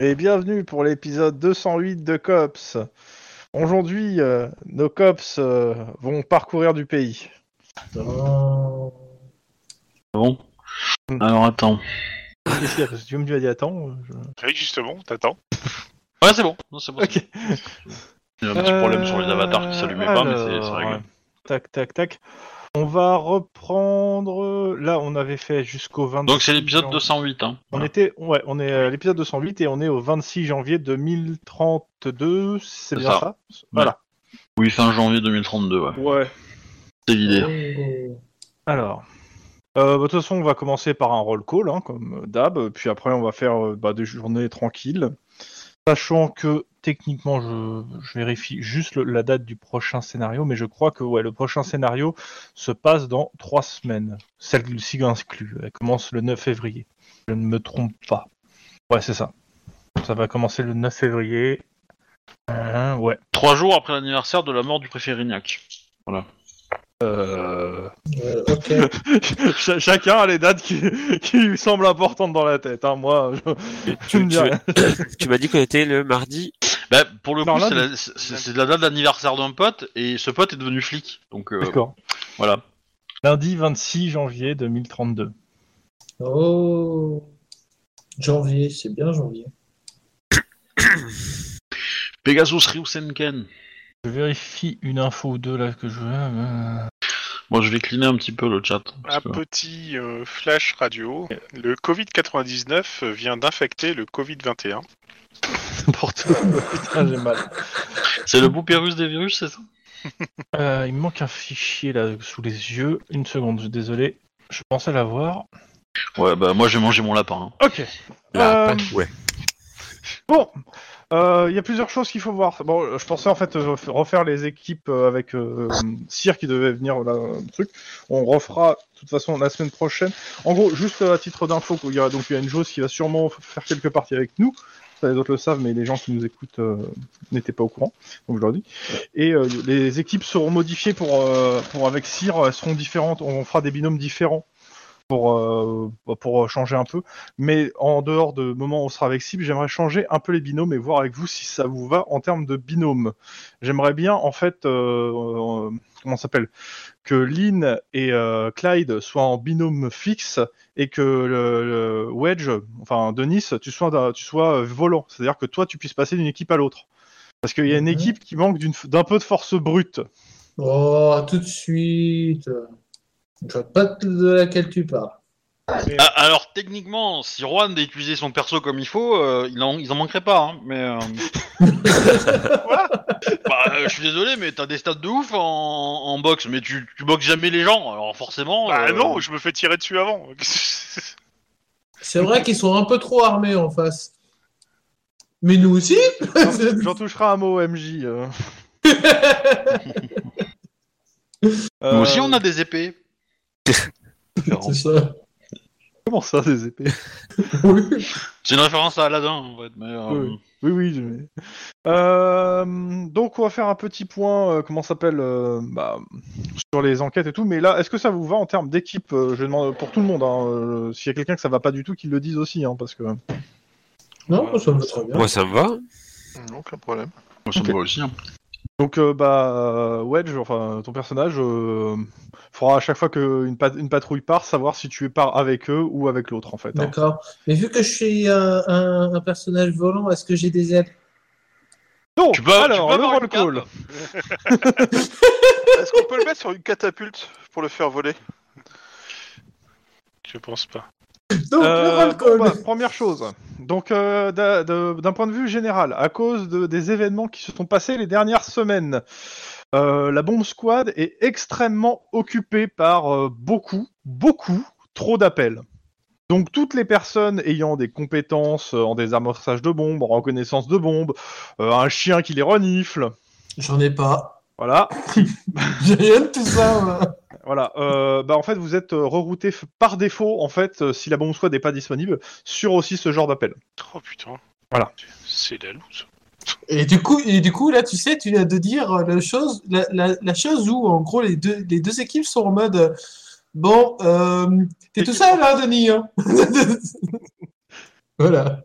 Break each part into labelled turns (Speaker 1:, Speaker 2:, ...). Speaker 1: et bienvenue pour l'épisode 208 de Cops. Aujourd'hui, euh, nos Cops euh, vont parcourir du pays.
Speaker 2: Ah Bon.
Speaker 1: Hmm.
Speaker 2: Alors attends.
Speaker 1: Qu'est-ce qu'il y a Parce que tu me dis attends. euh, je-
Speaker 3: Oui, justement, t'attends.
Speaker 2: Ouais, c'est bon. Non, c'est bon.
Speaker 1: Ok. Euh,
Speaker 2: Il y a un petit problème sur les avatars qui s'allumaient pas, mais c'est- c'est
Speaker 1: Alors,
Speaker 2: réglé.
Speaker 1: Tac, tac, tac. On va reprendre. Là, on avait fait jusqu'au 20.
Speaker 2: Donc c'est l'épisode 208. Hein.
Speaker 1: On était, ouais, on est à l'épisode 208 et on est au 26 janvier 2032. C'est
Speaker 2: C'est
Speaker 1: bien ça,
Speaker 2: ça.
Speaker 1: Voilà.
Speaker 2: Oui, fin janvier 2032, ouais.
Speaker 1: Ouais.
Speaker 2: C'est l'idée.
Speaker 1: Oh. Alors, euh, bah, de toute façon, on va commencer par un roll call, hein, comme euh, d'hab, puis après, on va faire euh, bah, des journées tranquilles. Sachant que techniquement, je, je vérifie juste le- la date du prochain scénario, mais je crois que ouais, le prochain scénario se passe dans trois semaines, celle-ci inclue. Elle commence le 9 février. Je ne me trompe pas. Ouais, c'est ça. Ça va commencer le 9 février. Euh, ouais.
Speaker 2: Trois jours après l'anniversaire de la mort du préfet Rignac. Voilà.
Speaker 1: Euh,
Speaker 4: Euh, ok.
Speaker 1: Ch- chacun a les dates qui, qui lui semblent importantes dans la tête. Hein. Moi, je, tu
Speaker 5: tu-
Speaker 1: me dis rien.
Speaker 5: Tu m'as dit qu'on était le mardi.
Speaker 2: Bah, pour le
Speaker 1: Non,
Speaker 2: coup,
Speaker 1: là,
Speaker 2: c'est la, c'est- c'est la date d'anniversaire d'un pote, et ce pote est devenu flic. Donc euh,
Speaker 1: D'accord.
Speaker 2: voilà.
Speaker 1: Lundi 26 janvier 2032.
Speaker 4: Oh. Janvier, c'est bien janvier.
Speaker 2: Pegasus Ryusenken.
Speaker 1: Je vérifie une info ou deux là que je. euh,
Speaker 2: Moi, je vais cliner un petit peu le chat. parce
Speaker 3: Un
Speaker 2: que-
Speaker 3: petit euh, flash radio. Le Covid-99 vient d'infecter le Covid-21.
Speaker 1: N'importe quoi. Putain, j'ai mal.
Speaker 2: C'est le poupée russe des virus, c'est ça
Speaker 1: Euh, il me manque un fichier là sous les yeux. Une seconde, je suis désolé. Je pensais l'avoir.
Speaker 2: Ouais, bah moi j'ai mangé mon lapin. hein.
Speaker 1: Ok.
Speaker 5: Là,
Speaker 1: Euh,
Speaker 5: pas- ouais.
Speaker 1: Bon, Euh, il y a plusieurs choses qu'il faut voir. Bon, je pensais en fait euh, refaire les équipes euh, avec euh, Cyr qui devait venir là, euh, truc. On refera de toute façon la semaine prochaine. En gros, juste euh, à titre d'info, qu'il y a donc il y a une chose qui va sûrement f- faire quelques parties avec nous. Ça, Les autres le savent, mais les gens qui nous écoutent euh, n'étaient pas au courant, donc je leur dis. Et euh, les équipes seront modifiées pour, euh, pour avec Cyr, elles seront différentes. On fera des binômes différents pour, euh, pour changer un peu. Mais en dehors de moment où on sera avec Sib, j'aimerais changer un peu les binômes et voir avec vous si ça vous va en termes de binôme. J'aimerais bien, en fait, euh, euh, comment ça s'appelle Que Lynn et euh, Clyde soient en binôme fixe et que le, le Wedge, enfin Denis, tu sois, d'un- tu sois euh, volant. C'est-à-dire que toi, tu puisses passer d'une équipe à l'autre. Parce qu'il y a une
Speaker 4: Mhm.
Speaker 1: équipe qui manque d'une f- d'un peu de force brute.
Speaker 4: Oh, à tout de suite. Je vois pas de laquelle tu parles.
Speaker 2: Ah, alors techniquement, si Juan a utilisé son perso comme il faut, euh, il en, ils en manqueraient pas. hein, mais euh, bah, euh, je suis désolé, mais t'as des stats de ouf en, en boxe, mais tu, tu boxes jamais les gens. Alors forcément.
Speaker 3: Ah
Speaker 6: Bah,
Speaker 2: euh,
Speaker 3: non, je me fais tirer dessus avant.
Speaker 4: C'est vrai qu'ils sont un peu trop armés en face. Mais nous aussi
Speaker 1: J'en j'en toucherai un mot, MJ. euh.
Speaker 2: Nous aussi,
Speaker 1: Euh,
Speaker 2: on a des épées.
Speaker 4: C'est ça.
Speaker 1: Euh, Comment ça, des épées
Speaker 4: Oui.
Speaker 2: C'est une référence à Aladdin, en fait. Mais, euh,
Speaker 1: Oui. Oui, oui. je- Euh, donc, on va faire un petit point, euh, comment ça s'appelle, euh, bah, sur les enquêtes et tout. Mais là, est-ce que ça vous va en termes d'équipe Euh, Je demande pour tout le monde. hein, euh, S'il y a quelqu'un que ça va pas du tout, qu'il le dise aussi, hein, parce que.
Speaker 4: Non, moi, ça me va très bien.
Speaker 5: Moi, ça me va.
Speaker 3: Aucun problème.
Speaker 2: moi, ça me va aussi. hein.
Speaker 1: Donc, euh, bah, euh, Wedge, enfin, ton personnage, euh, faudra à chaque fois qu'une pat- une patrouille part, savoir si tu pars avec eux ou avec l'autre, en fait. hein.
Speaker 4: D'accord. Mais vu que je suis un, un- un personnage volant, est-ce que j'ai des ailes
Speaker 1: Donc,
Speaker 2: Tu peux- tu
Speaker 1: alors,
Speaker 2: peux
Speaker 1: le
Speaker 2: avoir
Speaker 1: roll
Speaker 2: une
Speaker 1: call.
Speaker 2: cape.
Speaker 6: Est-ce qu'on peut le mettre sur une catapulte pour le faire voler
Speaker 3: Je pense pas.
Speaker 4: Donc,
Speaker 1: Euh,
Speaker 4: le roll
Speaker 1: bon,
Speaker 4: call.
Speaker 1: bah, première chose, donc euh, d'a- de- d'un point de vue général, à cause de- des événements qui se sont passés les dernières semaines, euh, la bombe squad est extrêmement occupée par euh, beaucoup, beaucoup trop d'appels. Donc toutes les personnes ayant des compétences euh, en désamorçage de bombes, en reconnaissance de bombes, euh, un chien qui les renifle,
Speaker 4: J'en ai pas.
Speaker 1: voilà,
Speaker 4: J'ai rien de tout ça. moi.
Speaker 1: Voilà, euh, bah en fait vous êtes euh, rerouté f- par défaut en fait euh, si la bombe squad n'est pas disponible sur aussi ce genre d'appel.
Speaker 3: Oh putain.
Speaker 1: Voilà.
Speaker 3: C'est la loose.
Speaker 4: Et du coup, et du coup, là, tu sais, tu viens de dire euh, la chose, la, la- la chose où, en gros, les deux, les deux équipes sont en mode euh, Bon, euh, t'es tout seul, hein, Denis hein Voilà.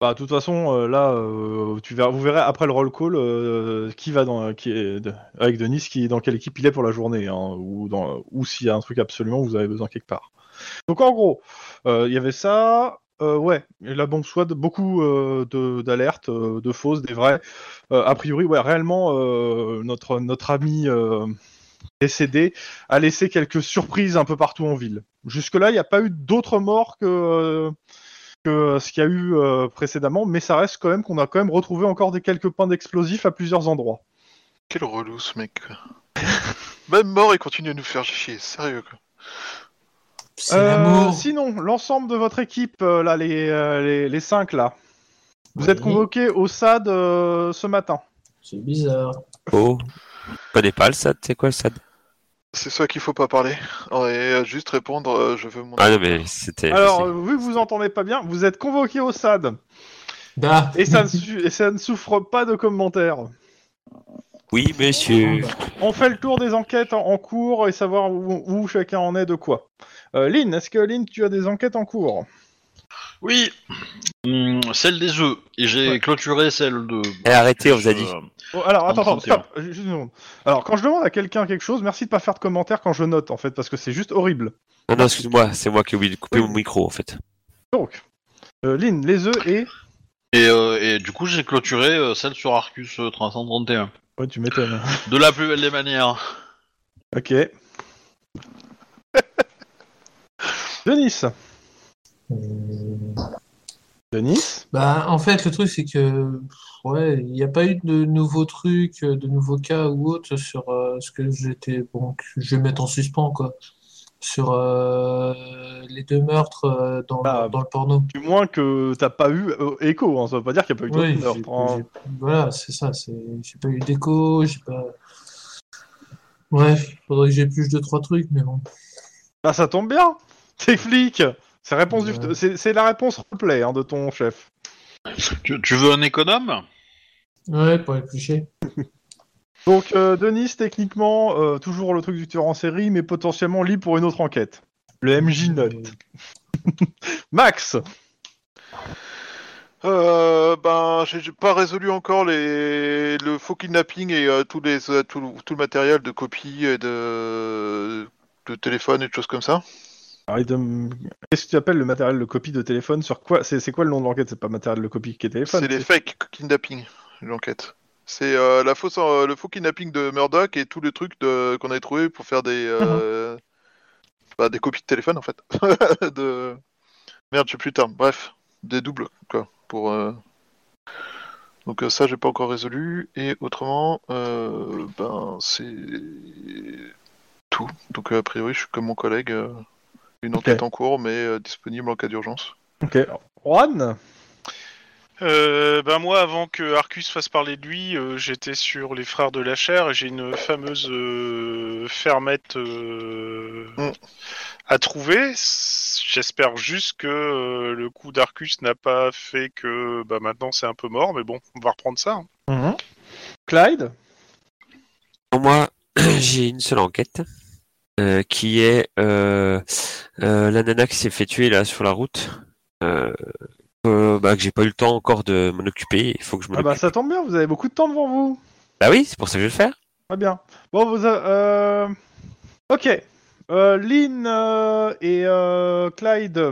Speaker 1: Bah, de toute façon, euh, là, euh, tu verras, vous verrez après le roll call euh, qui va dans, qui est de- avec Denis, qui dans quelle équipe il est pour la journée, hein, ou dans, ou s'il y a un truc absolument où vous avez besoin quelque part. Donc en gros, euh, il y avait ça, euh, ouais, et la bombe SWAT, beaucoup euh, de- d'alertes, euh, de fausses, des vraies. Euh, a priori, ouais, réellement, euh, notre notre ami euh, décédé a laissé quelques surprises un peu partout en ville. Jusque là, il n'y a pas eu d'autres morts que euh, que ce qu'il y a eu euh, précédemment, mais ça reste quand même qu'on a quand même retrouvé encore des quelques pains d'explosifs à plusieurs endroits.
Speaker 6: Quel relou ce mec. quoi. Même mort, il continue à nous faire chier, sérieux quoi.
Speaker 4: C'est
Speaker 1: Euh,
Speaker 4: l'amour.
Speaker 1: sinon, l'ensemble de votre équipe, euh, là, les, euh, les, les cinq là, vous êtes
Speaker 4: Oui,
Speaker 1: convoqués au SAD euh, ce matin.
Speaker 4: C'est bizarre.
Speaker 5: Oh. Je connais pas le SAD, c'est quoi le SAD
Speaker 6: C'est ça qu'il faut pas parler. Oh, Et euh, juste répondre, euh, je veux mon.
Speaker 5: Ah non, mais c'était.
Speaker 1: Alors, euh, vu que vous entendez pas bien, vous êtes convoqués au SAD
Speaker 4: Bah.
Speaker 1: et ça ne, su- et ça ne souffre pas de commentaires.
Speaker 5: Oui, monsieur.
Speaker 1: On fait le tour des enquêtes en, en cours et savoir où, où chacun en est de quoi. Euh, Lynn, est-ce que Lynn, tu as des enquêtes en cours
Speaker 2: Oui, hum, celle des œufs. Et j'ai
Speaker 1: Ouais.
Speaker 2: clôturé celle de.
Speaker 5: Eh, arrêtez, on vous a dit.
Speaker 2: Euh,
Speaker 1: Oh, alors, attends, attends,
Speaker 2: 31.
Speaker 1: stop. Juste une seconde. Alors, quand je demande à quelqu'un quelque chose, merci de pas faire de commentaire quand je note, en fait, parce que c'est juste horrible.
Speaker 5: Non, non, excuse-moi, c'est moi qui ai oublié de couper
Speaker 1: Oui.
Speaker 5: mon micro en fait.
Speaker 1: Donc, euh, Lynn, les œufs et...
Speaker 2: Et, euh, et du coup, j'ai clôturé euh, celle sur Arcus euh, 331.
Speaker 1: Ouais, tu m'étonnes.
Speaker 2: De la plus belle des manières.
Speaker 1: ok. Denis. Denis
Speaker 4: euh, Bah, en fait, le truc, c'est que, pff, ouais, il n'y a pas eu de nouveaux trucs, euh, de nouveaux cas ou autre sur euh, ce que j'étais, bon, que je vais mettre en suspens, quoi, sur euh, les deux meurtres euh, dans,
Speaker 1: Bah,
Speaker 4: dans le porno.
Speaker 1: Du moins que t'as pas eu euh, écho, hein, ça veut pas dire qu'il n'y a pas eu
Speaker 4: Oui,
Speaker 1: d'autres
Speaker 4: j'ai-
Speaker 1: meurtres, hein.
Speaker 4: j'ai- voilà, c'est ça, c'est, j'ai pas eu d'écho, j'ai pas. Bref, faudrait que j'ai plus de trois trucs, mais bon.
Speaker 1: Ah, ça tombe bien T'es flic C'est réponse du-
Speaker 4: Ouais.
Speaker 1: c'est- c'est la réponse replay hein, de ton chef.
Speaker 2: Tu, tu veux un économe
Speaker 4: Ouais, pour les clichés.
Speaker 1: Donc, euh, Denis, techniquement, euh, toujours le truc du tueur en série, mais potentiellement libre pour une autre enquête. Le MJ note. Max
Speaker 6: Euh, ben, j'ai j'ai pas résolu encore les... le faux kidnapping et euh, tous les, euh, tout, le- tout le matériel de copie et de, de téléphone et de choses comme ça.
Speaker 1: Alors, il te- Qu'est-ce que tu appelles le matériel de copie de téléphone sur quoi C'est c'est quoi le nom de l'enquête C'est pas matériel de copie qui est téléphone
Speaker 6: C'est les fake kidnapping, l'enquête. C'est euh, la fausse, euh, le faux kidnapping de Murdoch et tout le truc de... qu'on avait trouvé pour faire des, euh, bah, des copies de téléphone en fait. de... Merde, je sais plus le terme. Bref, des doubles quoi. Pour, euh, Donc euh, ça, j'ai pas encore résolu. Et autrement, euh, ben c'est tout. Donc euh, a priori, je suis comme mon collègue, euh, une enquête en cours, mais euh, disponible en cas d'urgence.
Speaker 1: Ok. Juan
Speaker 3: Euh, ben moi, avant que Arcus fasse parler de lui, euh, j'étais sur les frères de la chair et j'ai une fameuse euh, fermette euh,
Speaker 6: Mm.
Speaker 3: à trouver. S- J'espère juste que euh, le coup d'Arcus n'a pas fait que bah, maintenant c'est un peu mort, mais bon, on va reprendre ça. hein.
Speaker 1: Clyde
Speaker 5: Pour moi, j'ai une seule enquête euh, qui est euh, euh, la nana qui s'est fait tuer là sur la route. Euh, euh, bah, que j'ai pas eu le temps encore de m'en occuper. Il faut que je m'en
Speaker 1: Ah bah
Speaker 5: occupe.
Speaker 1: ça tombe bien, vous avez beaucoup de temps devant vous.
Speaker 5: Bah oui, c'est pour ça que je vais le faire.
Speaker 1: Très bien. Bon, vous... a- euh, Ok. Euh, Lynn euh, et euh, Clyde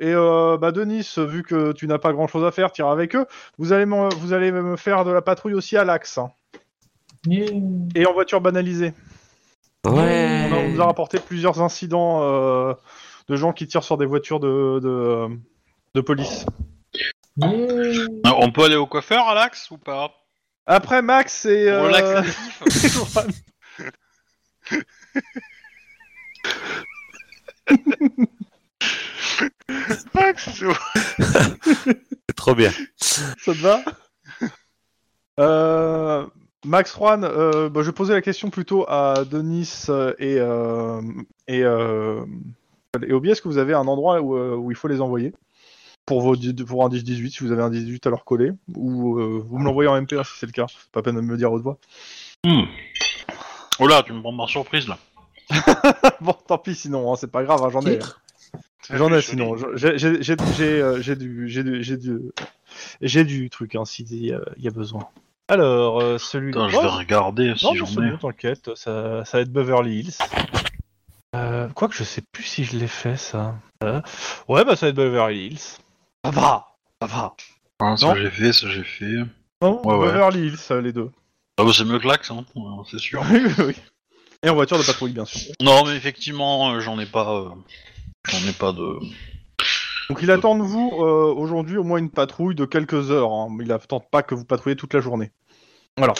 Speaker 1: et euh, bah, Denis, vu que tu n'as pas grand-chose à faire, t'iras avec eux. Vous allez, m'en- vous allez me faire de la patrouille aussi à l'axe. hein.
Speaker 4: Yeah.
Speaker 1: Et en voiture banalisée.
Speaker 5: Ouais.
Speaker 1: On, a- on nous a rapporté plusieurs incidents euh, de gens qui tirent sur des voitures de, de, de police.
Speaker 4: Yeah.
Speaker 2: Euh, On peut aller au coiffeur, Alex, ou pas
Speaker 1: Après Max et euh,
Speaker 2: Relaxatif
Speaker 1: Juan.
Speaker 5: C'est trop bien.
Speaker 1: ça te va Euh, Max Juan, euh, bah, je posais la question plutôt à Denis euh, et euh, et euh, et Obi, est-ce que vous avez un endroit où, euh, où il faut les envoyer pour vos dix- pour un 10-18 si vous avez un 18 à leur coller ou euh, vous me l'envoyez en MP1 si c'est le cas, pas peine de me le dire haute voix.
Speaker 2: Hmm. Oh là, tu me prends par surprise là.
Speaker 1: bon, tant pis sinon, hein, c'est pas grave, hein, j'en ai.
Speaker 4: Titre.
Speaker 1: J'en ai sinon. J'ai j'ai- j'ai- j'ai, euh, j'ai du, j'ai du, j'ai du- J'ai du truc, hein, s'il y, a- il y a besoin. Alors, euh, celui-là...
Speaker 2: Putain, je vais regarder
Speaker 1: Non,
Speaker 2: si
Speaker 1: non,
Speaker 2: j'en
Speaker 1: c'est
Speaker 2: ai.
Speaker 1: bon, t'inquiète, ça, ça va être Beverly Hills. Euh, Quoique, je sais plus si je l'ai fait, ça. Euh, ouais, bah ça va être Beverly Hills. Ça va, ça va.
Speaker 2: Ah,
Speaker 1: Non.
Speaker 2: ça j'ai fait, ça j'ai fait.
Speaker 1: Non,
Speaker 2: Ouais, ouais.
Speaker 1: Beverly Hills, euh, les deux.
Speaker 2: Ah bah c'est mieux que l'axe, hein, ouais, c'est sûr.
Speaker 1: Et en voiture de patrouille, bien sûr.
Speaker 2: Non mais effectivement, euh, j'en ai pas... euh, J'en ai pas de...
Speaker 1: Donc il attend de vous euh, aujourd'hui au moins une patrouille de quelques heures. hein. Il attend pas que vous patrouillez toute la journée. Voilà.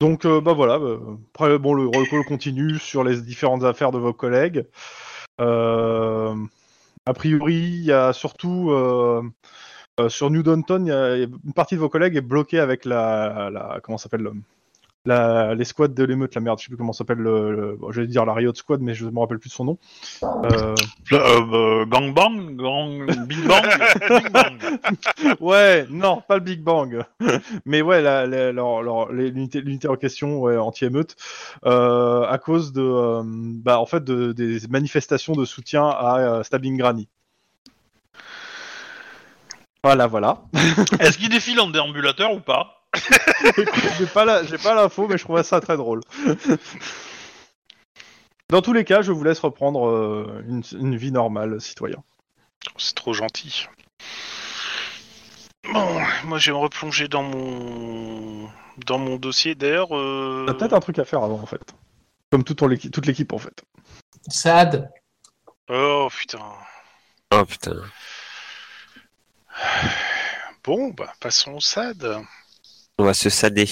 Speaker 1: Donc euh, bah voilà. bah, après bon le recall continue sur les différentes affaires de vos collègues. Euh, a priori il y a surtout euh, euh, sur New Downton il y a- une partie de vos collègues est bloquée avec la, la comment ça s'appelle l'homme. La, les squads de l'émeute, la merde, je sais plus comment ça s'appelle, le, le- bon, j'allais dire la Riot Squad, mais je me rappelle plus de son nom. Euh,
Speaker 2: Euh, gang bang gang... Big bang Big bang
Speaker 1: Ouais, non, pas le Big Bang. Mais ouais, la- la- leur- leur- les- l'unité l'unité en question, ouais, anti-émeute, euh, à cause de, euh, bah, en fait, de- des manifestations de soutien à euh, Stabbing Granny. Voilà, voilà.
Speaker 2: Est-ce qu'il défile en déambulateur ou pas
Speaker 1: j'ai pas la- j'ai pas l'info, mais je trouvais ça très drôle. Dans tous les cas, je vous laisse reprendre euh, une, une vie normale, citoyen.
Speaker 3: C'est trop gentil. Bon, moi je vais me replonger dans mon dans mon dossier. D'ailleurs, euh,
Speaker 1: On a peut-être un truc à faire avant, en fait. Comme toute ton équi- toute l'équipe, en fait.
Speaker 4: Sad.
Speaker 3: oh putain.
Speaker 5: Oh putain.
Speaker 3: Bon, bah passons au SAD.
Speaker 5: On va se sader.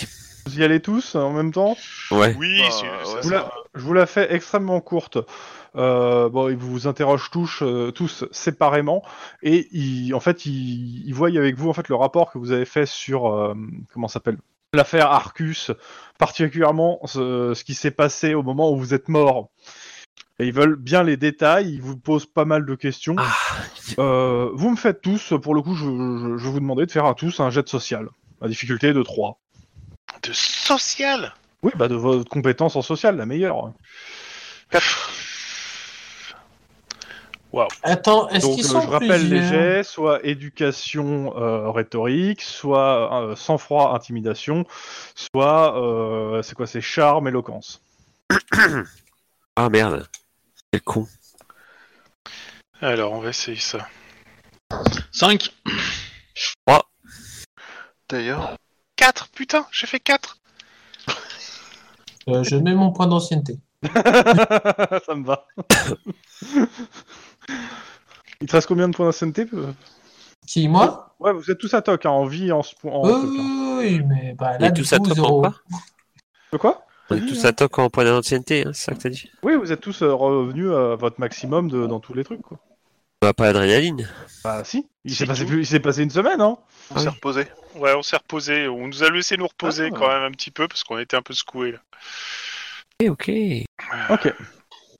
Speaker 1: Vous y allez tous en même temps
Speaker 5: Ouais.
Speaker 3: Oui,
Speaker 6: Bah,
Speaker 3: c'est-
Speaker 6: ouais,
Speaker 3: ça-
Speaker 1: Je vous la- je vous la fais extrêmement courte. Euh, bon, ils vous interrogent tous, euh, tous séparément, et ils, en fait, ils, ils voient avec vous en fait le rapport que vous avez fait sur euh, comment ça s'appelle l'affaire Arcus, particulièrement ce, ce qui s'est passé au moment où vous êtes mort. Et ils veulent bien les détails, ils vous posent pas mal de questions.
Speaker 5: Ah.
Speaker 1: Euh, vous me faites tous, pour le coup, je, je, je vais vous demander de faire à tous un jet de social, à difficulté de 3.
Speaker 3: de social.
Speaker 1: Oui, bah de votre compétence en social, la meilleure.
Speaker 4: Attends, est-ce
Speaker 1: Donc,
Speaker 4: qu'ils
Speaker 1: euh,
Speaker 4: sont
Speaker 1: je rappelle les
Speaker 4: plusieurs
Speaker 1: jets, soit éducation euh, rhétorique, soit euh, sang-froid, intimidation, soit euh, c'est quoi, c'est charme, éloquence.
Speaker 5: Ah merde. Quel con.
Speaker 3: Alors, on va essayer ça.
Speaker 2: 5
Speaker 6: D'ailleurs,
Speaker 3: 4 Putain, j'ai fait 4
Speaker 4: Euh, Je mets mon point d'ancienneté.
Speaker 1: Ça me va. Il te reste combien de points d'ancienneté euh
Speaker 4: Qui, moi
Speaker 1: Ouais, vous êtes tous à toc, hein, en vie, en, spo- en
Speaker 4: Euh,
Speaker 1: truc, hein.
Speaker 4: Oui, mais bah,
Speaker 5: On
Speaker 4: là,
Speaker 5: est
Speaker 4: du
Speaker 5: tous à
Speaker 4: coup,
Speaker 5: toc en
Speaker 4: zéro.
Speaker 5: quoi
Speaker 1: De quoi
Speaker 5: On est tous à toc en point d'ancienneté, hein, c'est ça que t'as dit
Speaker 1: Oui, vous êtes tous euh, revenus à votre maximum de- dans tous les trucs. Quoi.
Speaker 5: Bah pas l'adrénaline.
Speaker 1: Bah si, il s'est
Speaker 6: C'est
Speaker 1: passé,
Speaker 6: tout.
Speaker 1: plus- il s'est passé une semaine, hein
Speaker 6: on
Speaker 5: Ah
Speaker 6: s'est
Speaker 5: oui.
Speaker 6: reposé.
Speaker 3: Ouais, on s'est reposé. On nous a laissé nous reposer
Speaker 1: Ah.
Speaker 3: quand même un petit peu parce qu'on était un peu secoués. Là.
Speaker 5: Eh ok.
Speaker 1: Ok.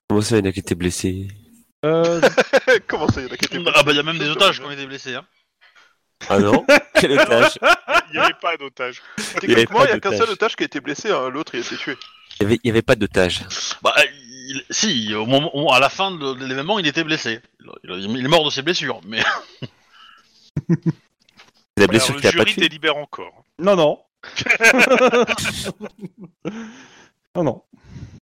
Speaker 5: Comment ça, il y en a qui étaient blessés
Speaker 1: Euh,
Speaker 6: Comment ça, il y en a qui étaient
Speaker 2: Ah bah il y a même des otages qui ont été blessés. Hein.
Speaker 5: Ah non Quel otage
Speaker 3: Il n'y avait pas d'otage.
Speaker 6: Techniquement,
Speaker 5: pas
Speaker 6: il n'y a qu'un
Speaker 5: d'otage.
Speaker 6: seul otage qui a été blessé, hein, l'autre il a été tué.
Speaker 3: Bah,
Speaker 5: Il y avait, il y avait pas d'otage.
Speaker 2: Bah il- si, au moment, au- à la fin de de l'événement, il était blessé. Il, il est mort de ses blessures, mais...
Speaker 5: C'est la
Speaker 3: Alors,
Speaker 5: blessure
Speaker 3: le
Speaker 5: qui a pas
Speaker 3: jury
Speaker 5: tué.
Speaker 3: délibère encore.
Speaker 1: non, non. non, non.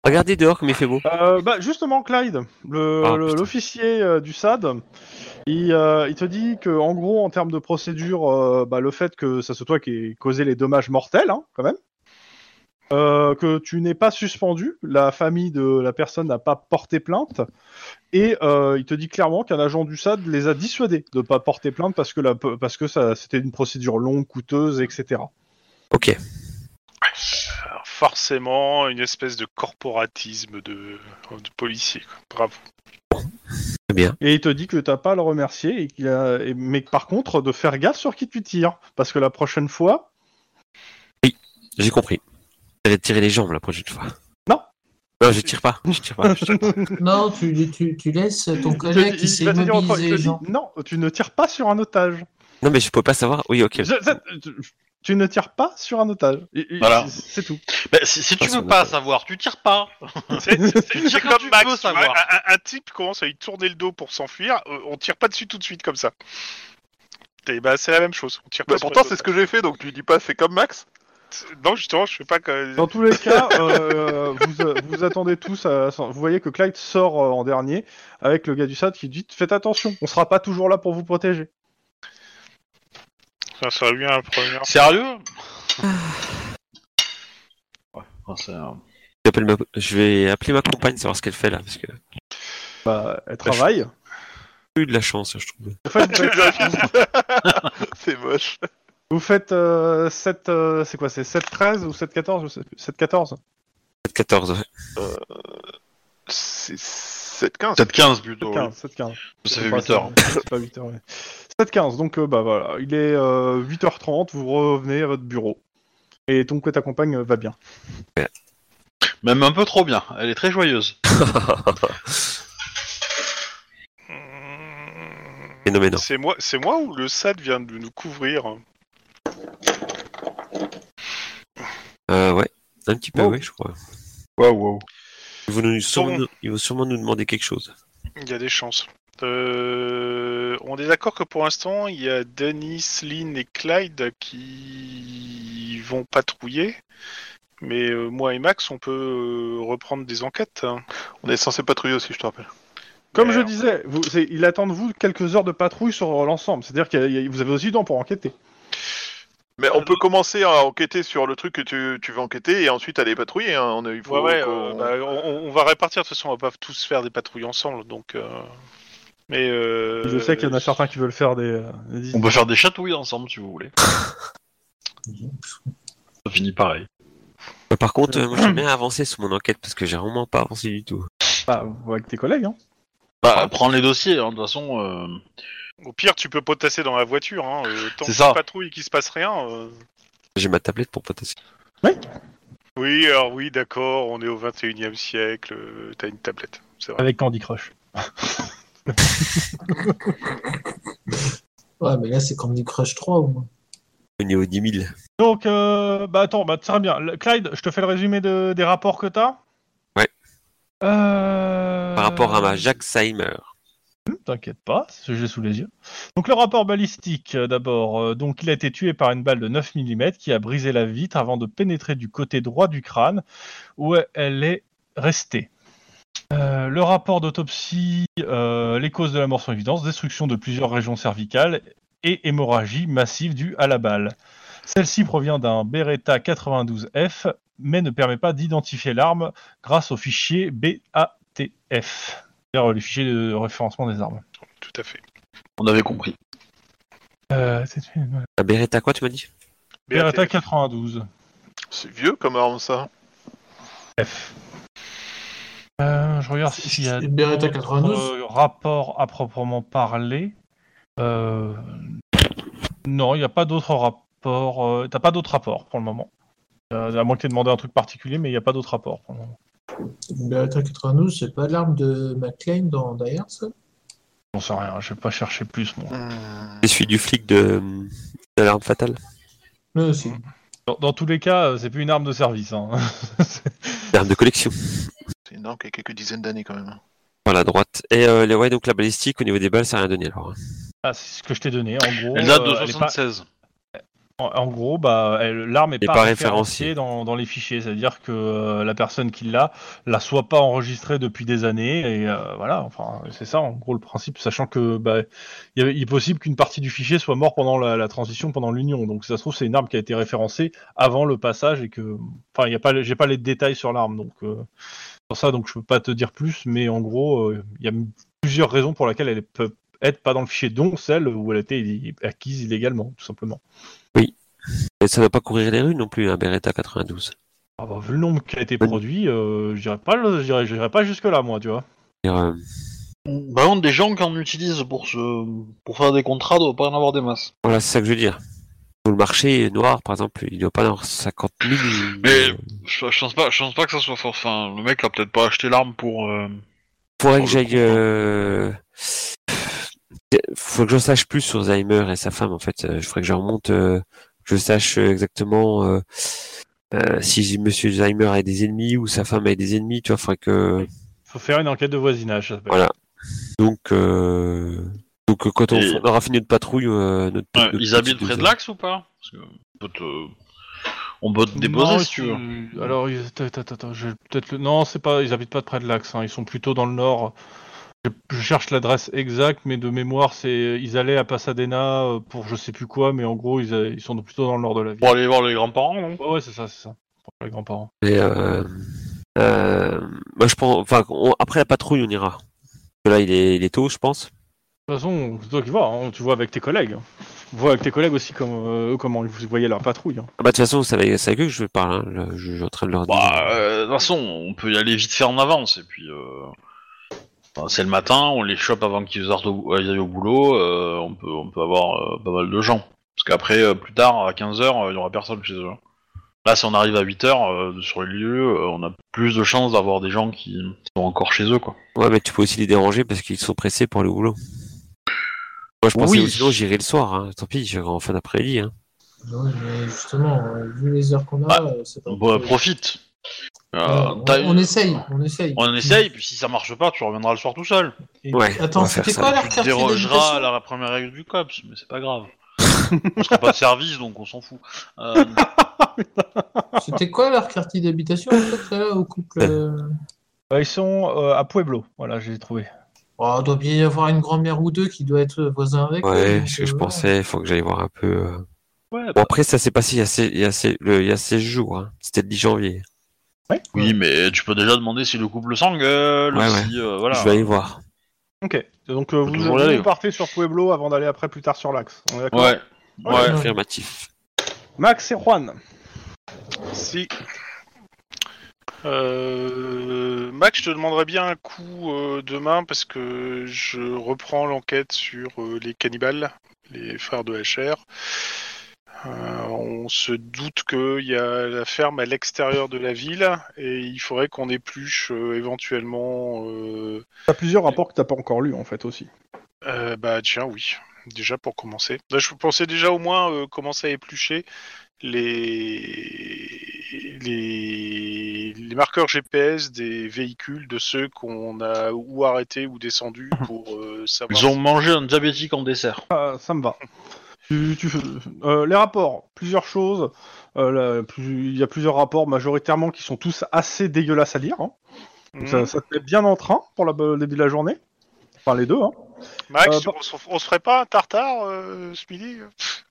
Speaker 5: Regardez dehors comme il fait beau.
Speaker 1: Euh, bah, justement, Clyde, le-
Speaker 5: Ah,
Speaker 1: le-
Speaker 5: putain.
Speaker 1: l'officier euh, du SAD, il, euh, il te dit que, en gros, en termes de procédure, euh, bah, le fait que ça soit toi qui ait causé les dommages mortels, hein, quand même, euh, que tu n'es pas suspendu, la famille de la personne n'a pas porté plainte, et euh, il te dit clairement qu'un agent du SAD les a dissuadés de ne pas porter plainte parce que, la, parce que ça- c'était une procédure longue, coûteuse, etc.
Speaker 5: Ok.
Speaker 3: Alors, forcément, une espèce de corporatisme de, euh, de policier. quoi. Bravo.
Speaker 1: Et il te dit que t'as pas à le remercier, et qu'il a- et- mais que par contre de faire gaffe sur qui tu tires, parce que la prochaine fois,
Speaker 5: J'ai compris. Je vais tirer les jambes la prochaine fois.
Speaker 1: Non.
Speaker 5: Non, je tire pas. Je tire pas. je tire pas.
Speaker 4: Non, tu, tu, tu laisses ton
Speaker 1: il te
Speaker 4: collègue
Speaker 1: dit-
Speaker 4: qui
Speaker 1: il
Speaker 4: s'est
Speaker 1: va te dire autrement, il te
Speaker 4: immobilisé,
Speaker 1: dit,
Speaker 4: Jean.
Speaker 1: non, tu ne tires pas sur un otage.
Speaker 5: Non, mais je pouvais pas savoir. Oui, ok.
Speaker 1: Je- je- tu- tu ne tires pas sur un otage. Et- et-
Speaker 2: Voilà.
Speaker 1: c'est- C'est tout.
Speaker 2: Bah, si, si tu
Speaker 5: Façon
Speaker 2: veux pas
Speaker 5: de-
Speaker 2: savoir, tu tires pas.
Speaker 3: C'est
Speaker 2: Tu
Speaker 3: c'est
Speaker 2: tires quand
Speaker 3: comme
Speaker 2: tu
Speaker 3: Max.
Speaker 2: veux
Speaker 3: tu vois,
Speaker 2: savoir.
Speaker 3: Un, un- un type commence à lui tourner le dos pour s'enfuir. euh, on tire pas dessus tout de suite comme ça. Et bah, c'est la même chose. On tire
Speaker 6: Bah,
Speaker 3: pas sur
Speaker 6: pourtant,
Speaker 3: les
Speaker 6: c'est ce que j'ai fait, donc tu dis pas, fais comme Max.
Speaker 3: autres. Non, justement, je fais pas que.
Speaker 1: Dans tous les cas, euh, vous, euh, vous attendez tous. à- vous voyez que Clyde sort euh, en dernier avec le gars du SAD qui dit Faites attention, on sera pas toujours là pour vous protéger.
Speaker 3: Ça sera lui un premier.
Speaker 2: Sérieux Ouais, enfin, Ah, c'est, euh,
Speaker 5: J'appelle ma- Je vais appeler ma compagne, savoir ce qu'elle fait là, parce que
Speaker 1: Bah, elle travaille.
Speaker 5: j'ai eu de la chance, hein, je trouve.
Speaker 1: Vous faites,
Speaker 6: c'est moche.
Speaker 1: vous faites, euh, 7. euh, c'est quoi C'est 7-13 ou 7-14 ou 7-14
Speaker 5: 7-14, ouais.
Speaker 6: C'est 7-15.
Speaker 2: 7-15 plutôt.
Speaker 1: 7-15.
Speaker 2: Oh, oui.
Speaker 1: 7-15.
Speaker 2: Ça fait
Speaker 1: Enfin,
Speaker 2: 8 heures.
Speaker 1: c'est- C'est pas 8 heures, ouais. 7-15, donc euh, bah voilà, il est euh, 8h30, vous revenez à votre bureau. Et ton que ta compagne euh, va bien.
Speaker 2: Même un peu trop bien. Elle est très joyeuse.
Speaker 5: Mais non, mais non.
Speaker 3: C'est moi, c'est moi ou le SAD vient de nous couvrir hein
Speaker 5: Euh, ouais. Un petit peu,
Speaker 1: Wow.
Speaker 5: ouais, je crois.
Speaker 2: Waouh, waouh.
Speaker 5: Ils vont, nous, sûrement, nous- ils vont sûrement nous demander quelque chose.
Speaker 3: Il y a des chances. Euh, on est d'accord que pour l'instant, il y a Denis, Lynn et Clyde qui vont patrouiller. Mais euh, moi et Max, on peut euh, reprendre des enquêtes. hein.
Speaker 6: On est censé patrouiller aussi, je te rappelle.
Speaker 1: Comme je
Speaker 3: Merde.
Speaker 1: disais, vous, c'est- il attend de vous quelques heures de patrouille sur l'ensemble. C'est-à-dire que vous avez aussi du temps pour enquêter.
Speaker 6: Mais on peut commencer à enquêter sur le truc que tu, tu veux enquêter et ensuite aller patrouiller. hein. On, a- il faut
Speaker 3: Ouais, ouais,
Speaker 6: qu'on-
Speaker 3: euh, bah, on, on va répartir. De toute façon, on va pas tous faire des patrouilles ensemble. Donc, euh, mais euh,
Speaker 1: Je sais qu'il y en a certains qui veulent faire des. euh, des-
Speaker 2: On peut faire des chatouilles ensemble si vous voulez. Ça finit pareil.
Speaker 5: Bah, par contre, euh, moi, j'aime bien avancer sur mon enquête parce que j'ai vraiment pas avancé du tout.
Speaker 1: bah, avec tes collègues. Hein.
Speaker 2: Bah, prends les dossiers, hein, de toute façon. euh,
Speaker 3: Au pire, tu peux potasser dans la voiture. Hein, euh, tant
Speaker 2: C'est
Speaker 3: que
Speaker 2: ça.
Speaker 6: Ah.
Speaker 3: tu patrouilles et qu'il se passe rien. euh,
Speaker 5: J'ai ma tablette pour potasser.
Speaker 3: Oui, alors oui, d'accord, on est au 21 e siècle, euh, t'as une tablette, c'est vrai.
Speaker 1: Avec Candy Crush.
Speaker 4: Ouais, mais là, c'est Candy Crush 3 au moins.
Speaker 5: Au niveau 10 000.
Speaker 1: Donc, euh, bah attends, bah très bien. Le- Clyde, je te fais le résumé de- des rapports que t'as.
Speaker 5: Ouais.
Speaker 1: Euh,
Speaker 5: Par rapport à ma Jacques Seimer.
Speaker 1: Hmm, T'inquiète pas, ce j'ai sous les yeux. Donc le rapport balistique, euh, d'abord. euh, donc il a été tué par une balle de 9 mm qui a brisé la vitre avant de pénétrer du côté droit du crâne où elle est restée. Euh, le rapport d'autopsie, euh, les causes de la mort sont évidentes, destruction de plusieurs régions cervicales et hémorragie massive due à la balle. Celle-ci provient d'un Beretta 92F, mais ne permet pas d'identifier l'arme grâce au fichier BATF, c'est-à-dire le fichier de référencement des armes.
Speaker 3: Tout à fait.
Speaker 2: On avait compris.
Speaker 1: Euh, c'est une-
Speaker 5: La Beretta, Ah, quoi, tu m'as dit
Speaker 1: Beretta
Speaker 3: BATF.
Speaker 1: 92.
Speaker 6: C'est vieux comme arme, ça.
Speaker 1: F. Euh, je regarde s'il y a
Speaker 4: Une Beretta 92.
Speaker 1: d'autres, euh, rapports à proprement parler. Euh, Non, il n'y a pas d'autres rapports. euh, T'as pas d'autres rapports pour le moment. Euh, à moins que t'aies demandé un truc particulier, mais il n'y a pas d'autres rapports pour le moment.
Speaker 4: Une Beretta 92, c'est pas l'arme de McLean dans Die Hard, ça
Speaker 1: J'en sais rien, je vais pas chercher plus moi.
Speaker 6: Hmm.
Speaker 5: Je suis du flic de, de l'arme fatale.
Speaker 4: Non, c'est
Speaker 5: Mm.
Speaker 1: Dans, dans tous les cas, euh, c'est plus une arme de service. hein.
Speaker 5: L'arme de collection.
Speaker 6: C'est une arme qui a quelques dizaines d'années quand même.
Speaker 5: Par la droite. Et euh, les- ouais, donc la balistique, au niveau des balles, ça n'a rien donné alors. hein.
Speaker 1: Ah, c'est ce que je t'ai donné. En gros,
Speaker 2: Elle date de
Speaker 1: euh, elle est pas-
Speaker 2: 76.
Speaker 1: En, en gros, bah, elle- l'arme n'est
Speaker 5: Elle est
Speaker 1: pas,
Speaker 5: pas
Speaker 1: référencée dans, dans les fichiers, c'est-à-dire que euh, la personne qui l'a, la soit pas enregistrée depuis des années, et euh, voilà, enfin, c'est ça, en gros, le principe, sachant que bah, il y avait- il est possible qu'une partie du fichier soit mort pendant la, la transition, pendant l'union, donc si ça se trouve, c'est une arme qui a été référencée avant le passage, et que, enfin, il y a pas, les- j'ai pas les détails sur l'arme, donc euh, sur ça, donc je peux pas te dire plus, mais en gros, euh, il y a plusieurs raisons pour lesquelles elle peut être pas dans le fichier, dont celle où elle a été i- acquise illégalement, tout simplement.
Speaker 5: Et ça ne doit pas courir les rues non plus, hein, un Beretta 92.
Speaker 1: Ah bah, vu le nombre qui a été
Speaker 5: Bonne-
Speaker 1: produit, euh, j'irais pas, le- j'irais- j'irais pas jusque là, moi, tu vois.
Speaker 5: Et, euh,
Speaker 2: Par contre, des gens qui en utilisent pour, se... pour faire des contrats doivent pas en avoir des masses.
Speaker 5: Voilà, c'est ça que je veux dire. Sur le marché noir, par exemple, il doit pas en avoir 50 000.
Speaker 2: Mais-
Speaker 5: euh,
Speaker 2: Je, je pense pas, je pense pas que ça soit fort. Enfin, le mec a peut-être pas acheté l'arme pour. euh, Pour
Speaker 5: faudrait que
Speaker 2: le
Speaker 5: j'aille.
Speaker 2: coup, hein.
Speaker 5: Euh... Faut que je sache plus sur Zheimer et sa femme, en fait. Euh, Je ferais que je remonte, euh, que je sache euh, exactement euh, euh, si Monsieur Zheimer a des ennemis ou sa femme a des ennemis, tu vois. Faudrait que.
Speaker 1: Faut faire une enquête de voisinage. ça s'appelle.
Speaker 5: Voilà. Donc, euh... Donc euh, quand on
Speaker 2: Et-
Speaker 5: f- aura fini notre patrouille, euh, notre,
Speaker 2: Ouais,
Speaker 5: notre
Speaker 2: ils
Speaker 5: petit
Speaker 2: habitent près de
Speaker 5: deuxième.
Speaker 2: l'axe ou pas Parce que on peut te- On peut te déposer
Speaker 1: Non,
Speaker 2: si tu veux.
Speaker 1: ils- Alors, ils... attends, attends, attends, je vais peut-être le- Non, c'est pas. Ils habitent pas de près de l'axe. hein, Ils sont plutôt dans le nord. Je, je cherche l'adresse exacte, mais de mémoire, c'est ils allaient à Pasadena euh, pour je sais plus quoi, mais en gros, ils, a- ils sont plutôt dans le nord de la ville.
Speaker 2: Pour aller voir les grands-parents, non
Speaker 1: Ouais, ouais, c'est ça, c'est ça. Pour les grands-parents.
Speaker 5: Mais euh, euh, moi je pense, enfin on- après la patrouille on ira. Parce que Là il est, il est tôt je pense.
Speaker 1: De toute façon, c'est toi qui vois. hein, tu vois avec tes collègues. Vois avec tes collègues aussi comme euh, eux, comment ils voyaient leur patrouille. hein.
Speaker 5: Ah bah de toute façon c'est avec, c'est avec eux que je parle. Hein. Le- Je, je suis en train de leur dire.
Speaker 2: Bah, euh, de toute façon, on peut y aller vite fait en avance. Et puis, euh, enfin, c'est le matin, on les chope avant qu'ils partent au- aillent au boulot. euh, on, peut, on peut avoir euh, pas mal de gens. Parce qu'après, euh, plus tard, à 15h, il y aura personne chez eux. Là, si on arrive à 8h sur les lieux, euh, on a plus de chances d'avoir des gens qui sont encore chez eux, quoi.
Speaker 5: Ouais mais tu peux aussi les déranger parce qu'ils sont pressés pour aller au boulot. Moi je pensais
Speaker 2: Oui.
Speaker 5: que sinon j'irai le soir. Hein. Tant pis j'irai en fin d'après-midi. Hein.
Speaker 4: Ouais, mais justement, euh, vu les heures qu'on a,
Speaker 2: Bah,
Speaker 4: euh, c'est pas.
Speaker 2: Bon, euh, profite. Euh,
Speaker 4: on,
Speaker 2: t'as-
Speaker 4: on essaye, on essaye.
Speaker 2: On essaye, puis si ça marche pas, tu reviendras le soir tout seul.
Speaker 4: Et-
Speaker 5: Ouais, on
Speaker 4: Attends,
Speaker 5: va faire
Speaker 4: c'était
Speaker 5: ça.
Speaker 4: quoi leur
Speaker 2: Tu
Speaker 4: quartier
Speaker 2: dérogeras à
Speaker 4: d'habitation
Speaker 2: la première règle du COPS, mais c'est pas grave. on sera pas de service, donc on s'en fout. Euh,
Speaker 4: C'était quoi leur quartier d'habitation en fait, là, au couple euh
Speaker 1: Euh, ils sont euh, à Pueblo. Voilà, j'ai trouvé.
Speaker 4: Oh, doit bien y avoir une grand-mère ou deux qui doit être voisin avec.
Speaker 5: Ouais,
Speaker 4: donc,
Speaker 5: ce que je
Speaker 4: euh,
Speaker 5: pensais, il faut que j'aille voir un peu. euh.
Speaker 2: ouais,
Speaker 5: Bon
Speaker 2: bah,
Speaker 5: après ça s'est passé il y a seize- il y a seize- le- il y a 16 jours. Hein. C'était le 10 janvier.
Speaker 2: oui, mais tu peux déjà demander si le couple s'engueule,
Speaker 5: Ouais,
Speaker 2: si... euh, voilà.
Speaker 5: Je vais aller voir.
Speaker 1: Ok. Donc euh, vous,
Speaker 2: toujours y aller.
Speaker 1: vous partez sur Pueblo avant d'aller après plus tard sur l'axe. On est d'accord
Speaker 2: Ouais, ouais.
Speaker 4: Ouais.
Speaker 5: Affirmatif.
Speaker 1: Max et Juan.
Speaker 3: Si. Euh, Max, je te demanderai bien un coup euh, demain parce que je reprends l'enquête sur euh, les cannibales, les frères de HR. Euh, on se doute qu'il y a la ferme à l'extérieur de la ville et il faudrait qu'on épluche euh, éventuellement. euh,
Speaker 1: T'as plusieurs rapports que t'as pas encore lus en fait aussi.
Speaker 3: euh, bah tiens, oui. Déjà pour commencer. Là, je pensais déjà au moins euh, commencer à éplucher les... les les marqueurs GPS des véhicules de ceux qu'on a ou arrêtés ou descendus pour euh, savoir.
Speaker 2: Ils ont mangé un diabétique en dessert.
Speaker 1: Ah, ça me va. Tu- tu- euh, les rapports, plusieurs choses. Euh, là, plus- Il y a plusieurs rapports majoritairement qui sont tous assez dégueulasses à lire. hein.
Speaker 3: Hmm.
Speaker 1: Donc Ça, ça te met bien en train pour la- le début de la journée. Enfin les deux. hein.
Speaker 3: Max,
Speaker 1: euh, par-
Speaker 3: on, se, on se ferait pas un tartare euh, ce midi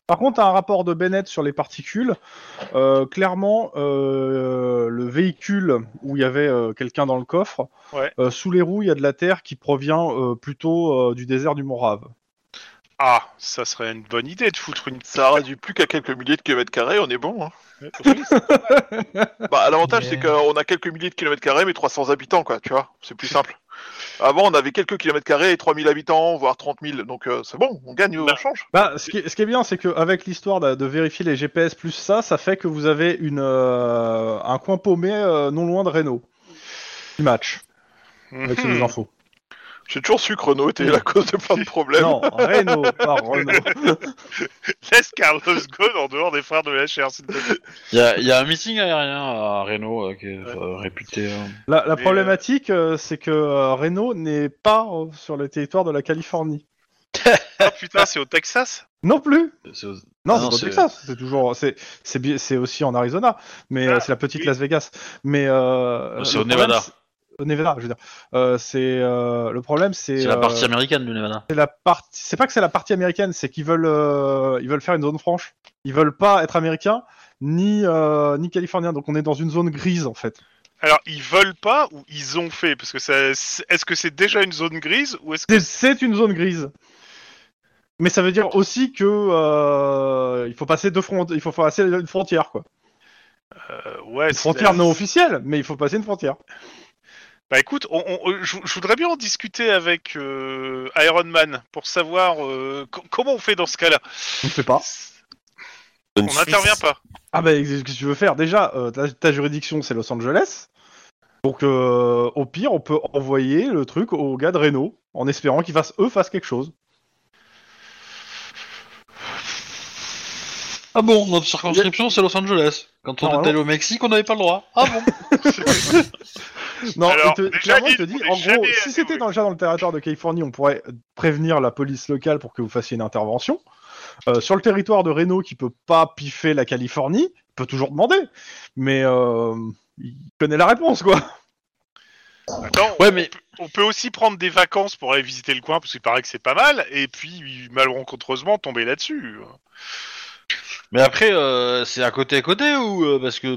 Speaker 1: Par contre, t'as un rapport de Bennett sur les particules. Euh, clairement, euh, le véhicule où il y avait euh, quelqu'un dans le coffre,
Speaker 3: Ouais.
Speaker 1: euh, sous les roues, il y a de la terre qui provient euh, plutôt euh, du désert du Mont Rave.
Speaker 3: Ah, ça serait une bonne idée de foutre une.
Speaker 6: Ça réduit plus qu'à quelques milliers de kilomètres carrés, on est bon. Hein.
Speaker 3: Oui,
Speaker 6: Bah, l'avantage,
Speaker 4: Mais-
Speaker 6: c'est qu'on a quelques milliers de kilomètres carrés, mais 300 habitants, quoi, tu vois. C'est plus simple. Avant, on avait quelques kilomètres carrés et 3000 habitants, voire 30 000. Donc, euh, c'est bon, on gagne, on
Speaker 3: Bah.
Speaker 6: change.
Speaker 1: Bah, ce qui, ce qui est bien, c'est qu'avec l'histoire de, de vérifier les GPS plus ça, ça fait que vous avez une, euh, un coin paumé euh, non loin de Reno. Qui match avec
Speaker 3: Hmm.
Speaker 1: ces deux infos.
Speaker 6: J'ai toujours su que Renault était la cause de plein de problèmes.
Speaker 1: Non, Reno, pas Reno.
Speaker 3: Laisse Carlos Ghosn en dehors des frères de la chair, s'il te plaît.
Speaker 2: Il y a, il y a un meeting aérien à Reno euh, qui est euh, réputé... euh,
Speaker 1: La, la
Speaker 3: Mais,
Speaker 1: problématique, euh, c'est que euh, Reno n'est pas euh, sur le territoire de la Californie.
Speaker 3: Ah putain, c'est au Texas
Speaker 1: Non plus
Speaker 2: c'est aux-
Speaker 1: Non, c'est
Speaker 2: Ah non,
Speaker 1: pas au
Speaker 2: c'est-
Speaker 1: Texas, c'est toujours, c'est, c'est, bi- c'est aussi en Arizona, mais
Speaker 3: Ah,
Speaker 1: euh, c'est la petite
Speaker 3: oui.
Speaker 1: Las Vegas. Mais euh,
Speaker 2: C'est
Speaker 1: le
Speaker 2: au Nevada.
Speaker 1: problème, c'est- Au Nevada, je veux dire. Euh, c'est euh, le problème, c'est.
Speaker 2: C'est la
Speaker 1: euh,
Speaker 2: partie américaine du Nevada.
Speaker 1: c'est la partie. C'est pas que c'est la partie américaine, c'est qu'ils veulent, euh, ils veulent faire une zone franche. Ils veulent pas être américains ni euh, ni californiens. Donc on est dans une zone grise en fait.
Speaker 3: Alors, ils veulent pas ou ils ont fait Parce que ça, c'est- est-ce que c'est déjà une zone grise ou est-ce que
Speaker 1: C'est- C'est une zone grise. Mais ça veut dire aussi que euh, il faut passer deux front, il faut passer une frontière quoi.
Speaker 3: Euh, ouais,
Speaker 1: Une
Speaker 3: c'est-
Speaker 1: frontière non officielle, mais il faut passer une frontière.
Speaker 3: Bah écoute, on, on- euh, je, je voudrais bien en discuter avec euh, Iron Man pour savoir euh, co- comment on fait dans ce cas-là.
Speaker 1: On ne fait pas.
Speaker 3: On n'intervient pas.
Speaker 1: Ah bah, qu'est-ce que tu veux faire Déjà, euh, ta, ta juridiction, c'est Los Angeles. Donc, euh, au pire, on peut envoyer le truc aux gars de Reno, en espérant qu'ils fassent, eux, fassent quelque chose.
Speaker 2: Ah bon, notre circonscription, c'est Los Angeles. Quand
Speaker 1: on
Speaker 2: on
Speaker 1: est
Speaker 2: était
Speaker 1: allé
Speaker 2: allé au Mexique, on n'avait pas le droit. Ah bon
Speaker 1: Non,
Speaker 3: Alors,
Speaker 1: il te-
Speaker 3: déjà,
Speaker 1: clairement, il te
Speaker 3: il-
Speaker 1: dit,
Speaker 3: on est
Speaker 1: en gros,
Speaker 3: jamais
Speaker 1: si
Speaker 3: allé
Speaker 1: c'était
Speaker 3: au-
Speaker 1: dans, déjà dans le territoire de Californie, on pourrait prévenir la police locale pour que vous fassiez une intervention. Euh, sur le territoire de Reno, qui peut pas piffer la Californie, il peut toujours demander. Mais euh, il connaît la réponse, quoi.
Speaker 3: Attends,
Speaker 2: Ouais, mais
Speaker 3: on peut aussi prendre des vacances pour aller visiter le coin parce qu'il paraît que c'est pas mal, et puis malencontreusement tomber là-dessus.
Speaker 2: mais après, euh, c'est à côté à côté ou euh, parce que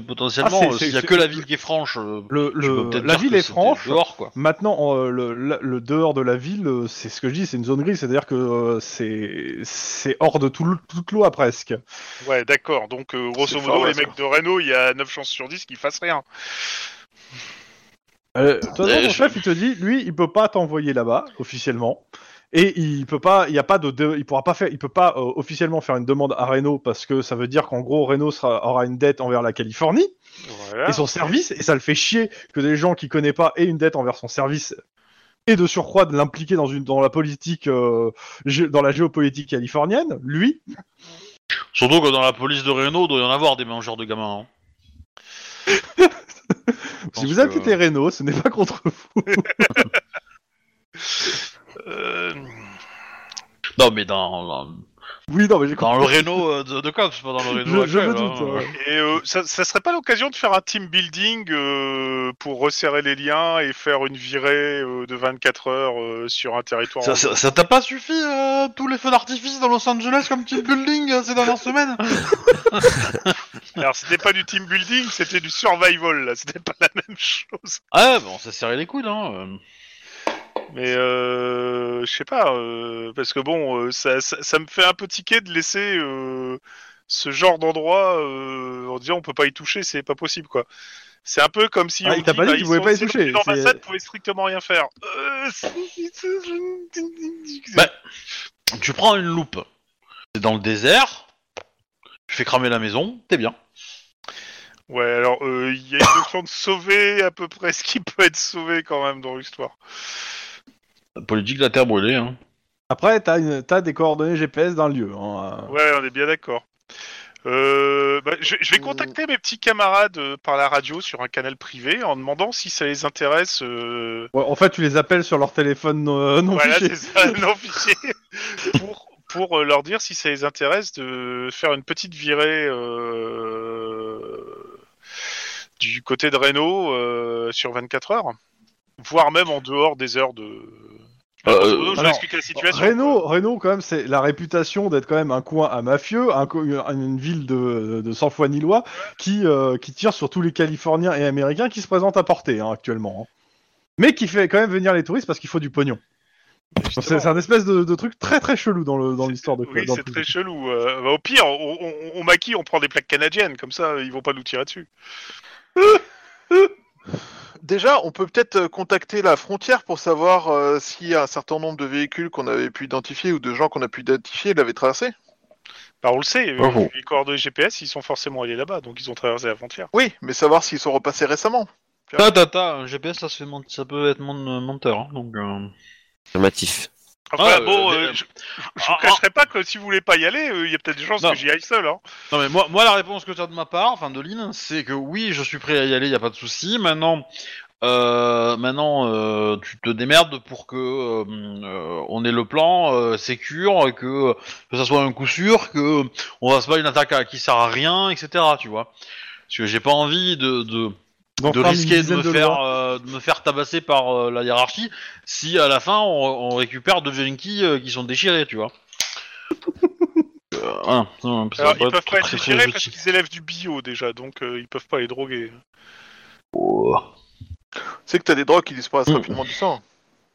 Speaker 1: Ah,
Speaker 2: potentiellement,
Speaker 1: c'est-
Speaker 2: euh,
Speaker 1: c'est-
Speaker 2: s'il y a
Speaker 1: c'est-
Speaker 2: que la ville qui est franche, euh,
Speaker 1: Le,
Speaker 2: tu peux
Speaker 1: le-
Speaker 2: peut-être
Speaker 1: la
Speaker 2: dire
Speaker 1: ville
Speaker 2: que
Speaker 1: est
Speaker 2: c'était
Speaker 1: franche.
Speaker 2: Dehors, quoi.
Speaker 1: Maintenant, euh, le, la- le dehors de la ville, euh, c'est ce que je dis, c'est une zone grise, c'est-à-dire que euh, c'est c'est hors de tout, le- toute loi presque.
Speaker 3: Ouais, d'accord. Donc, euh, grosso
Speaker 6: C'est
Speaker 3: modo,
Speaker 6: fort,
Speaker 3: les
Speaker 6: ça.
Speaker 3: mecs de Reno, il y a 9 chances sur 10 qu'ils fassent rien.
Speaker 1: Euh, de toute façon,
Speaker 2: Euh,
Speaker 1: ton
Speaker 2: je-
Speaker 1: chef, il te dit, lui, il peut pas t'envoyer là-bas officiellement, et il peut pas, il y a pas de, de- il pourra pas faire, il peut pas euh, officiellement faire une demande à Reno parce que ça veut dire qu'en gros Reno sera, aura une dette envers la Californie
Speaker 3: Voilà.
Speaker 1: et son service, et ça le fait chier que des gens qui connaît pas aient une dette envers son service et de surcroît de l'impliquer dans une dans la politique, euh, gé- dans la géopolitique californienne. Lui,
Speaker 2: Surtout que dans la police de Reno, il doit y en avoir des mangeurs de gamins. hein. Je pense
Speaker 1: si vous
Speaker 2: que-
Speaker 1: inquiétez Reno, ce n'est pas contre vous.
Speaker 3: Euh,
Speaker 2: Non, mais dans, dans,
Speaker 1: oui, non, mais j'ai
Speaker 2: dans le
Speaker 1: compris.
Speaker 2: Reno euh, de, de Cops, pas dans le Reno
Speaker 1: Je- je me
Speaker 2: actuel,
Speaker 1: doute,
Speaker 2: hein.
Speaker 1: ouais.
Speaker 3: Et euh, ça, ça serait pas l'occasion de faire un team building euh, pour resserrer les liens et faire une virée euh, de 24 heures euh, sur un territoire
Speaker 2: Ça- Ça ça t'a pas suffi, euh, tous les feux d'artifice dans Los Angeles comme team building euh, ces dernières semaines
Speaker 3: Alors, c'était pas du team building, c'était du survival, là. C'était pas la même chose.
Speaker 2: Ah, bon, ça serrait les coudes, hein. euh.
Speaker 3: Mais, euh, je sais pas, euh, parce que bon, euh, ça, ça, ça me fait un peu tiquer de laisser euh, ce genre d'endroit euh, en disant on peut pas y toucher, c'est pas possible, quoi. C'est un peu comme si
Speaker 1: Ah,
Speaker 3: on
Speaker 1: il t'a
Speaker 3: dit,
Speaker 1: pas dit
Speaker 3: bah,
Speaker 1: qu'il
Speaker 3: ils
Speaker 1: pouvait
Speaker 3: sont-
Speaker 1: pas y
Speaker 3: c'est
Speaker 1: toucher,
Speaker 3: comme si L'ambassade
Speaker 1: c'est-
Speaker 3: pouvait strictement rien faire. Euh, c'est- c'est- je-
Speaker 2: Bah, Tu prends une loupe, c'est dans le désert, tu fais cramer la maison, t'es bien.
Speaker 3: Ouais, alors euh, il y a une option de sauver à peu près ce qui peut être sauvé quand même dans l'histoire.
Speaker 2: La politique de la terre brûlée, hein.
Speaker 1: Après, t'as une- t'as des coordonnées GPS d'un lieu. hein.
Speaker 3: Ouais, on est bien d'accord. Euh, bah, je, je vais
Speaker 6: Mm.
Speaker 3: contacter mes petits camarades euh, par la radio sur un canal privé en demandant si ça les intéresse. euh,
Speaker 1: Ouais, en fait, tu les appelles sur leur téléphone euh, non
Speaker 3: voilà,
Speaker 1: fiché.
Speaker 3: c'est ça, non fiché. pour pour euh, leur dire si ça les intéresse de faire une petite virée euh, du côté de Reno euh, sur 24 heures, voire même en dehors des heures de.
Speaker 2: Euh,
Speaker 3: Grosso modo, je
Speaker 1: alors,
Speaker 3: vais expliquer la situation.
Speaker 1: Reno, Reno, quand même, c'est la réputation d'être quand même un coin à mafieux, un co- une, une ville de, de 100 fois ni loi, qui, euh, qui tire sur tous les Californiens et Américains qui se présentent à portée hein, actuellement. hein. Mais qui fait quand même venir les touristes parce qu'il faut du pognon. C'est
Speaker 3: Justement.
Speaker 1: c'est un espèce de, de truc très très chelou dans le dans l'histoire de.
Speaker 3: Oui,
Speaker 1: dans le
Speaker 3: c'est
Speaker 1: truc.
Speaker 3: très chelou. Euh, bah, au pire, on, on, on maquille, on prend des plaques canadiennes, comme ça, ils vont pas nous tirer dessus.
Speaker 6: Déjà, on peut peut-être euh, contacter la frontière pour savoir euh, si un certain nombre de véhicules qu'on avait pu identifier ou de gens qu'on a pu identifier l'avaient traversé.
Speaker 3: Bah, on le sait,
Speaker 2: Pas faux.
Speaker 3: les coordonnées GPS, ils sont forcément allés là-bas, donc ils ont traversé la frontière.
Speaker 6: Oui, mais savoir s'ils sont repassés récemment.
Speaker 2: Ta ta ta, un GPS ça, se fait ment- ça peut être mon- menteur, hein, donc. euh,
Speaker 5: Affirmatif.
Speaker 3: Enfin,
Speaker 2: Ah,
Speaker 3: bon,
Speaker 2: euh,
Speaker 3: euh,
Speaker 2: mais-
Speaker 3: je, je
Speaker 2: Ah,
Speaker 3: vous cacherai pas que si vous voulez pas y aller, euh, il y a peut-être des chances
Speaker 2: Non.
Speaker 3: que j'y aille seul. Hein.
Speaker 2: Non mais moi, moi la réponse que tu as de ma part, enfin de Lynn, c'est que oui, je suis prêt à y aller, y a pas de souci. Maintenant, euh, maintenant, euh, tu te démerdes pour que euh, euh, on ait le plan euh, sécure, que, que ça soit un coup sûr, que euh, on va se pas une attaque à qui sert à rien, etc. Tu vois Parce que j'ai pas envie de, de,
Speaker 1: Dans
Speaker 2: de
Speaker 1: plein
Speaker 2: risquer de
Speaker 1: dizaine
Speaker 2: me
Speaker 1: de
Speaker 2: faire
Speaker 1: lois.
Speaker 2: euh, de me faire tabasser par euh, la hiérarchie si à la fin on, on récupère deux Virenki euh, qui sont déchirés, tu vois. Euh, voilà. Non, ça va
Speaker 3: Alors, ils
Speaker 2: être
Speaker 3: peuvent pas être
Speaker 2: très, très
Speaker 3: déchirés
Speaker 2: utile.
Speaker 3: parce qu'ils élèvent du bio déjà, donc euh, ils peuvent pas les droguer.
Speaker 6: C'est que t'as des drogues qui disparaissent
Speaker 2: Mm.
Speaker 6: rapidement du sang.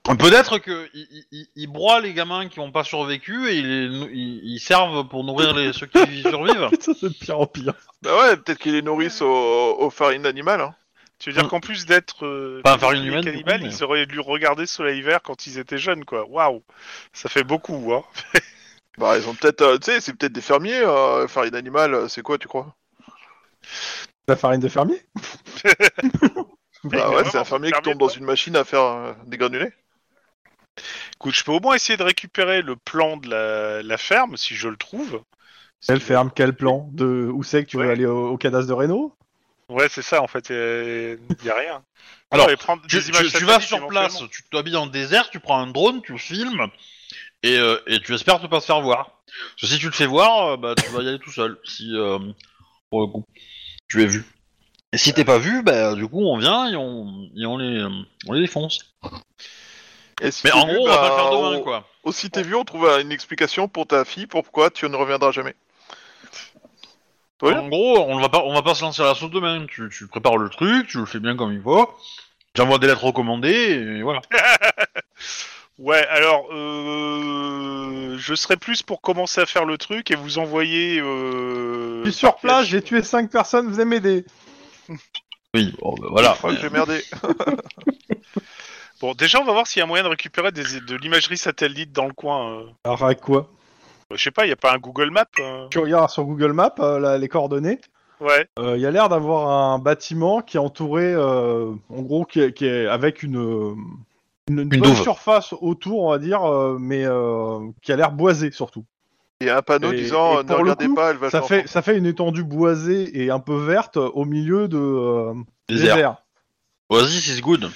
Speaker 2: Peut-être que il- il il- il broie les gamins qui n'ont pas survécu et ils il, servent pour nourrir les, ceux qui survivent.
Speaker 1: Putain, c'est de pire en pire.
Speaker 6: Bah ouais, peut-être qu'ils les nourrissent aux, aux farines animales. hein.
Speaker 3: Tu veux dire
Speaker 2: Mm.
Speaker 3: qu'en plus d'être euh,
Speaker 2: Pas un farine
Speaker 3: des
Speaker 2: humaine, du
Speaker 3: cannibales,
Speaker 2: coup, mais-
Speaker 3: ils auraient dû regarder Soleil Vert quand ils étaient jeunes, quoi. Waouh, ça fait beaucoup, hein.
Speaker 6: Bah ils ont peut-être, euh, tu sais, c'est peut-être des fermiers. Euh, farine animale, euh, c'est quoi, tu crois
Speaker 1: La farine de fermier.
Speaker 6: Bah ouais, c'est
Speaker 3: vraiment,
Speaker 6: un fermier qui
Speaker 3: fermier,
Speaker 6: tombe dans
Speaker 3: quoi.
Speaker 6: une machine à faire euh, des granulés.
Speaker 3: Écoute, je peux au moins essayer de récupérer le plan de la, la ferme si je le trouve.
Speaker 1: Quelle ferme, quel plan de où c'est que tu veux
Speaker 3: Ouais. Euh,
Speaker 1: aller au, au cadastre de Reno
Speaker 3: Ouais, c'est ça, en fait, il y a rien.
Speaker 2: Alors,
Speaker 3: Non, mais prendre
Speaker 2: Tu,
Speaker 3: des
Speaker 2: tu-
Speaker 3: images
Speaker 2: tu vas
Speaker 3: satellites,
Speaker 2: sur
Speaker 3: éventuellement.
Speaker 2: place, tu t'habilles en désert, tu prends un drone, tu filmes, et, euh, et tu espères ne pas te faire voir. Parce que si tu le fais voir, euh, bah, tu vas y aller tout seul, si euh, pour le coup, tu es vu. Et si t'es pas vu, bah, du coup on vient et on, et on, les, euh, on les défonce.
Speaker 6: Et si
Speaker 2: Mais
Speaker 6: t'es
Speaker 2: en
Speaker 6: vu,
Speaker 2: gros, on va pas le
Speaker 6: bah,
Speaker 2: faire demain,
Speaker 6: on-
Speaker 2: quoi.
Speaker 6: oh, si t'es vu, on trouve euh, une explication pour ta fille, pourquoi tu ne reviendras jamais. Oui.
Speaker 2: En gros, on va pas, on va pas se lancer à l'assaut demain. Tu, tu prépares le truc, tu le fais bien comme il faut, tu envoies des lettres recommandées, et voilà.
Speaker 3: Ouais, alors, euh, je serais plus pour commencer à faire le truc et vous envoyer. Euh,
Speaker 1: Je suis sur place,
Speaker 3: la-
Speaker 1: j'ai tué 5 personnes, venez m'aider.
Speaker 2: Oui, bon, bah, voilà.
Speaker 6: Faut que j'ai merdé.
Speaker 3: Bon, déjà, on va voir s'il y a moyen de récupérer des, de l'imagerie satellite dans le coin. euh.
Speaker 1: Alors, à quoi
Speaker 3: Je sais pas, il y a pas un Google Map euh.
Speaker 1: Tu regardes sur Google Maps euh, la- les coordonnées.
Speaker 3: Ouais.
Speaker 1: Euh, Il y a l'air d'avoir un bâtiment qui est entouré, euh, en gros, qui est, qui est avec une, euh, une, une bonne
Speaker 2: douve.
Speaker 1: surface autour, on va dire, euh, mais euh, qui a l'air boisé surtout.
Speaker 6: Et un panneau
Speaker 1: Et-
Speaker 6: disant
Speaker 1: et
Speaker 6: euh, ne
Speaker 1: pour le
Speaker 6: regardez
Speaker 1: coup,
Speaker 6: pas, elle va
Speaker 1: Ça
Speaker 6: se
Speaker 1: fait, ça fait une étendue boisée et un peu verte euh, au milieu de euh,
Speaker 2: Désert.
Speaker 1: désert.
Speaker 2: Oasis is good.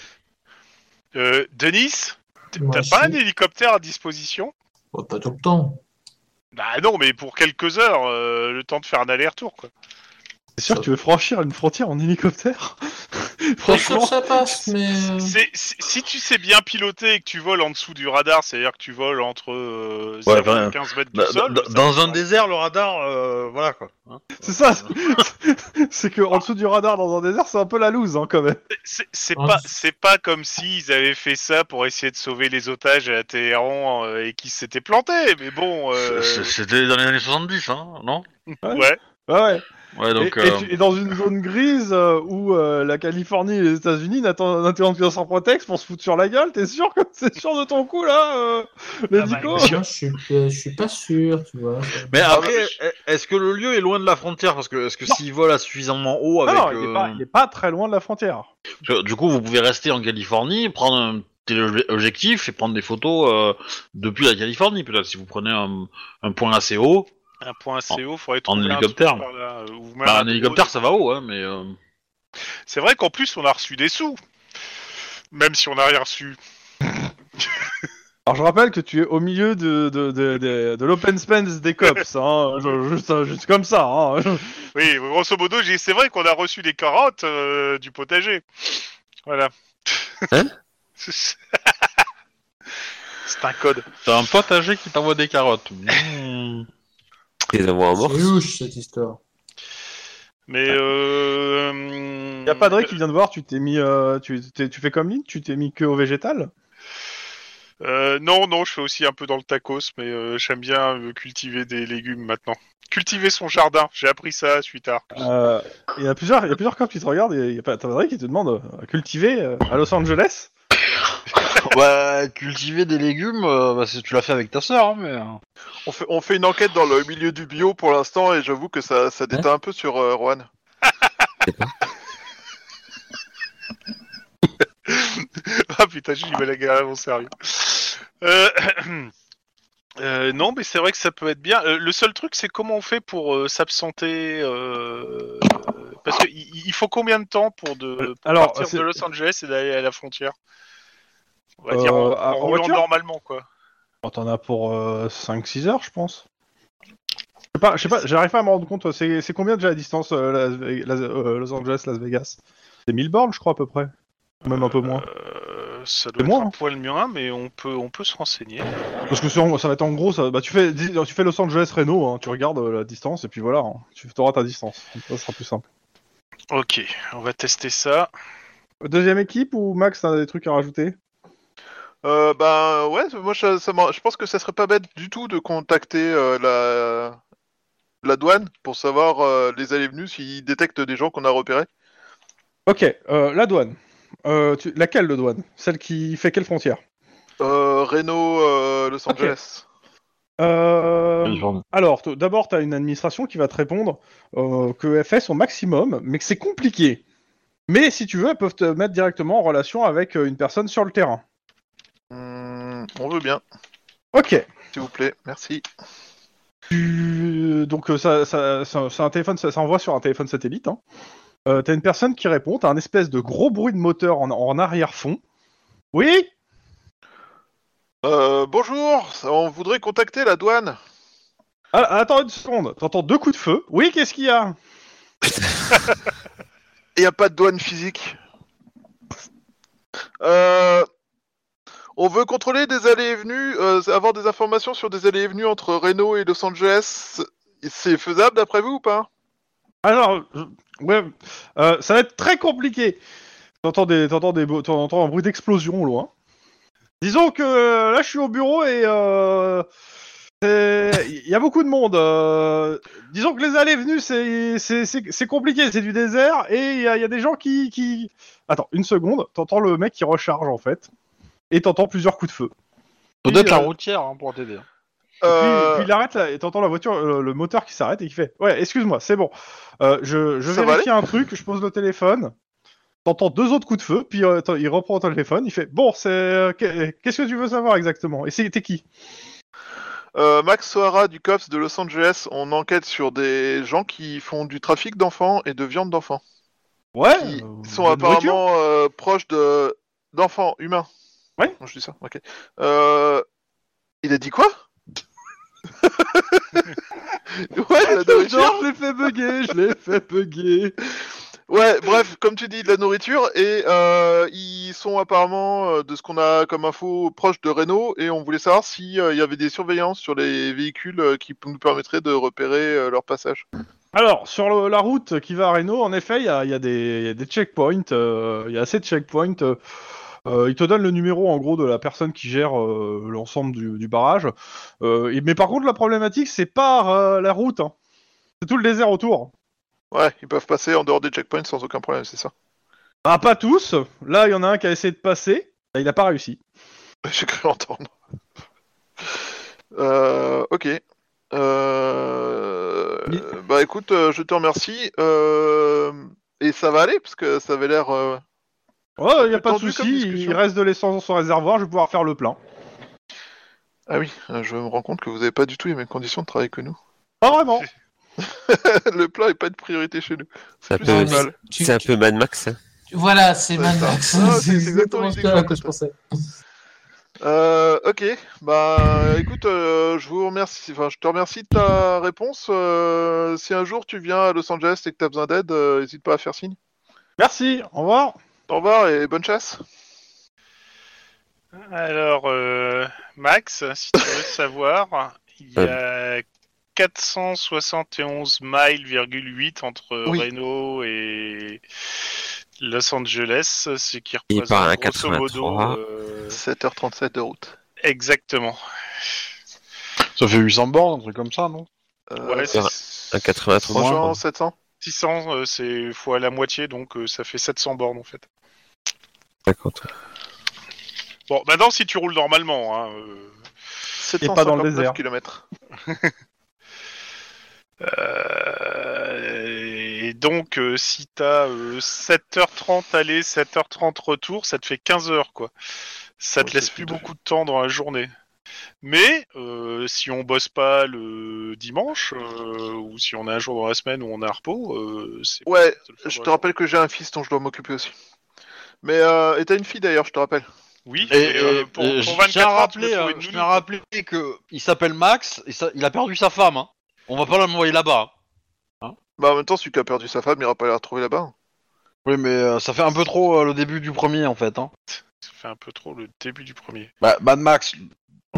Speaker 3: Euh, Denis, t-
Speaker 4: Moi
Speaker 3: t'as
Speaker 4: aussi.
Speaker 3: pas un hélicoptère à disposition
Speaker 4: Bah, pas tout le temps.
Speaker 3: Bah non, mais pour quelques heures, euh, le temps de faire un aller-retour, quoi.
Speaker 1: C'est sûr que tu veux franchir une frontière en hélicoptère
Speaker 4: Pas sûr
Speaker 1: Franchement,
Speaker 4: que ça passe, mais. euh,
Speaker 3: C'est- si- si tu sais bien piloter et que tu voles en dessous du radar, c'est-à-dire que tu voles entre euh,
Speaker 2: Ouais,
Speaker 3: 0
Speaker 2: ben,
Speaker 3: et 15 mètres du
Speaker 2: Bah,
Speaker 3: sol.
Speaker 2: dans-
Speaker 3: ça
Speaker 2: dans
Speaker 3: va.
Speaker 2: un désert, le radar, euh, voilà quoi. Hein
Speaker 1: c'est ça. c'est- C'est que en dessous du radar dans un désert, c'est un peu la loose hein, quand même.
Speaker 3: C'est- C'est
Speaker 4: Ah.
Speaker 3: pas, c'est pas comme s'ils avaient fait ça pour essayer de sauver les otages à Téhéran euh, et qu'ils s'étaient plantés, mais bon. euh,
Speaker 2: C'est- C'était dans les années 70, hein, non
Speaker 3: ouais.
Speaker 1: Ouais, ouais.
Speaker 2: Ouais, donc.
Speaker 1: et, et
Speaker 2: euh,
Speaker 1: tu- et dans une zone grise euh, où euh, la Californie et les États-Unis n'attendent n'attendent que sans prétexte pour se foutre sur la gueule, t'es sûr que c'est sûr de ton coup là, euh, le
Speaker 3: Ah bah,
Speaker 1: Dico
Speaker 4: Moi, je suis, euh, je suis pas sûr, tu vois.
Speaker 2: Mais
Speaker 1: Ah,
Speaker 2: après,
Speaker 3: bah,
Speaker 2: est-ce que le lieu est loin de la frontière Parce que est-ce que s'il vole à suffisamment haut
Speaker 1: Ah
Speaker 2: avec.
Speaker 1: non, il, est
Speaker 2: euh,
Speaker 1: pas, il est pas très loin de la frontière.
Speaker 2: parce que Du coup, vous pouvez rester en Californie, prendre un téléobjectif et prendre des photos euh, depuis la Californie, peut-être, si vous prenez un, un point assez haut.
Speaker 3: Un point CO, faudrait
Speaker 2: En
Speaker 3: trouver un
Speaker 2: hélicoptère.
Speaker 3: truc par là, euh, ou même
Speaker 2: Bah,
Speaker 3: un
Speaker 2: un
Speaker 3: drone.
Speaker 2: hélicoptère, ça va haut, hein, mais. euh,
Speaker 3: C'est vrai qu'en plus, on a reçu des sous. Même si on n'a rien reçu.
Speaker 1: Alors je rappelle que tu es au milieu de, de, de, de, de l'open space des cops, hein, je- juste, juste comme ça. Hein.
Speaker 3: Oui, grosso modo, j'ai- c'est vrai qu'on a reçu des carottes euh, du potager. Voilà.
Speaker 5: Hein
Speaker 3: C'est un code.
Speaker 2: T'as un potager qui t'envoie des carottes. Mmh.
Speaker 5: Et d'avoir un mort.
Speaker 4: C'est louche, cette histoire.
Speaker 3: Mais euh...
Speaker 1: Y a Padré qui vient de voir, tu t'es mis, euh, tu, t'es- tu fais comme Lynn, tu t'es mis que au végétal.
Speaker 3: Euh, non, non, je fais aussi un peu dans le tacos, mais euh, j'aime bien euh, cultiver des légumes maintenant. Cultiver son jardin, j'ai appris ça suite à.
Speaker 1: Euh, Il y a plusieurs, il y a plusieurs cops qui te regardent. Et y a pas- t'as Padré qui te demande euh, cultiver euh, à Los Angeles.
Speaker 2: bah, cultiver des légumes, euh, bah, c'est- tu l'as fait avec ta sœur, hein, mais. euh,
Speaker 6: On fait, on fait une enquête dans le milieu du bio pour l'instant et j'avoue que ça, ça déteint un peu sur euh, Juan.
Speaker 3: ah putain, j'ai du mal à garder mon sérieux. Euh, euh, non, mais c'est vrai que ça peut être bien. Euh, le seul truc, c'est comment on fait pour euh, s'absenter euh, Parce qu'il il faut combien de temps pour, de, pour
Speaker 1: Alors, Euh, c'est-
Speaker 3: partir de Los Angeles et d'aller à la frontière On va
Speaker 1: Euh,
Speaker 3: dire en, en
Speaker 1: à- en
Speaker 3: roulant
Speaker 1: voiture
Speaker 3: normalement, quoi.
Speaker 1: Bon, T'en as pour 5-6 heures, je pense. Je sais pas, je sais pas, j'arrive pas à me rendre compte. C'est c'est combien déjà la distance euh, Las Ve- Las- euh, Los Angeles, Las Vegas C'est 1000 bornes, je crois à peu près, Ou même un peu moins.
Speaker 3: Euh, ça
Speaker 1: C'est
Speaker 3: doit être
Speaker 1: moi,
Speaker 3: un
Speaker 1: hein.
Speaker 3: poil mieux, mais on peut, on peut se renseigner.
Speaker 1: Parce que sur- ça va être en gros, ça, bah, tu fais, dis- tu fais Los Angeles Reno, hein, tu regardes euh, la distance et puis voilà, hein, tu auras ta distance. Ça sera plus simple.
Speaker 3: Ok, on va tester ça.
Speaker 1: Deuxième équipe ou Max, t'as des trucs à rajouter
Speaker 6: Euh, ben ouais, moi je, ça m'en- je pense que ça serait pas bête du tout de contacter euh, la, la douane pour savoir euh, les allées et venues s'ils détectent des gens qu'on a repérés.
Speaker 1: Ok, euh, la douane. Euh, tu- Laquelle de douane Celle qui fait quelle frontière
Speaker 6: Euh, Reno, euh, Los
Speaker 1: Ok.
Speaker 6: Angeles.
Speaker 1: Euh,
Speaker 2: Californie.
Speaker 1: Alors, t- d'abord, tu as une administration qui va te répondre euh, que fait son maximum, mais que c'est compliqué. Mais si tu veux, elles peuvent te mettre directement en relation avec euh, une personne sur le terrain.
Speaker 6: Hmm, on veut bien,
Speaker 1: Ok.
Speaker 6: s'il vous plaît, merci.
Speaker 1: Tu- Donc, euh, ça, ça- ça- c'est un téléphone, ça, ça envoie sur un téléphone satellite. hein.
Speaker 7: Euh, t'as une personne qui répond, t'as un espèce de gros bruit de moteur en, en arrière-fond. Oui
Speaker 6: Euh, bonjour, on voudrait contacter la douane.
Speaker 7: Ah, Attends une seconde, t'entends deux coups de feu. Oui, qu'est-ce qu'il y a
Speaker 6: Il n'y a pas de douane physique. Euh, on veut contrôler des allées et venues, euh, avoir des informations sur des allées et venues entre Reno et Los Angeles. C'est faisable d'après vous ou pas
Speaker 7: Alors, Ah, je- ouais, euh, ça va être très compliqué. T'entends des, t'entends des, bo- t'entends un bruit d'explosion au loin. Disons que euh, là, je suis au bureau et euh, c'est- il y a beaucoup de monde. euh, disons que les allées et venues, c'est, c'est, c'est- c'est compliqué, c'est du désert et il y, a- il y a des gens qui, qui. Attends, une seconde. T'entends le mec qui recharge en fait et t'entends plusieurs coups de feu.
Speaker 2: Peut-être
Speaker 7: Oui,
Speaker 2: la
Speaker 7: euh,
Speaker 2: routière hein, pour t'aider.
Speaker 7: Puis,
Speaker 6: Euh,
Speaker 7: puis il arrête là, et t'entends la voiture, euh, le moteur qui s'arrête et qui fait Ouais, excuse-moi, c'est bon. Euh, je je
Speaker 6: Ça va
Speaker 7: vérifie un truc, je pose le téléphone. T'entends deux autres coups de feu, puis euh, attends, il reprend le téléphone. Il fait Bon, c'est. euh, qu'est- Qu'est-ce que tu veux savoir exactement Et c'est- t'es qui
Speaker 6: euh, Max Sohara du COPS de Los Angeles, on enquête sur des gens qui font du trafic d'enfants et de viande d'enfants.
Speaker 7: Ouais.
Speaker 6: Qui
Speaker 7: euh,
Speaker 6: Ils sont
Speaker 7: de nourriture
Speaker 6: apparemment euh, proches de d'enfants humains.
Speaker 7: Ouais.
Speaker 6: Bon, je dis ça, ok. Euh, Il a dit quoi Ouais, la nourriture
Speaker 7: Genre, je l'ai fait bugger, je l'ai fait bugger.
Speaker 6: Ouais, bref, comme tu dis, de la nourriture, et euh, ils sont apparemment, euh, de ce qu'on a comme info, proches de Renault, et on voulait savoir s'il y avait des surveillances sur les véhicules euh, qui p- nous permettraient de repérer euh, leur passage.
Speaker 7: Alors, sur le- la route qui va à Reno, en effet, il y a, il y a des il y a des checkpoints. euh, Il y a assez de checkpoints. euh, euh, il te donne le numéro, en gros, de la personne qui gère euh, l'ensemble du, du barrage. Euh, et- mais par contre, la problématique, c'est pas euh, la route. hein. C'est tout le désert autour.
Speaker 6: Ouais, ils peuvent passer en dehors des checkpoints sans aucun problème, c'est ça.
Speaker 7: Ah, pas tous. Là, il y en a un qui a essayé de passer. Il n'a pas réussi.
Speaker 6: J'ai cru entendre. Euh, ok. Euh,
Speaker 7: Oui.
Speaker 6: Bah écoute, euh, je te remercie, euh, et ça va aller, parce que ça avait l'air... euh,
Speaker 7: Oh, il n'y a
Speaker 6: peu
Speaker 7: pas de
Speaker 6: tendu comme
Speaker 7: souci. Il
Speaker 6: discussion.
Speaker 7: reste de l'essence dans son réservoir. Je vais pouvoir faire le plein.
Speaker 6: Ah oui, euh, je me rends compte que vous n'avez pas du tout les mêmes conditions de travail que nous.
Speaker 7: Pas vraiment.
Speaker 6: le plan est pas une priorité chez nous.
Speaker 5: Ça
Speaker 6: C'est plus
Speaker 5: peut-
Speaker 6: normal.
Speaker 5: normal.
Speaker 4: Tu-
Speaker 5: C'est un peu Mad Max. hein.
Speaker 4: tu- Voilà, c'est
Speaker 6: C'est
Speaker 4: Mad
Speaker 6: ça.
Speaker 4: Max.
Speaker 6: Ah, c'est
Speaker 4: c'est exactement
Speaker 6: exactement
Speaker 4: ça à quoi je
Speaker 6: ça.
Speaker 4: pensais.
Speaker 6: Euh, ok, bah écoute, euh, je vous remercie. Enfin, je te remercie de ta réponse. Euh, si un jour tu viens à Los Angeles et que t'as besoin d'aide, euh, n'hésite pas à faire signe.
Speaker 7: Merci. Au revoir.
Speaker 6: Au revoir et bonne chasse.
Speaker 3: Alors, euh, Max, si tu veux savoir, il y
Speaker 5: Euh.
Speaker 3: a 471 miles,8 entre
Speaker 6: Oui.
Speaker 3: Reno et Los Angeles, ce qui
Speaker 5: Il part à
Speaker 3: représente grosso modo
Speaker 5: 83.
Speaker 3: euh,
Speaker 6: 7h37 de route.
Speaker 3: exactement.
Speaker 2: Ça fait 800 bornes, un truc comme ça, non
Speaker 6: Euh,
Speaker 3: Ouais, c'est
Speaker 5: Un 83.
Speaker 6: 300, 700.
Speaker 3: 600, euh, c'est fois la moitié, donc euh, ça fait 700 bornes en fait.
Speaker 5: 50.
Speaker 3: Bon, maintenant si tu roules normalement, hein, euh,
Speaker 6: 759
Speaker 7: pas dans le désert.
Speaker 6: kilomètres.
Speaker 3: Euh, et donc, euh, si t'as euh, 7h30 aller, 7h30 retour, ça te fait 15h, quoi. Ça te
Speaker 6: Ouais,
Speaker 3: laisse
Speaker 6: ça fait
Speaker 3: plus
Speaker 6: deux.
Speaker 3: beaucoup de temps dans la journée. Mais euh, si on bosse pas le dimanche, euh, ou si on a un jour dans la semaine où on a un repos, euh, c'est...
Speaker 6: Ouais,
Speaker 3: ça le fait
Speaker 6: je
Speaker 3: dans
Speaker 6: te
Speaker 3: la
Speaker 6: rappelle que j'ai un fils dont je dois m'occuper aussi. Mais euh, et t'as une fille d'ailleurs, je te rappelle.
Speaker 3: Oui,
Speaker 2: Et,
Speaker 3: mais, euh,
Speaker 2: et-
Speaker 3: pour,
Speaker 2: et
Speaker 3: pour
Speaker 2: je
Speaker 3: 24
Speaker 2: tiens à
Speaker 3: heures, tu peux
Speaker 2: rappeler,
Speaker 3: trouver
Speaker 2: euh,
Speaker 3: une
Speaker 2: je
Speaker 3: nounou.
Speaker 2: tiens à rappeler que il s'appelle Max et ça- il a perdu sa femme. hein. On va pas l'envoyer là-bas. hein.
Speaker 6: Bah en même temps, celui qui a perdu sa femme, il ira pas la retrouver là-bas. hein.
Speaker 2: Oui, mais euh, ça fait un peu trop euh, le début du premier en fait. hein.
Speaker 3: Ça fait un peu trop le début du premier.
Speaker 2: Bah, Mad Max il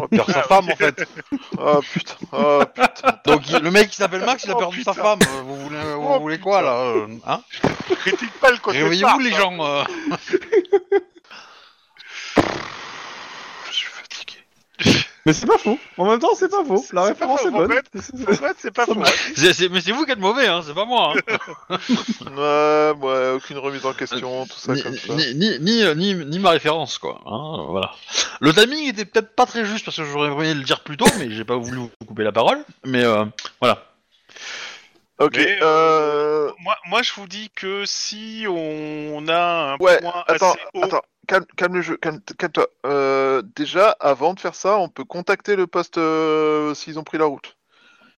Speaker 2: perd sa
Speaker 3: Ah,
Speaker 2: femme
Speaker 3: oui.
Speaker 2: en fait.
Speaker 6: Ah putain, ah
Speaker 2: Donc il- le mec qui s'appelle Max, il a
Speaker 3: Oh,
Speaker 2: perdu sa
Speaker 3: putain.
Speaker 2: femme. Euh, Vous voulez, vous
Speaker 3: Oh,
Speaker 2: voulez quoi là euh, hein
Speaker 3: Critique pas le côté
Speaker 2: Réveillez-vous
Speaker 3: farce,
Speaker 2: les
Speaker 3: hein.
Speaker 2: gens. euh.
Speaker 6: Je suis fatigué.
Speaker 7: Mais c'est pas faux. En même temps, c'est pas faux.
Speaker 3: C'est-
Speaker 7: La
Speaker 3: c'est
Speaker 7: référence
Speaker 3: pas
Speaker 7: est
Speaker 3: faux,
Speaker 7: bonne.
Speaker 3: en Ouais, c'est pas
Speaker 7: Ça
Speaker 3: faux.
Speaker 7: marche.
Speaker 2: C'est- c'est- mais c'est vous qui êtes mauvais, hein, c'est pas moi. hein.
Speaker 6: Ouais, ouais, aucune remise
Speaker 7: Euh,
Speaker 6: en question, tout ça
Speaker 2: ni,
Speaker 6: comme ça.
Speaker 2: ni- ni- ni, euh, ni- ni ma référence, quoi. hein, voilà. Le timing était peut-être pas très juste parce que j'aurais voulu le dire plus tôt, mais j'ai pas voulu vous couper la parole. Mais euh, voilà.
Speaker 6: Ok,
Speaker 3: Mais,
Speaker 6: euh...
Speaker 3: Moi, moi, je vous dis que si on a un
Speaker 6: Ouais,
Speaker 3: point
Speaker 6: attends,
Speaker 3: assez haut,
Speaker 6: attends, calme, calme le jeu, calme, calme-toi. Euh, déjà, avant de faire ça, on peut contacter le poste euh, s'ils ont pris la route.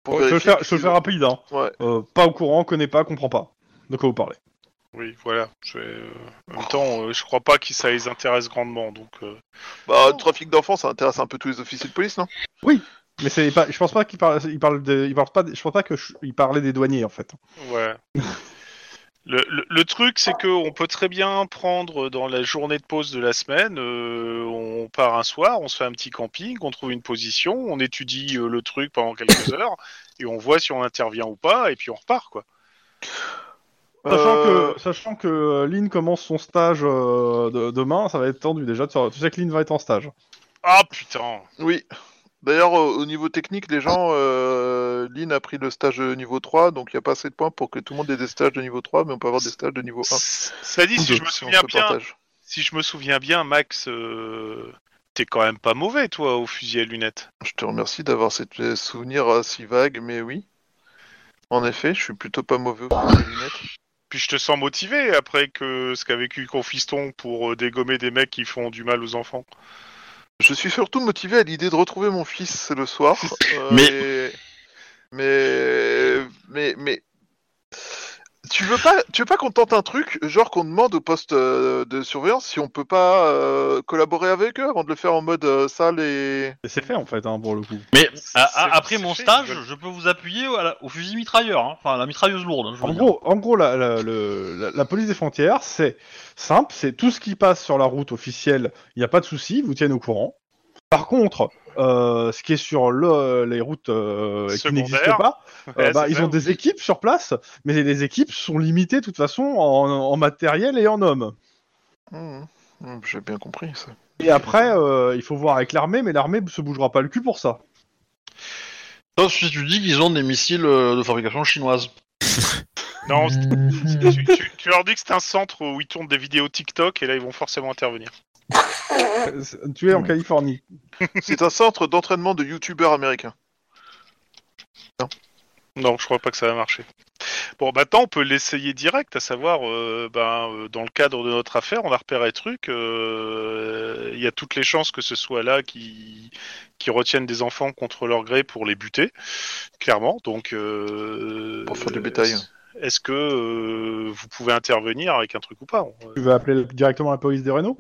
Speaker 6: Pour
Speaker 7: je te le
Speaker 6: vérifier
Speaker 7: fais, je te le
Speaker 6: qu'ils
Speaker 7: fais
Speaker 6: ont-
Speaker 7: rapide. hein.
Speaker 6: Ouais.
Speaker 7: Euh, pas au courant, connais pas, comprends pas. De quoi vous parlez
Speaker 3: Oui, voilà. Je vais, euh, En même temps, euh, je crois pas que ça les intéresse grandement, donc. euh,
Speaker 6: Bah, le trafic d'enfants, ça intéresse un peu tous les officiers de police, non
Speaker 7: Mais c'est pas, je pense pas qu'il parle, il parle de, il parle pas, de- je pense pas que je- il parlait des douaniers en fait.
Speaker 3: Ouais. Le, le- le truc, c'est que on peut très bien prendre dans la journée de pause de la semaine, euh, on part un soir, on se fait un petit camping, on trouve une position, on étudie euh, le truc pendant quelques heures, et on voit si on intervient ou pas, et puis on repart, quoi.
Speaker 7: Sachant
Speaker 6: Euh,
Speaker 7: que, sachant que euh, Lynn commence son stage euh, de- demain, ça va être tendu déjà. Tu sais- tu sais que Lynn va être en stage.
Speaker 3: Ah putain
Speaker 6: Oui. D'ailleurs, au au niveau technique, les gens, euh, Lynn a pris le stage de niveau 3, donc il n'y a pas assez de points pour que tout le monde ait des stages de niveau 3, mais on peut avoir des stages de niveau 1.
Speaker 3: Ça dit, si je me souviens bien, si je me souviens bien, Max, euh, t'es quand même pas mauvais, toi, au fusil à lunettes.
Speaker 6: Je te remercie d'avoir ces souvenirs euh, si vagues, mais oui. En effet, je suis plutôt pas mauvais au fond des lunettes.
Speaker 3: Puis je te sens motivé après que ce qu'a vécu Confiston pour euh, dégommer des mecs qui font du mal aux enfants.
Speaker 6: Je suis surtout motivé à l'idée de retrouver mon fils le soir. euh,
Speaker 2: Mais-
Speaker 6: et- Mais... mais... Mais... Tu veux pas, tu veux pas qu'on tente un truc, genre qu'on demande au poste euh, de surveillance si on peut pas euh, collaborer avec eux avant de le faire en mode euh, sale et.
Speaker 7: Et c'est fait en fait hein, pour le coup.
Speaker 2: Mais
Speaker 3: C'est-
Speaker 2: à- à-
Speaker 3: c'est-
Speaker 2: Ah, après
Speaker 3: c'est
Speaker 2: mon
Speaker 3: fait,
Speaker 2: stage,
Speaker 3: ils veulent-
Speaker 2: je peux vous appuyer à la- au fusil mitrailleur, hein. enfin à la mitrailleuse lourde. hein, je veux
Speaker 7: En
Speaker 2: dire.
Speaker 7: gros, en gros, la, la- le- la- la police des frontières, c'est simple, c'est tout ce qui passe sur la route officielle, il n'y a pas de souci, ils vous tiennent au courant. Par contre, euh, ce qui est sur le- les routes euh, qui
Speaker 3: Secondaires.
Speaker 7: n'existent pas, euh,
Speaker 3: Ouais,
Speaker 7: bah,
Speaker 3: c'est
Speaker 7: ils
Speaker 3: ça.
Speaker 7: ont des équipes sur place, mais les équipes sont limitées de toute façon en, en matériel et en hommes.
Speaker 6: Mmh, mmh, J'ai bien compris ça.
Speaker 7: Et après, euh, il faut voir avec l'armée, mais l'armée se bougera pas le cul pour ça.
Speaker 2: Sauf si tu dis qu'ils ont des missiles euh, de fabrication chinoise.
Speaker 3: Euh, Non, c'est-
Speaker 4: Mhm.
Speaker 3: tu, tu- tu leur dis que c'est un centre où ils tournent des vidéos TikTok et là ils vont forcément intervenir.
Speaker 7: Euh, c'est- Tu es en
Speaker 5: Mm.
Speaker 7: Californie.
Speaker 6: C'est un centre d'entraînement de youtubeurs américains.
Speaker 3: Non, je crois pas que ça va marcher. Bon, maintenant on peut l'essayer direct, à savoir, euh, ben, euh, dans le cadre de notre affaire, on a repéré un truc. euh, Il y a toutes les chances que ce soit là qui, qui retiennent des enfants contre leur gré pour les buter, clairement. Donc, euh,
Speaker 6: Pour faire du bétail.
Speaker 3: est-ce- Est-ce que euh, vous pouvez intervenir avec un truc ou pas
Speaker 7: Tu vas appeler directement la police des Renault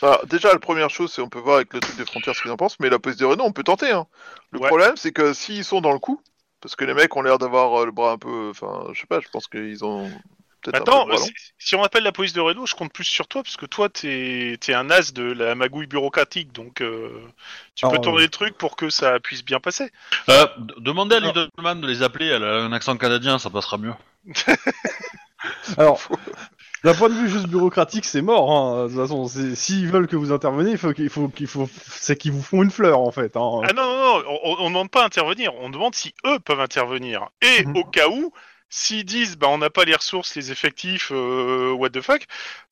Speaker 6: Bah, déjà, la première chose, c'est on peut voir avec le truc des frontières ce qu'ils en pensent, mais la police des Renault, on peut tenter. Hein. Le
Speaker 3: Ouais.
Speaker 6: problème, c'est que s'ils sont dans le coup, parce que les mecs ont l'air d'avoir euh, le bras un peu. Enfin, je sais pas, je pense qu'ils ont. Peut-être un peu le
Speaker 3: Attends,
Speaker 6: bras long.
Speaker 3: si, si on appelle la police de Renault, je compte plus sur toi parce que toi, t'es es un as de la magouille bureaucratique, donc euh, tu
Speaker 7: Ah,
Speaker 3: peux
Speaker 7: ouais.
Speaker 3: tourner le truc pour que ça puisse bien passer.
Speaker 2: Euh, d- demandez à
Speaker 7: Non.
Speaker 2: Lidlman de les appeler, elle a un accent canadien, ça passera mieux.
Speaker 7: Alors, d'un point de vue juste bureaucratique, c'est mort. hein. De toute façon, c'est- s'ils veulent que vous interveniez, il faut qu'il faut qu'il faut, c'est qu'ils vous font une fleur en fait. hein.
Speaker 3: Ah non, non, non, on- on ne demande pas à intervenir, on demande si eux peuvent intervenir. Et
Speaker 6: Mhm.
Speaker 3: au cas où, s'ils disent bah, on n'a pas les ressources, les effectifs, euh, what the fuck,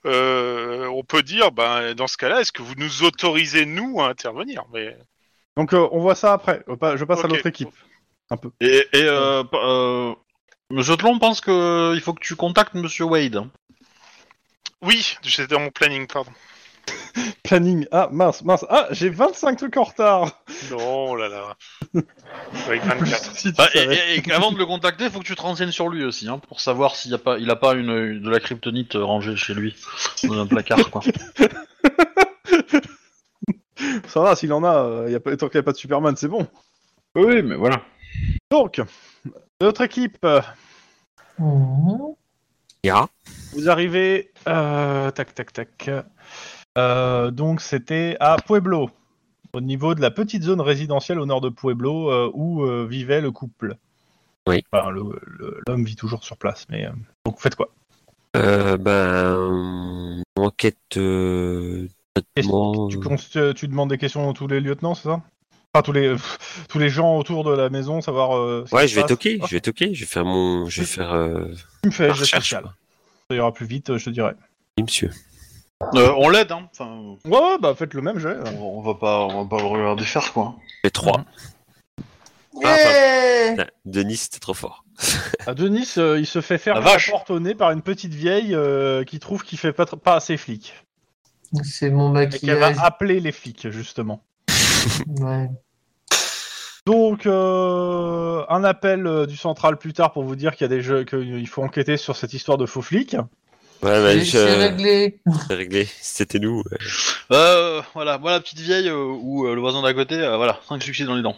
Speaker 3: euh, on peut dire bah, dans ce cas-là, est-ce que vous nous autorisez, nous, à intervenir Mais...
Speaker 7: Donc, euh, on voit ça après. Euh, pas- Je passe à
Speaker 3: Ok.
Speaker 7: l'autre équipe.
Speaker 2: Et, et euh, pa- euh, Monsieur Tlon pense que il faut que tu contactes Monsieur Wade.
Speaker 3: Oui, j'étais dans mon planning, pardon.
Speaker 7: Planning. Ah mince, mince. Ah, j'ai 25 trucs en retard.
Speaker 3: Non, oh là là. Avec 24.
Speaker 7: Si tu
Speaker 2: Bah, et,
Speaker 7: savais.
Speaker 2: et- et avant de le contacter, faut que tu te renseignes sur lui aussi, hein, pour savoir s'il y a pas, il a pas une, une- de la kryptonite euh, rangée chez lui dans un placard quoi.
Speaker 7: Ça va, s'il en a, euh, y a pas- tant qu'il n'y a pas de Superman, c'est bon.
Speaker 2: Oui, mais voilà.
Speaker 7: Donc, notre équipe. euh,
Speaker 4: Mhm.
Speaker 5: Ira.
Speaker 7: Vous arrivez, euh, tac tac tac. Euh, donc c'était à Pueblo, au niveau de la petite zone résidentielle au nord de Pueblo euh, où euh, vivait le couple.
Speaker 5: Oui.
Speaker 7: Enfin, le- le- l'homme vit toujours sur place, mais euh, donc faites quoi
Speaker 5: Euh, ben, enquête euh, traitement,
Speaker 7: tu,
Speaker 5: euh,
Speaker 7: cons- euh, tu demandes des questions à tous les lieutenants, c'est ça Enfin tous les pff, tous les gens autour de la maison, savoir. euh, ce
Speaker 5: Ouais,
Speaker 7: qui
Speaker 5: je
Speaker 7: se
Speaker 5: vais
Speaker 7: passe.
Speaker 5: toquer,
Speaker 7: Ah,
Speaker 5: je vais toquer, je vais faire mon, je vais faire euh,
Speaker 7: tu me fais
Speaker 5: la
Speaker 7: un jet
Speaker 5: recherche.
Speaker 7: social. Ça ira plus vite, euh, je te dirais.
Speaker 5: Oui, monsieur.
Speaker 2: Euh, on l'aide, hein. Enfin, euh,
Speaker 7: Ouais, ouais, bah faites le même jet.
Speaker 2: on, on va pas, on va pas le regarder faire quoi.
Speaker 5: J'ai 3. Ah,
Speaker 4: Yeah
Speaker 5: Non, Denis, c'était trop fort.
Speaker 7: À Denis, euh, il se fait faire
Speaker 2: La vache.
Speaker 7: un porte au nez par une petite vieille euh, qui trouve qu'il fait pas, tr- pas assez flic.
Speaker 4: C'est mon
Speaker 7: Et qu'elle va
Speaker 4: maquillage.
Speaker 7: appeler les flics, justement.
Speaker 4: Ouais.
Speaker 1: Donc, euh, un appel euh, du central plus tard pour vous dire qu'il y a des jeux, qu'il faut enquêter sur cette histoire de faux flics.
Speaker 5: Ouais, bah,
Speaker 4: C'est c'est
Speaker 5: je-
Speaker 4: réglé.
Speaker 5: c'est réglé. C'était nous. ouais.
Speaker 2: Euh, voilà, moi la petite vieille euh, ou euh, le voisin d'à côté, euh, voilà, 5 succès dans les dents.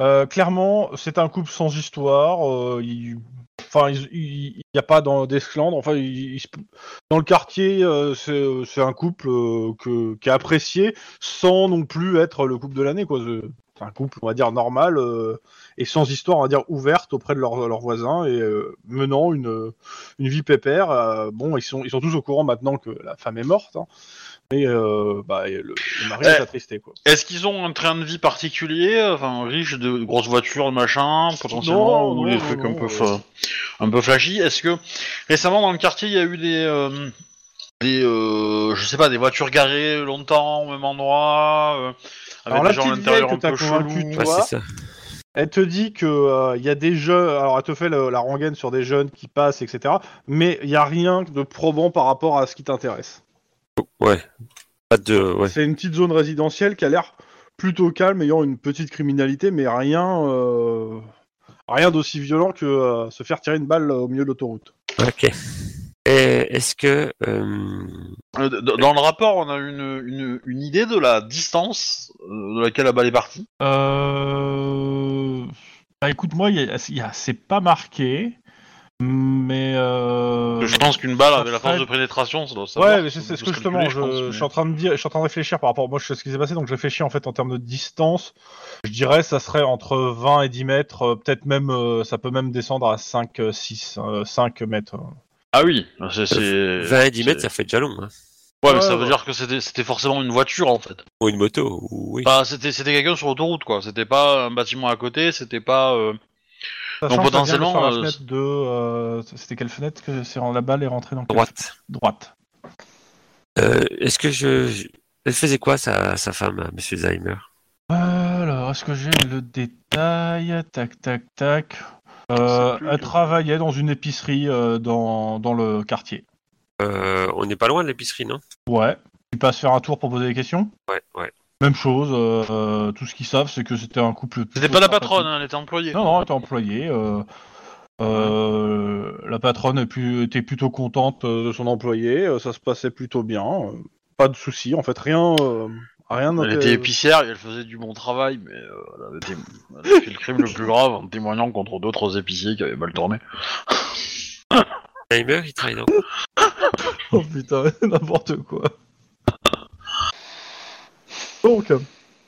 Speaker 1: Euh, clairement, c'est un couple sans histoire. euh, il... Enfin, ils- il n'y a pas dans d'esclandre. Enfin, il- il se- dans le quartier, euh, c'est c'est un couple euh, que, qui est apprécié sans non plus être le couple de l'année. quoi. C'est c'est un couple, on va dire, normal euh, et sans histoire, on va dire, ouverte auprès de leurs leurs voisins et euh, menant une, une vie pépère. euh, bon, ils sont, ils sont tous au courant maintenant que la femme est morte. hein, mais euh, bah, et le, le mari est
Speaker 2: Eh.
Speaker 1: attristé. Quoi.
Speaker 2: Est-ce qu'ils ont un train de vie particulier, euh, enfin riche de grosses voitures, de machin, potentiellement,
Speaker 1: Non,
Speaker 2: ou
Speaker 1: non,
Speaker 2: des
Speaker 1: non,
Speaker 2: trucs un
Speaker 1: non,
Speaker 2: peu,
Speaker 1: euh.
Speaker 2: fa- un peu flashy Est-ce que récemment dans le quartier il y a eu des, euh, des, euh, je sais pas, des voitures garées longtemps au même endroit, euh, avec
Speaker 1: Alors, la
Speaker 2: des gens à
Speaker 1: petite
Speaker 2: l'intérieur
Speaker 1: vieille
Speaker 2: un
Speaker 1: que
Speaker 2: peu
Speaker 1: t'as convaincue,
Speaker 2: chelous
Speaker 1: toi,
Speaker 5: Ouais, c'est ça.
Speaker 1: Elle te dit que euh, il y a des jeunes, alors elle te fait le- la rengaine sur des jeunes qui passent, etc. Mais il y a rien de probant par rapport à ce qui t'intéresse.
Speaker 5: Ouais. Pas de. Ouais.
Speaker 1: C'est une petite zone résidentielle qui a l'air plutôt calme, ayant une petite criminalité, mais rien, euh, rien d'aussi violent que euh, se faire tirer une balle au milieu de l'autoroute.
Speaker 5: Ok. Et Est-ce que euh,
Speaker 2: Euh, d- d- Dans le rapport, on a une, une, une idée de la distance euh, de laquelle la balle est partie.
Speaker 1: Euh... Bah écoute-moi, il y a- il y a- c'est pas marqué, mais euh,
Speaker 2: Je pense qu'une balle
Speaker 1: ça
Speaker 2: avait la force
Speaker 1: serait-
Speaker 2: de pénétration, ça doit savoir.
Speaker 1: Ouais, mais c'est
Speaker 2: Ça
Speaker 1: c'est
Speaker 2: doit
Speaker 1: ce
Speaker 2: se
Speaker 1: que
Speaker 2: calculer,
Speaker 1: justement, je,
Speaker 2: pense,
Speaker 1: je
Speaker 2: mais-
Speaker 1: suis en train de dire, je suis en train de réfléchir par rapport moi je sais ce qui s'est passé, donc je réfléchis en fait en termes de distance. Je dirais ça serait entre 20 et 10 mètres, euh, peut-être même, euh, ça peut même descendre à 5, euh, 6, euh, 5 mètres.
Speaker 2: Ah oui, c'est. c'est-
Speaker 5: 20 et 10 mètres,
Speaker 2: c'est-
Speaker 5: ça fait déjà long. Hein.
Speaker 2: Ouais, mais ça
Speaker 1: Ouais,
Speaker 2: veut
Speaker 1: ouais.
Speaker 2: dire que c'était c'était forcément une voiture en fait.
Speaker 5: Ou une moto. ou- Oui.
Speaker 2: Enfin, Bah, c'était c'était quelqu'un sur l'autoroute quoi. C'était pas un bâtiment à côté, c'était pas. euh,
Speaker 1: Sachant
Speaker 2: Donc,
Speaker 1: que ça vient de
Speaker 2: potentiellement,
Speaker 1: faire la
Speaker 2: euh,
Speaker 1: fenêtre de, euh, c'était quelle fenêtre que c'est la balle est rentrée dans quelle-
Speaker 5: Droite.
Speaker 1: Droite.
Speaker 5: Euh, Est-ce que je. je- Elle faisait quoi sa, sa femme, à Monsieur Zeimer
Speaker 1: Alors, est-ce que j'ai le détail Tac, tac, tac. Euh,
Speaker 6: C'est plus
Speaker 1: elle
Speaker 6: que-
Speaker 1: travaillait dans une épicerie euh, dans, dans le quartier.
Speaker 5: euh, On n'est pas loin de l'épicerie, non
Speaker 1: Ouais. Tu passes faire un tour pour poser des questions
Speaker 5: Ouais, ouais.
Speaker 1: Même chose, euh, euh, tout ce qu'ils savent, c'est que c'était un couple.
Speaker 2: C'était pas la patronne, hein, elle était employée.
Speaker 1: Non, non, elle était employée. euh, euh, la patronne est plus- était plutôt contente euh, de son employé, euh, ça se passait plutôt bien. euh, pas de soucis, en fait, rien. euh, rien
Speaker 2: Elle était épicière et elle faisait du bon travail, mais euh, elle, avait été- elle avait fait le crime le plus grave en témoignant contre d'autres épiciers qui avaient mal tourné.
Speaker 5: Zeimer, il travaille dans
Speaker 1: Oh putain, n'importe quoi. Donc,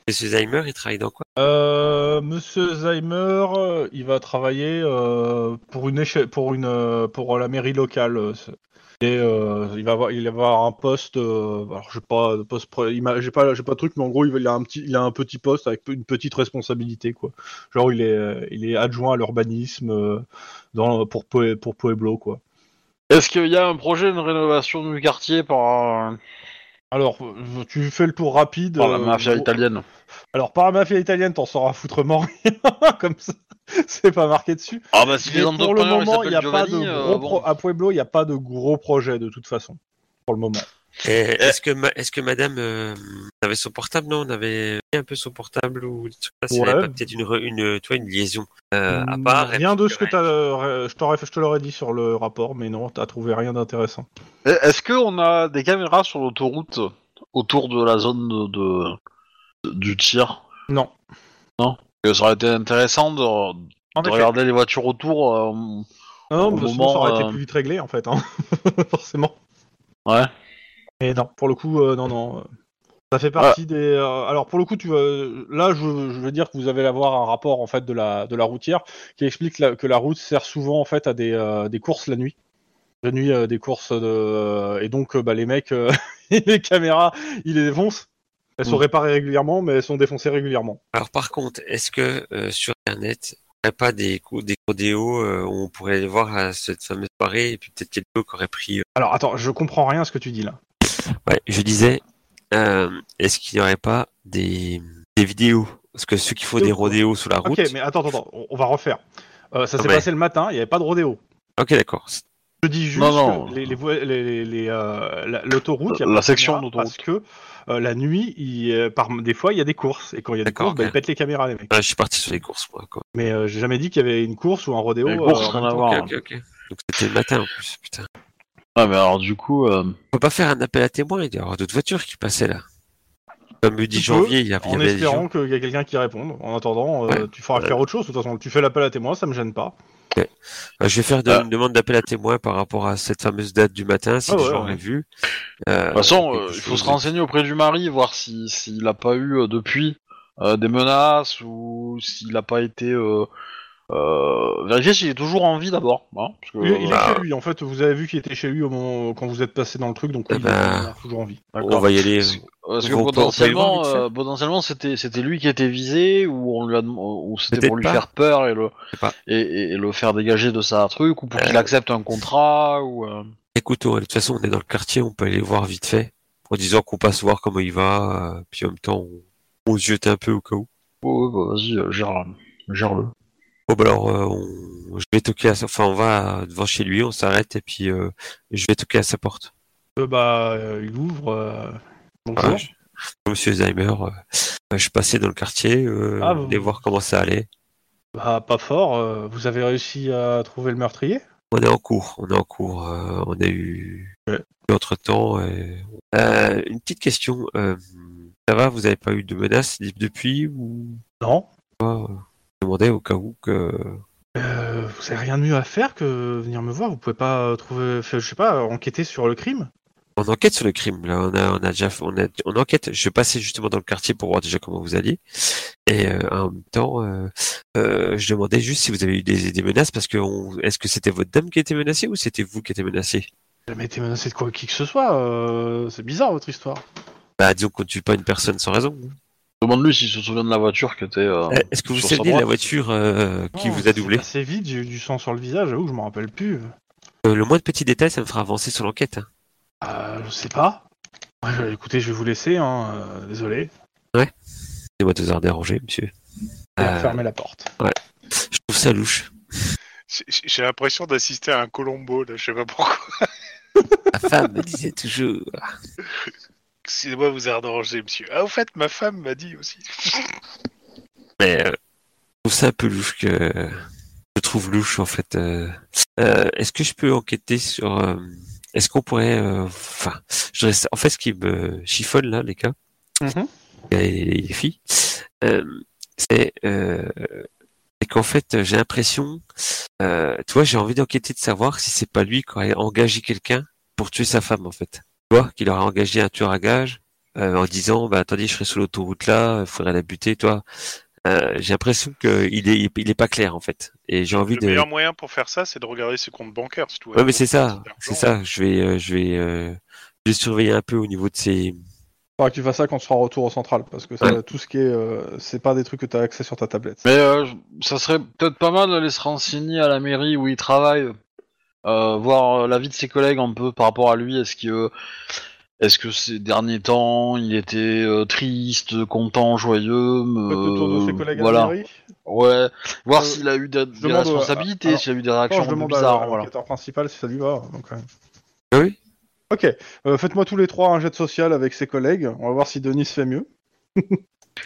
Speaker 5: Monsieur Zeimer, il travaille dans quoi
Speaker 1: euh, Monsieur Zeimer, euh, il va travailler euh, pour une éche- pour une euh, pour la mairie locale. euh, c'est- Et euh, il va avoir, il va avoir un poste. euh, alors j'ai pas de poste, pro- ima- j'ai pas, j'ai pas de truc, mais en gros il, va- il a un petit, il a un petit poste avec une petite responsabilité quoi. Genre il est, euh, il est adjoint à l'urbanisme euh, dans pour Pue- pour Pueblo quoi.
Speaker 2: Est-ce qu'il y a un projet de rénovation du quartier par, un-
Speaker 1: Alors euh, tu fais le tour rapide.
Speaker 2: par la
Speaker 1: euh,
Speaker 2: mafia
Speaker 1: gros-
Speaker 2: italienne
Speaker 1: Alors par la mafia italienne, t'en sauras foutrement rien comme ça. C'est pas marqué dessus.
Speaker 2: Ah bah si
Speaker 1: Mais
Speaker 2: les
Speaker 1: pour le
Speaker 2: entrepreneurs ils
Speaker 1: moment, il
Speaker 2: s'appellent
Speaker 1: n'y a pas de
Speaker 2: Giovanni, euh,
Speaker 1: gros
Speaker 2: bon.
Speaker 1: pro- à Pueblo, il n'y a pas de gros projet de toute façon. Pour le moment.
Speaker 5: Et Est-ce que, ma- est-ce que madame euh, avait son portable Non, on avait mis un peu son portable ou des trucs comme ça, si elle
Speaker 1: Ouais.
Speaker 5: avait pas peut-être une, re- une, tu vois, une liaison euh, à
Speaker 1: Hmm,
Speaker 5: part. elle-
Speaker 1: rien de ce que t'as, euh, je t'aurais, je te l'aurais dit sur le rapport, mais non, t'as trouvé rien d'intéressant.
Speaker 2: Eh, Est-ce qu'on a des caméras sur l'autoroute autour de la zone de, de- du tir
Speaker 1: Non.
Speaker 2: Que Ça aurait été intéressant de,
Speaker 1: En
Speaker 2: de
Speaker 1: effet.
Speaker 2: regarder les voitures autour. euh,
Speaker 1: Non, non,
Speaker 2: Pour
Speaker 1: parce
Speaker 2: le
Speaker 1: que sinon, ça aurait
Speaker 2: moment,
Speaker 1: été
Speaker 2: euh,
Speaker 1: plus vite réglé en fait, hein. forcément.
Speaker 2: ouais.
Speaker 1: Mais non, pour le coup, euh, non, non. euh, Ça fait partie des. euh, alors pour le coup, tu euh, là, je, je veux dire que vous avez avoir un rapport en fait de la de la routière qui explique la- que la route sert souvent en fait à des, euh, des courses la nuit, la nuit euh, des courses de, et donc euh, bah, les mecs, euh, les caméras, ils les défoncent. Elles sont
Speaker 2: Mm.
Speaker 1: réparées régulièrement, mais elles sont défoncées régulièrement.
Speaker 5: Alors par contre, est-ce que euh, sur Internet, il n'y a pas des, co- des rodéos euh, où on pourrait aller voir à cette fameuse soirée et puis peut-être quelqu'un qui aurait pris... euh,
Speaker 1: Alors attends, je comprends rien à ce que tu dis là.
Speaker 5: Ouais, je disais, euh, est-ce qu'il n'y aurait pas des, des vidéos Parce que ceux qui font des rodéos sur la route...
Speaker 1: Ok, mais attends, attends, attends, on, on va refaire. Euh, ça s'est
Speaker 5: Ouais.
Speaker 1: passé le matin, il n'y avait pas de rodéo.
Speaker 5: Ok, d'accord.
Speaker 1: Je dis juste
Speaker 2: Non, non.
Speaker 1: que les- les voies- les- les- les, euh, la- l'autoroute, il y a
Speaker 2: La
Speaker 1: pas de
Speaker 2: section
Speaker 1: caméra
Speaker 2: d'autoroute.
Speaker 1: Parce que euh, la nuit, il, euh, par, des fois, il y a des courses. Et quand il y a des
Speaker 5: D'accord,
Speaker 1: courses, bah,
Speaker 5: ok.
Speaker 1: ils pètent les caméras, les mecs.
Speaker 5: Ah, je suis parti sur les courses, moi. Quoi.
Speaker 1: Mais euh, j'ai jamais dit qu'il y avait une course ou un rodéo.
Speaker 2: Une course,
Speaker 1: euh, en
Speaker 2: rien
Speaker 1: même
Speaker 2: à
Speaker 1: temps.
Speaker 2: voir.
Speaker 5: Ok, ok, ok. Donc c'était le matin en plus, putain.
Speaker 2: Ah, mais alors du coup, euh,
Speaker 5: On peut pas faire un appel à témoins, il doit y avoir d'autres voitures qui passaient là. Comme le 10
Speaker 1: Tu peux,
Speaker 5: janvier, il y a- il y
Speaker 1: En
Speaker 5: avait des gens.
Speaker 1: espérant qu'il y a quelqu'un qui réponde. En attendant, euh,
Speaker 5: Ouais.
Speaker 1: tu feras faire autre chose. De toute façon, tu fais l'appel à témoins, ça me gêne pas.
Speaker 5: Ah, je vais faire de-
Speaker 2: Ah.
Speaker 5: une demande d'appel à témoins par rapport à cette fameuse date du matin, si
Speaker 1: Ah
Speaker 5: les
Speaker 1: ouais,
Speaker 5: gens
Speaker 1: ouais.
Speaker 5: l'auraient vu.
Speaker 2: de toute façon, euh, il faut se renseigner auprès du mari, voir si s'il a pas eu euh, depuis euh, des menaces ou s'il a pas été. Euh, euh, vérifier s'il est toujours en vie d'abord. Hein, parce que,
Speaker 1: Il, il est
Speaker 5: bah,
Speaker 2: euh,
Speaker 1: chez lui. En fait, vous avez vu qu'il était chez lui au moment quand vous êtes passé dans le truc, donc
Speaker 5: Eh
Speaker 1: oui, il
Speaker 5: ben,
Speaker 1: est toujours en vie.
Speaker 5: On va y aller.
Speaker 2: Parce
Speaker 5: euh,
Speaker 2: euh, Parce que
Speaker 5: Vous- vous- vous-
Speaker 2: potentiellement,
Speaker 5: vous- vous-
Speaker 2: euh, potentiellement, c'était c'était lui qui était visé ou on lui a dem- ou c'était
Speaker 5: Peut-être
Speaker 2: pour lui
Speaker 5: pas.
Speaker 2: faire peur et le
Speaker 5: sais pas. Euh.
Speaker 2: et, et- et le faire dégager de sa truc ou pour qu'il accepte un contrat ou euh,
Speaker 5: Écoute, ouais, de toute façon, on est dans le quartier, on peut aller le voir vite fait, en disant qu'on passe voir comment il va, euh, puis en même temps, on, on se jette un peu au cas où.
Speaker 2: oh, ouais, bah, vas-y euh, gère gère le.
Speaker 5: Bon, bah alors, euh, on, je vais toquer à sa... Enfin, on va devant chez lui, on s'arrête, et puis euh, je vais toquer à sa porte.
Speaker 1: Euh, bah, euh, il ouvre. euh, Bonjour.
Speaker 5: Voilà, je- Monsieur Alzheimer, euh, euh, je passais dans le quartier, euh,
Speaker 1: Ah, vous-
Speaker 5: aller voir comment ça allait.
Speaker 1: Bah, pas fort. euh, vous avez réussi à trouver le meurtrier
Speaker 5: On est en cours, on est en cours. euh, on a eu
Speaker 1: Ouais.
Speaker 5: entre temps. une petite question. euh, ça va, vous n'avez pas eu de menaces depuis ou
Speaker 1: Non.
Speaker 5: pas euh, Je demandais au cas où que.
Speaker 1: Euh, vous avez rien de mieux à faire que venir me voir. Vous pouvez pas euh, trouver, faire- je sais pas, enquêter sur le crime.
Speaker 5: On enquête sur le crime. Là, on a, on a déjà, on a, on enquête. Je passais justement dans le quartier pour voir déjà comment vous alliez. Et euh, en même temps, euh, euh, je demandais juste si vous avez eu des, des menaces parce que on- est-ce que c'était votre dame qui était menacée ou c'était vous qui était menacé
Speaker 1: J'ai Jamais été menacé de quoi qui que ce soit. euh, c'est bizarre votre histoire.
Speaker 5: Bah, disons qu'on ne tue pas une personne sans raison. hein.
Speaker 2: Demande lui s'il se souvient de la voiture qui était. euh,
Speaker 5: Euh, Est-ce que vous
Speaker 2: sur sa
Speaker 5: savez la
Speaker 2: droite.
Speaker 5: voiture euh, qui
Speaker 1: Non,
Speaker 5: vous a
Speaker 1: Oh, c'est
Speaker 5: doublé
Speaker 1: Assez vite, j'ai eu du sang sur le visage. J'avoue, je m'en rappelle plus.
Speaker 5: Euh, le moins de petits détails, ça me fera avancer sur l'enquête. hein.
Speaker 1: Euh, je sais pas. Ouais, je- écoutez, je vais vous laisser. Hein, euh, désolé.
Speaker 5: C'est moi de vous avoir dérangé, monsieur.
Speaker 1: Et
Speaker 5: Euh,
Speaker 1: fermez la porte.
Speaker 5: je trouve ça louche.
Speaker 3: J'ai- J'ai l'impression d'assister à un Colombo, là, je sais pas pourquoi.
Speaker 5: La femme me disait toujours.
Speaker 3: Excusez-moi de vous avoir dérangé, monsieur. Ah, au fait, ma femme m'a dit aussi.
Speaker 5: Mais euh, je trouve ça un peu louche que. Je trouve louche, en fait. euh. Euh, Est-ce que je peux enquêter sur. euh, Est-ce qu'on pourrait. euh, Enfin, je reste... En fait, ce qui me chiffonne, là, les gars,
Speaker 1: Mhm.
Speaker 5: et les filles, euh, c'est. euh, c'est qu'en fait, j'ai l'impression, euh, tu vois, j'ai envie d'enquêter de savoir si c'est pas lui qui aurait engagé quelqu'un pour tuer sa femme, en fait. Tu vois, qu'il aurait engagé un tueur à gage euh, en disant, bah attendez, je serai sur l'autoroute là, il faudrait la buter, toi. Euh, j'ai l'impression qu'il est, il est pas clair en fait. Et j'ai envie
Speaker 3: le
Speaker 5: de.
Speaker 3: meilleur moyen pour faire ça, c'est de regarder ses comptes bancaires, si tout va
Speaker 5: euh, Ouais, mais
Speaker 3: bien.
Speaker 5: c'est ça,
Speaker 3: d'argent.
Speaker 5: c'est ça. Je vais, euh, je vais, euh, je vais surveiller un peu au niveau de ses.
Speaker 1: Faudra que tu fasses ça quand tu seras retour au central, parce que ça,
Speaker 5: Ouais.
Speaker 1: tout ce qui est, euh, c'est pas des trucs que t'as accès sur ta tablette.
Speaker 2: Mais euh, ça serait peut-être pas mal d'aller se renseigner à la mairie où il travaille, euh, voir euh, l'avis de ses collègues un peu par rapport à lui. Est-ce que, euh, est-ce que ces derniers temps, il était euh, triste, content, joyeux
Speaker 1: Tu
Speaker 2: euh,
Speaker 1: peux te tourner de ses collègues à
Speaker 2: Voilà.
Speaker 1: la mairie
Speaker 2: Ouais. Voir
Speaker 1: Euh,
Speaker 2: s'il a eu des, des
Speaker 1: demande, euh,
Speaker 2: responsabilités,
Speaker 1: alors,
Speaker 2: s'il a eu des
Speaker 1: Non,
Speaker 2: réactions
Speaker 1: je
Speaker 2: un peu
Speaker 1: demande à
Speaker 2: bizarres.
Speaker 1: à
Speaker 2: voilà.
Speaker 1: l'enquêteur principal si ça lui va. donc, euh.
Speaker 5: Ah oui.
Speaker 1: Ok, euh, faites-moi tous les trois un jet de social avec ses collègues. On va voir si Denis fait mieux.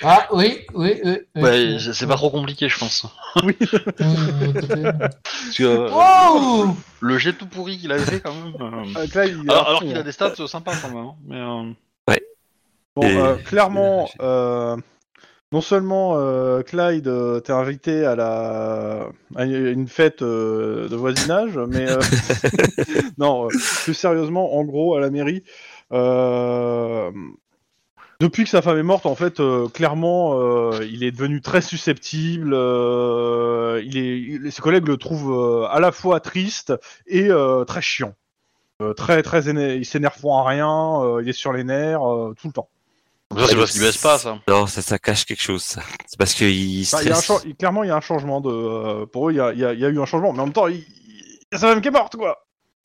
Speaker 4: Ah oui, oui, oui. oui.
Speaker 2: Ouais, c'est c'est pas trop compliqué, je pense.
Speaker 4: Mmh, écoutez.
Speaker 2: Parce que, euh,
Speaker 4: Wow
Speaker 2: le jet tout pourri qu'il avait fait, quand même. euh,
Speaker 1: Euh, là, il est à
Speaker 2: alors alors
Speaker 1: fond,
Speaker 2: qu'il a
Speaker 1: hein.
Speaker 2: des stats euh, sympas, quand même. hein, Mais, euh,
Speaker 1: Bon, euh,
Speaker 5: Et-
Speaker 1: clairement,
Speaker 5: et-
Speaker 1: euh, non seulement euh, Clyde, euh, t'es invité à la à une fête euh, de voisinage, mais euh, non, euh, plus sérieusement, en gros, à la mairie, euh, depuis que sa femme est morte, en fait, euh, clairement, euh, il est devenu très susceptible. euh, il est, il- ses collègues le trouvent euh, à la fois triste et euh, très chiant. Euh, très très éner- il s'énerve pour un rien, euh, il est sur les nerves euh, tout le temps.
Speaker 2: Ça, c'est parce qu'il baisse pas, ça.
Speaker 5: Non, ça, ça cache quelque chose. ça. C'est parce qu'il
Speaker 1: Bah, il y a un
Speaker 5: stresse.
Speaker 1: chan- il- clairement, il y a un changement de. euh, pour eux, il y a, il y a- il y a eu un changement, mais en même temps, il, il- il y a sa femme qui est morte, quoi.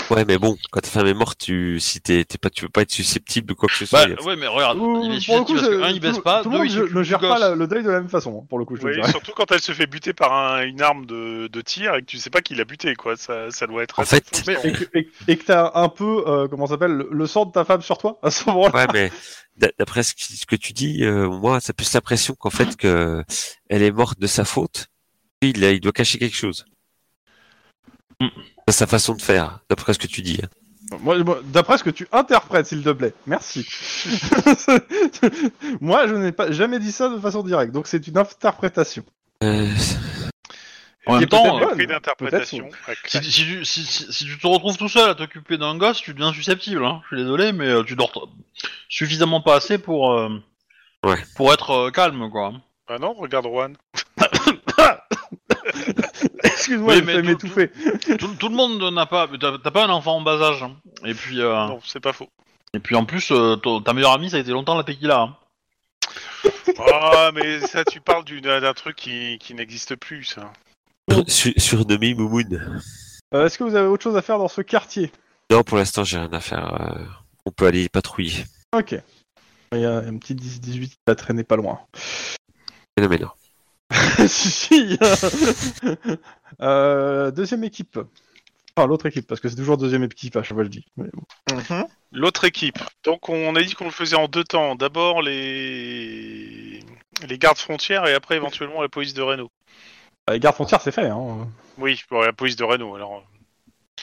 Speaker 5: Ouais, mais bon, quand ta femme est morte, tu, si t'es, t'es pas, tu veux pas être susceptible de quoi que ce soit.
Speaker 2: Bah,
Speaker 5: il y a-
Speaker 2: ouais, mais regarde,
Speaker 1: Ouh,
Speaker 2: il est
Speaker 1: pour le coup,
Speaker 2: susceptible parce que,
Speaker 1: c'est-
Speaker 2: un, il baisse
Speaker 1: tout-
Speaker 2: pas,
Speaker 1: Tout
Speaker 2: deux,
Speaker 1: le monde
Speaker 2: il
Speaker 1: ne-
Speaker 2: s'occupe
Speaker 1: ne
Speaker 2: du
Speaker 1: gère pas
Speaker 2: gosse.
Speaker 1: la- le deuil de la même façon, hein, pour le coup, je te
Speaker 3: Oui,
Speaker 1: dirais.
Speaker 3: surtout quand elle se fait buter par un- une arme de, de tir et que tu sais pas qui l'a buté, quoi. Ça, ça doit être.
Speaker 5: En fait,
Speaker 1: Et que, et- et que t'as un peu, euh, comment ça s'appelle, le, le sang de ta femme sur toi, à ce moment-là.
Speaker 5: ouais, mais d'a- d'après ce qui- ce que tu dis, euh, moi, ça plus l'impression qu'en fait, que elle est morte de sa faute. Lui, Il, a- il doit cacher quelque chose.
Speaker 2: Mm.
Speaker 5: C'est sa façon de faire, d'après ce que tu dis. hein.
Speaker 1: Moi, moi, D'après ce que tu interprètes, s'il te plaît. Merci. moi, je n'ai pas jamais dit ça de façon directe, donc c'est une interprétation.
Speaker 5: Euh,
Speaker 2: En même
Speaker 1: peut-être
Speaker 2: temps,
Speaker 1: bonne,
Speaker 2: euh,
Speaker 3: Prix d'interprétation. Ah, clac.
Speaker 2: si, si tu- si- si- si tu te retrouves tout seul à t'occuper d'un gosse, tu deviens susceptible. Hein. Je suis désolé, mais euh, tu dors t- suffisamment pas assez pour, euh,
Speaker 5: Ouais.
Speaker 2: pour être euh, calme, quoi.
Speaker 3: Ah non, regarde Juan.
Speaker 1: Excuse-moi,
Speaker 2: Oui,
Speaker 1: je
Speaker 2: mais
Speaker 1: vais
Speaker 2: tout-
Speaker 1: m'étouffer.
Speaker 2: tout, tout le monde n'a pas, t'as t'as pas un enfant en bas âge. hein. Et puis,
Speaker 5: Ah.
Speaker 2: euh,
Speaker 3: Non, c'est pas faux.
Speaker 2: et puis en plus, euh, ton- ta meilleure amie, ça a été longtemps la tequila. hein.
Speaker 3: Ah, mais ça, tu parles d'une- d'un truc qui, qui n'existe plus, ça.
Speaker 5: sur- Surnommé Moumoun.
Speaker 1: Euh, Est-ce que vous avez autre chose à faire dans ce quartier
Speaker 5: Non, pour l'instant, j'ai rien à faire. euh, on peut aller patrouiller.
Speaker 1: Ok. Il y a un petit 10-18 qui a traîné pas loin.
Speaker 5: Mais non, mais non.
Speaker 1: si, si, il y a- Euh, Deuxième équipe. Enfin, l'autre équipe, parce que c'est toujours deuxième équipe à chaque fois, je dis. Mais bon. Mm-hmm.
Speaker 3: L'autre équipe. Donc on a dit qu'on le faisait en deux temps. D'abord les les gardes frontières et après éventuellement la police de Renault.
Speaker 1: Euh, Garde frontière, c'est fait. Hein.
Speaker 3: Oui, bon, la police de Renault. Alors. euh.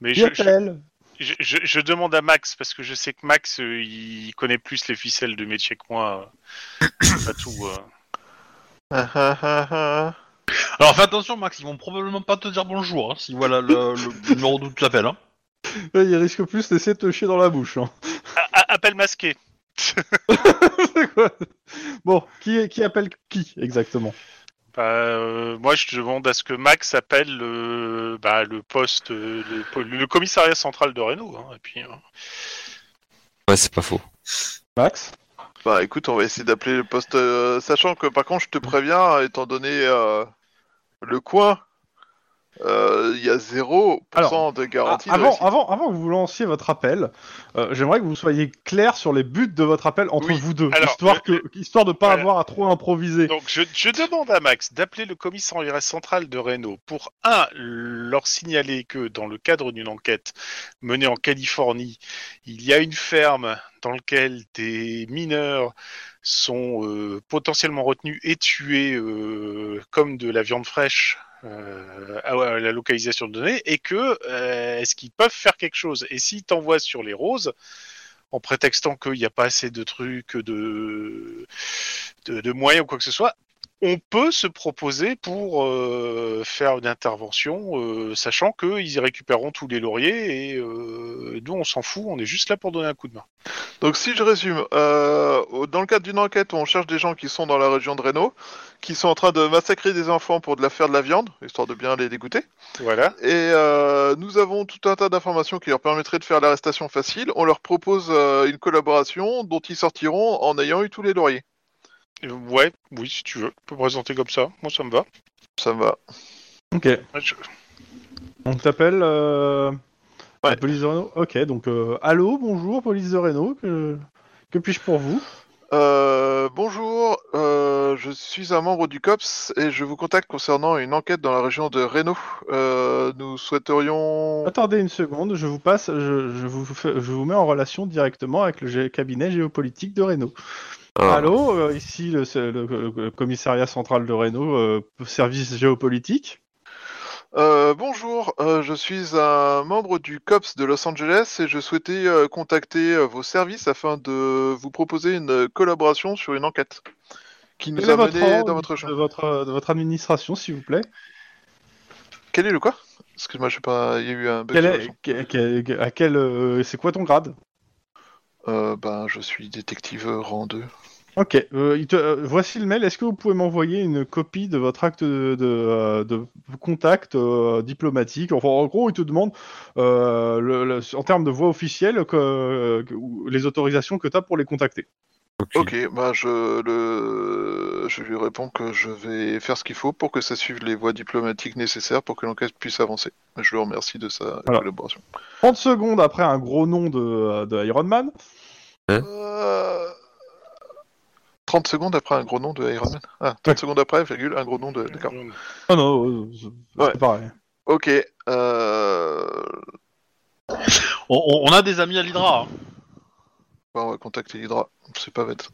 Speaker 3: Mais je, je,
Speaker 1: Yatel.
Speaker 3: je- je- je demande à Max parce que je sais que Max euh, il connaît plus les ficelles de métier que moi. euh, Pas tout. euh.
Speaker 6: Ah, ah, ah, ah.
Speaker 2: Alors fais attention, Max, ils vont probablement pas te dire bonjour hein, si voilà le, le numéro d'où tu t'appelles. Hein.
Speaker 1: Ouais, il risque plus d'essayer de te chier dans la bouche. hein.
Speaker 3: Ah, ah, appel masqué.
Speaker 1: C'est quoi bon, qui, qui appelle qui exactement
Speaker 3: Bah, euh, moi je demande à ce que Max appelle le bah, le poste euh, le, po- le commissariat central de Renault. hein, et puis. euh,
Speaker 5: Ouais, c'est pas faux.
Speaker 1: Max
Speaker 6: Bah écoute, on va essayer d'appeler le poste, euh, sachant que par contre, je te préviens, étant donné euh, le coin, euh, il y a 0% de garantie.
Speaker 3: ah,
Speaker 1: Ah,
Speaker 6: de
Speaker 1: avant,
Speaker 6: réussite.
Speaker 1: avant, avant que vous lanciez votre appel, euh, j'aimerais que vous soyez clair sur les buts de votre appel entre
Speaker 6: Oui,
Speaker 1: vous deux,
Speaker 3: alors, euh,
Speaker 1: histoire, que, histoire de ne pas
Speaker 3: voilà.
Speaker 1: avoir à trop improviser.
Speaker 3: Donc je, je demande à Max d'appeler le commissariat central de Reno pour un leur signaler que dans le cadre d'une enquête menée en Californie, il y a une ferme dans laquelle des mineurs sont euh, potentiellement retenus et tués euh, comme de la viande fraîche. euh, à à la localisation donnée et que euh, est-ce qu'ils peuvent faire quelque chose et s'ils t'envoient sur les roses en prétextant qu'il n'y a pas assez de trucs de de, de moyens ou quoi que ce soit, on peut se proposer pour euh, faire une intervention, euh, sachant qu'ils récupéreront tous les lauriers et euh, nous on s'en fout, on est juste là pour donner un coup de main.
Speaker 6: Donc si je résume, euh, au- dans le cadre d'une enquête, on cherche des gens qui sont dans la région de Reno, qui sont en train de massacrer des enfants pour de la faire de la viande, histoire de bien les dégoûter.
Speaker 3: Voilà.
Speaker 6: Et euh, nous avons tout un tas d'informations qui leur permettraient de faire l'arrestation facile. On leur propose euh, une collaboration dont ils sortiront en ayant eu tous les lauriers.
Speaker 3: Euh, ouais, oui, si tu veux, on peut présenter comme ça, moi ça me va.
Speaker 6: Ça me va.
Speaker 1: Ok,
Speaker 3: Je-
Speaker 1: on t'appelle euh, la
Speaker 6: Ouais.
Speaker 1: police de Reno Ok, donc euh, allô, bonjour, police de Reno, que, que puis-je pour vous
Speaker 6: Euh, bonjour, euh, je suis un membre du COPS et je vous contacte concernant une enquête dans la région de Reno. Euh, nous souhaiterions...
Speaker 1: Attendez une seconde, je vous passe, je, je vous, fais- je vous mets en relation directement avec le gé- cabinet géopolitique de Reno.
Speaker 5: Ah.
Speaker 1: Allô, euh, ici le, le- le commissariat central de Reno, euh, service géopolitique.
Speaker 6: Euh, bonjour, euh, je suis un membre du COPS de Los Angeles et je souhaitais euh, contacter euh, vos services afin de vous proposer une collaboration sur une enquête qui nous
Speaker 1: Quel est
Speaker 6: a mené
Speaker 1: rang
Speaker 6: dans votre champ.
Speaker 1: de votre, euh, de votre administration, s'il vous plaît
Speaker 6: Quel est le quoi? Excuse-moi, je sais pas, il y a eu un bug
Speaker 1: Quel
Speaker 6: sur le
Speaker 1: est,
Speaker 6: son.
Speaker 1: que- que- à quel, euh, c'est quoi ton grade
Speaker 6: Euh, ben, je suis détective euh, rang 2.
Speaker 1: Ok, euh, il te- euh, voici le mail. Est-ce que vous pouvez m'envoyer une copie de votre acte de, de, euh, de contact euh, diplomatique Enfin, en gros, il te demande, euh, le- le- en termes de voie officielle, que, que- ou les autorisations que tu as pour les contacter.
Speaker 5: Ok.
Speaker 6: Ok, bah je le je lui réponds que je vais faire ce qu'il faut pour que ça suive les voies diplomatiques nécessaires pour que l'enquête puisse avancer. Je le remercie de sa
Speaker 1: Voilà.
Speaker 6: collaboration.
Speaker 1: 30 secondes après un gros nom de, de Iron Man.
Speaker 6: Euh, 30 secondes après un gros nom de Iron Man. Ah, 30 secondes après, virgule, un gros nom de. D'accord.
Speaker 1: Ah non, euh, c'est
Speaker 6: Ouais.
Speaker 1: c'est pareil.
Speaker 6: Ok. Euh...
Speaker 2: On, on- on a des amis à l'Hydra. hein.
Speaker 6: bah, on va contacter Hydra. C'est pas bête.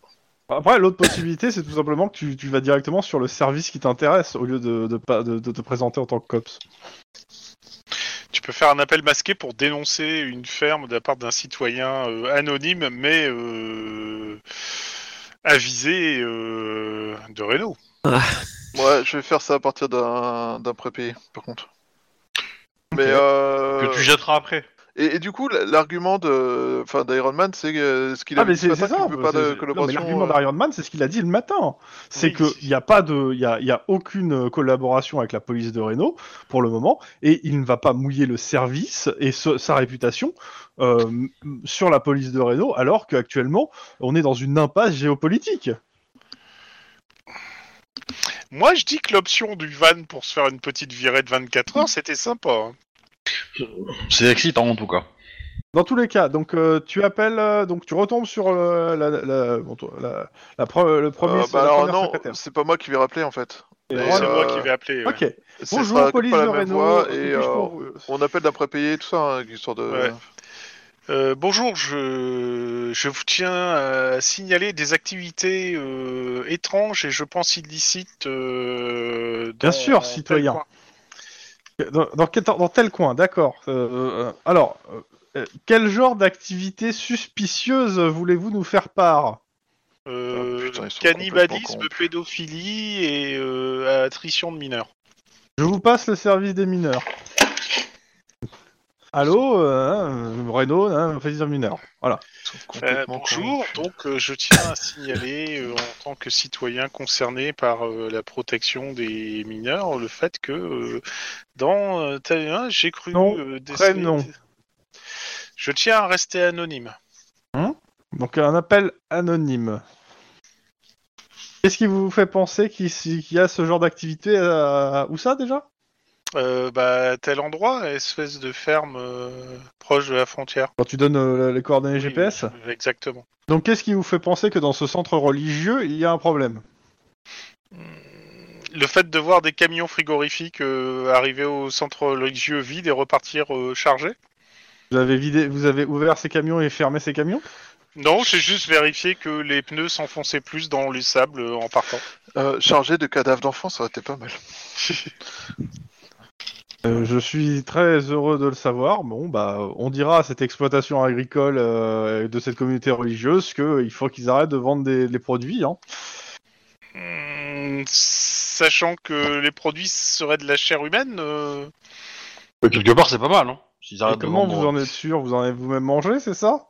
Speaker 1: Après, l'autre possibilité, c'est tout simplement que tu, tu vas directement sur le service qui t'intéresse au lieu de, de, pas- de- de te présenter en tant que COPS.
Speaker 3: Tu peux faire un appel masqué pour dénoncer une ferme de la part d'un citoyen euh, anonyme, mais euh, avisé euh, de Renault.
Speaker 6: Ouais, je vais faire ça à partir d'un d'un prépayé, par contre. Mais
Speaker 1: Ok.
Speaker 6: euh...
Speaker 2: Que tu jetteras après.
Speaker 6: Et, et du coup, l- l'argument de, enfin, d'Iron Man, c'est euh, ce qu'il a
Speaker 1: Ah, mais
Speaker 6: dit ce
Speaker 1: c'est
Speaker 6: matin,
Speaker 1: c'est ça
Speaker 6: qu'il veut pas
Speaker 1: c'est-
Speaker 6: de
Speaker 1: c'est- non, mais
Speaker 6: collaboration.
Speaker 1: L'argument
Speaker 6: euh,
Speaker 1: d'Iron Man, c'est ce qu'il a dit le matin. C'est
Speaker 3: Oui.
Speaker 1: qu'il n'y a pas de, il y a, il y a aucune collaboration avec la police de Reno pour le moment, et il ne va pas mouiller le service et ce- sa réputation euh, m- sur la police de Reno, alors qu'actuellement on est dans une impasse géopolitique.
Speaker 3: Moi, je dis que l'option du van pour se faire une petite virée de 24 heures, c'était sympa. hein.
Speaker 2: C'est excitant en tout cas.
Speaker 1: Dans tous les cas, donc euh, tu appelles, euh, donc tu retombes sur euh, la, la- bon, toi, la- la pre- le premier,
Speaker 6: euh,
Speaker 1: c'est
Speaker 6: bah
Speaker 1: la
Speaker 6: alors
Speaker 1: première hein.
Speaker 6: non,
Speaker 1: secrétaire.
Speaker 6: c'est pas moi qui vais rappeler en fait.
Speaker 1: Et
Speaker 6: mais,
Speaker 3: Et
Speaker 1: voilà.
Speaker 3: c'est
Speaker 6: euh,
Speaker 3: moi qui vais appeler. ouais.
Speaker 1: Ok.
Speaker 6: Ce
Speaker 1: Bonjour
Speaker 6: sera
Speaker 1: police
Speaker 6: pas
Speaker 1: de
Speaker 6: la même
Speaker 1: Reno.
Speaker 6: voix et euh, on appelle la prépayée et tout ça, hein, histoire de.
Speaker 3: Ouais. Euh, bonjour, je... je vous tiens à signaler des activités euh, étranges et je pense illicites. euh,
Speaker 1: Bien
Speaker 3: dans-
Speaker 1: sûr,
Speaker 3: dans tel
Speaker 1: citoyen.
Speaker 3: coin.
Speaker 1: Dans, dans quel- dans tel coin, d'accord. Euh, euh, alors, euh, euh, quel genre d'activité suspicieuse voulez-vous nous faire part
Speaker 3: Euh,
Speaker 6: Ah, putain, ils sont complètement
Speaker 3: cannibalisme,
Speaker 6: corrompus.
Speaker 3: pédophilie et euh, attrition de mineurs.
Speaker 1: Je vous passe le service des mineurs. Allô, euh, Renault, hein, service des mineurs. Voilà.
Speaker 6: Ils sont
Speaker 3: Euh,
Speaker 6: complètement
Speaker 3: bonjour,
Speaker 6: corrompus.
Speaker 3: donc euh, je tiens à signaler euh, en tant que citoyen concerné par euh, la protection des mineurs le fait que euh, dans euh, tel- hein, j'ai cru
Speaker 1: Non,
Speaker 3: euh, des-
Speaker 1: prénom.
Speaker 3: Je tiens à rester anonyme.
Speaker 1: Donc un appel anonyme. Qu'est-ce qui vous fait penser qu'il qu'il y a ce genre d'activité à... Où ça déjà
Speaker 3: Euh, bah, tel endroit, espèce de ferme euh, proche de la frontière.
Speaker 1: Quand tu donnes euh, les coordonnées
Speaker 3: Oui,
Speaker 1: GPS
Speaker 3: oui, Exactement.
Speaker 1: Donc qu'est-ce qui vous fait penser que dans ce centre religieux, il y a un problème
Speaker 3: Le fait de voir des camions frigorifiques euh, arriver au centre religieux vide et repartir euh, chargés.
Speaker 1: Vous avez vidé, vous avez ouvert ces camions et fermé ces camions
Speaker 3: Non, j'ai juste vérifié que les pneus s'enfonçaient plus dans les sables euh, en partant.
Speaker 6: Euh, chargé de cadavres d'enfants, ça aurait été pas mal.
Speaker 1: Euh, Je suis très heureux de le savoir. Bon, bah, on dira à cette exploitation agricole euh, de cette communauté religieuse qu'il faut qu'ils arrêtent de vendre des, des produits. Hein.
Speaker 3: Hmm, Sachant que les produits seraient de la chair humaine, euh,
Speaker 2: Mais quelque part, c'est pas mal. Hein. S'ils
Speaker 1: Et
Speaker 2: arrêtent de
Speaker 1: comment
Speaker 2: vendre-
Speaker 1: vous en êtes sûr Vous en avez vous-même mangé, c'est ça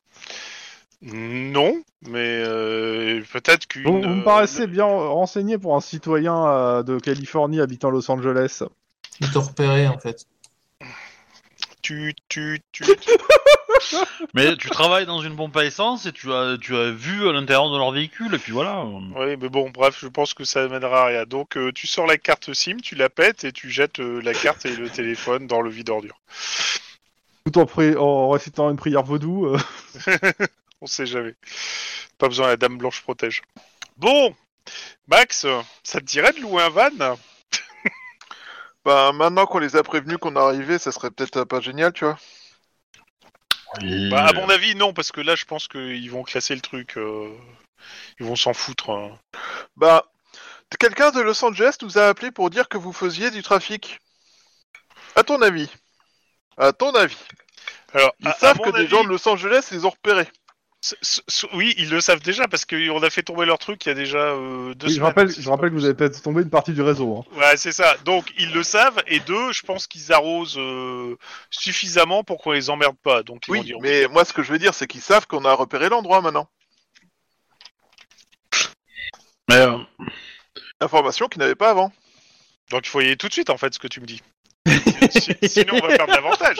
Speaker 3: non, mais euh, peut-être qu'une.
Speaker 1: vous, vous me
Speaker 3: euh,
Speaker 1: paraissez bien renseigné pour un citoyen euh, de Californie habitant Los Angeles.
Speaker 4: Il te repérait en fait.
Speaker 3: Tu, tu, tu.
Speaker 2: Mais tu travailles dans une pompe à essence et tu as, tu as vu à l'intérieur de leur véhicule et puis voilà.
Speaker 3: oui, mais bon, bref, je pense que ça mènera à rien. Donc, euh, tu sors la carte SIM, tu la pètes et tu jettes euh, la carte et le téléphone dans le vide ordure.
Speaker 1: Tout en, pri- en récitant une prière vaudou. euh.
Speaker 3: On sait jamais. Pas besoin, la Dame Blanche protège. Bon, Max, ça te dirait de louer un van
Speaker 6: Bah maintenant qu'on les a prévenus qu'on arrivait, ça serait peut-être euh, pas génial, tu vois.
Speaker 2: Et-
Speaker 3: Bah, à mon avis, non, parce que là, je pense qu'ils vont classer le truc. euh, Ils vont s'en foutre. hein.
Speaker 6: Bah quelqu'un de Los Angeles nous a appelé pour dire que vous faisiez du trafic. À ton avis. À ton avis.
Speaker 3: Alors,
Speaker 6: Ils
Speaker 3: à- à
Speaker 6: savent
Speaker 3: mon
Speaker 6: que des
Speaker 3: avis,
Speaker 6: gens de Los Angeles les ont repérés.
Speaker 3: s- s- s- Oui, ils le savent déjà, parce qu'on a fait tomber leur truc il y a déjà euh, deux
Speaker 1: Oui, je
Speaker 3: semaines.
Speaker 1: rappelle,
Speaker 3: si
Speaker 1: je rappelle que vous avez peut-être tombé une partie du réseau. hein.
Speaker 3: Ouais, c'est ça. Donc, ils le savent, et deux, je pense qu'ils arrosent euh, suffisamment pour qu'on les emmerde pas. Donc, ils vont
Speaker 6: Oui,
Speaker 3: dire,
Speaker 6: mais moi ce que je veux dire, c'est qu'ils savent qu'on a repéré l'endroit maintenant.
Speaker 2: Mais, euh,
Speaker 6: Information qu'ils n'avaient pas avant.
Speaker 3: Donc, il faut y aller tout de suite, en fait, ce que tu me dis. Si- Sinon, on va perdre l'avantage.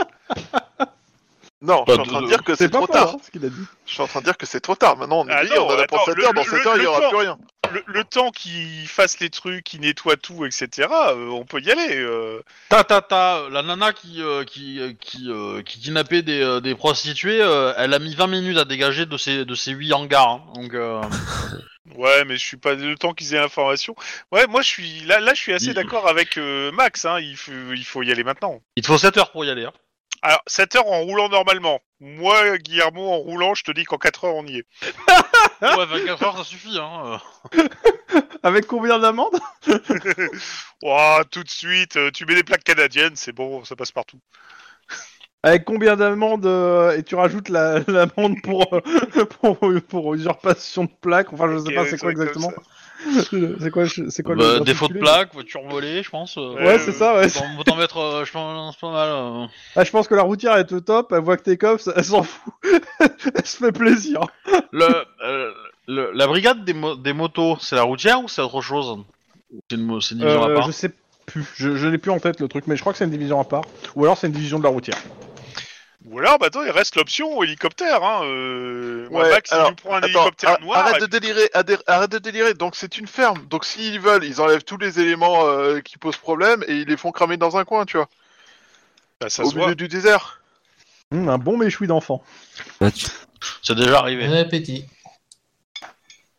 Speaker 6: Non,
Speaker 2: Pas
Speaker 6: je suis en
Speaker 2: de-
Speaker 6: train de dire que
Speaker 1: C'est
Speaker 6: c'est
Speaker 1: pas
Speaker 6: trop
Speaker 1: pour
Speaker 6: tard.
Speaker 1: hein, ce qu'il a dit.
Speaker 6: Je suis en train de dire que c'est trop tard. Maintenant, on est
Speaker 3: Ah
Speaker 6: lié,
Speaker 3: non,
Speaker 6: on a la
Speaker 3: attends,
Speaker 6: pensée
Speaker 3: le-
Speaker 6: terre. Dans
Speaker 3: le-
Speaker 6: 7 heures, il n'y
Speaker 3: le
Speaker 6: aura
Speaker 3: temps.
Speaker 6: plus rien.
Speaker 3: Le, le temps qu'il fasse les trucs, qu'il nettoie tout, etc., euh, on peut y aller. euh.
Speaker 2: Ta ta ta, la nana qui euh, qui euh, qui, euh, qui kidnappait des, euh, des prostituées, euh, elle a mis 20 minutes à dégager de ces de ces huit hangars. hein. Donc euh,
Speaker 3: Ouais, mais je suis pas le temps qu'ils aient l'information. Ouais, moi je suis là, là je suis assez
Speaker 2: Il-
Speaker 3: d'accord avec euh, Max. Hein, il, faut, il faut y aller maintenant.
Speaker 2: il te faut 7 heures pour y aller. hein.
Speaker 3: Alors 7 heures en roulant normalement. Moi, Guillermo, en roulant, je te dis qu'en 4 heures on y est.
Speaker 1: Ah.
Speaker 2: Ouais, 24 heures ça suffit. Hein. euh.
Speaker 1: Avec combien d'amendes
Speaker 3: Ouah, tout de suite, euh, tu mets des plaques canadiennes, c'est bon, ça passe partout.
Speaker 1: Avec combien d'amendes euh, et tu rajoutes la- l'amende pour, euh, pour pour usurpation de plaque Enfin, je sais
Speaker 3: Ok,
Speaker 1: pas
Speaker 3: ouais,
Speaker 1: c'est quoi
Speaker 3: ça va être comme
Speaker 1: exactement. C'est quoi je- c'est quoi
Speaker 2: Bah,
Speaker 1: le
Speaker 2: défaut de
Speaker 1: l'intitulé
Speaker 2: plaque, voiture volée, je pense. euh,
Speaker 1: Ouais,
Speaker 3: Ouais,
Speaker 1: c'est
Speaker 3: euh,
Speaker 1: ça. Ouais.
Speaker 2: Autant, autant mettre, euh, je pense, c'est pas mal. euh.
Speaker 1: Ah, je pense que la routière est au top. Elle voit que t'es cops, elle s'en fout. elle se fait plaisir.
Speaker 2: Le, euh, le- la brigade des, mo- des motos, c'est la routière ou c'est autre chose C'est une, mo- c'est une division à
Speaker 1: Euh,
Speaker 2: part.
Speaker 1: je sais plus. Je, je n'ai plus en tête le truc, mais je crois que c'est une division à part. Ou alors c'est une division de la routière.
Speaker 3: Ou alors, bah, attends, il reste l'option hélicoptère. Hein, euh... moi,
Speaker 6: Ouais,
Speaker 3: Max,
Speaker 6: alors,
Speaker 3: il nous prend un
Speaker 6: Attends,
Speaker 3: hélicoptère
Speaker 6: ar-
Speaker 3: noir.
Speaker 6: arrête de délirer, adhé- arrête de délirer. Donc c'est une ferme. Donc s'ils veulent, ils enlèvent tous les éléments euh, qui posent problème et ils les font cramer dans un coin, tu vois,
Speaker 3: bah, ça
Speaker 6: au
Speaker 3: se voit.
Speaker 6: milieu du désert.
Speaker 1: Hum, un bon méchoui d'enfant.
Speaker 5: Bah, tu-
Speaker 2: C'est déjà arrivé.
Speaker 4: Bon appétit.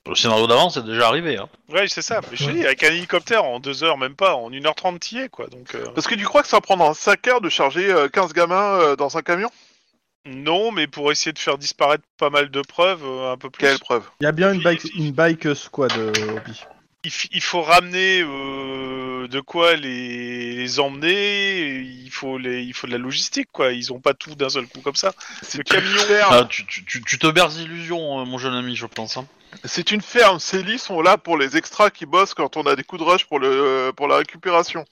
Speaker 2: Le scénario d'avant, c'est déjà arrivé. Hein.
Speaker 3: Ouais, c'est ça. Mais je te dis, avec un hélicoptère en 2 heures, même pas, en 1h30, t'y es, quoi. Donc, euh,
Speaker 6: Parce que tu crois que ça va prendre 5 heures de charger euh, 15 gamins euh, dans un camion
Speaker 3: non, mais pour essayer de faire disparaître pas mal de preuves, euh, un peu plus.
Speaker 6: Quelle preuve
Speaker 1: Il y a bien une
Speaker 3: Puis-
Speaker 1: bike, une bike squad, euh, Obi.
Speaker 3: Il, f- il faut ramener euh, de quoi les, les emmener. Il faut, les, il faut de la logistique, quoi. Ils ont pas tout d'un seul coup comme ça.
Speaker 6: C'est
Speaker 3: Le
Speaker 6: une
Speaker 3: camion.
Speaker 6: ferme.
Speaker 2: Ah, tu, tu, tu, tu te berces d'illusions, euh, mon jeune ami, je pense. hein.
Speaker 6: C'est une ferme. Ces lits sont là pour les extras qui bossent quand on a des coups de rush pour le euh, pour la récupération.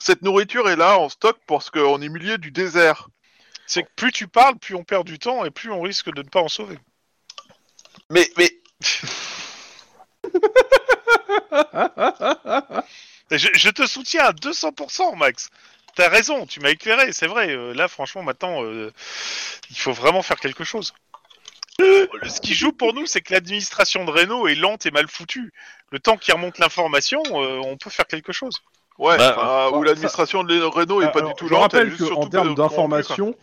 Speaker 6: Cette nourriture est là en stock parce qu'on est milieu du désert.
Speaker 3: C'est que plus tu parles, plus on perd du temps et plus on risque de ne pas en sauver.
Speaker 6: Mais mais
Speaker 3: Et Je, je te soutiens à 200%, Max. T'as raison, tu m'as éclairé, c'est vrai. Euh, là, franchement, maintenant, euh, il faut vraiment faire quelque chose. Ce qui joue pour nous, c'est que l'administration de Renault est lente et mal foutue. Le temps qu'ils remontent l'information, euh, on peut faire quelque chose.
Speaker 6: Ouais,
Speaker 2: Bah,
Speaker 6: enfin,
Speaker 1: ouais,
Speaker 6: où l'administration de Renault est pas
Speaker 3: euh,
Speaker 1: Alors,
Speaker 6: du tout
Speaker 1: Ah, euh, Je
Speaker 6: lente. elle est
Speaker 1: rappelle
Speaker 6: juste
Speaker 1: qu'en
Speaker 6: surtout
Speaker 1: termes
Speaker 6: peu- corrompue,
Speaker 1: d'information,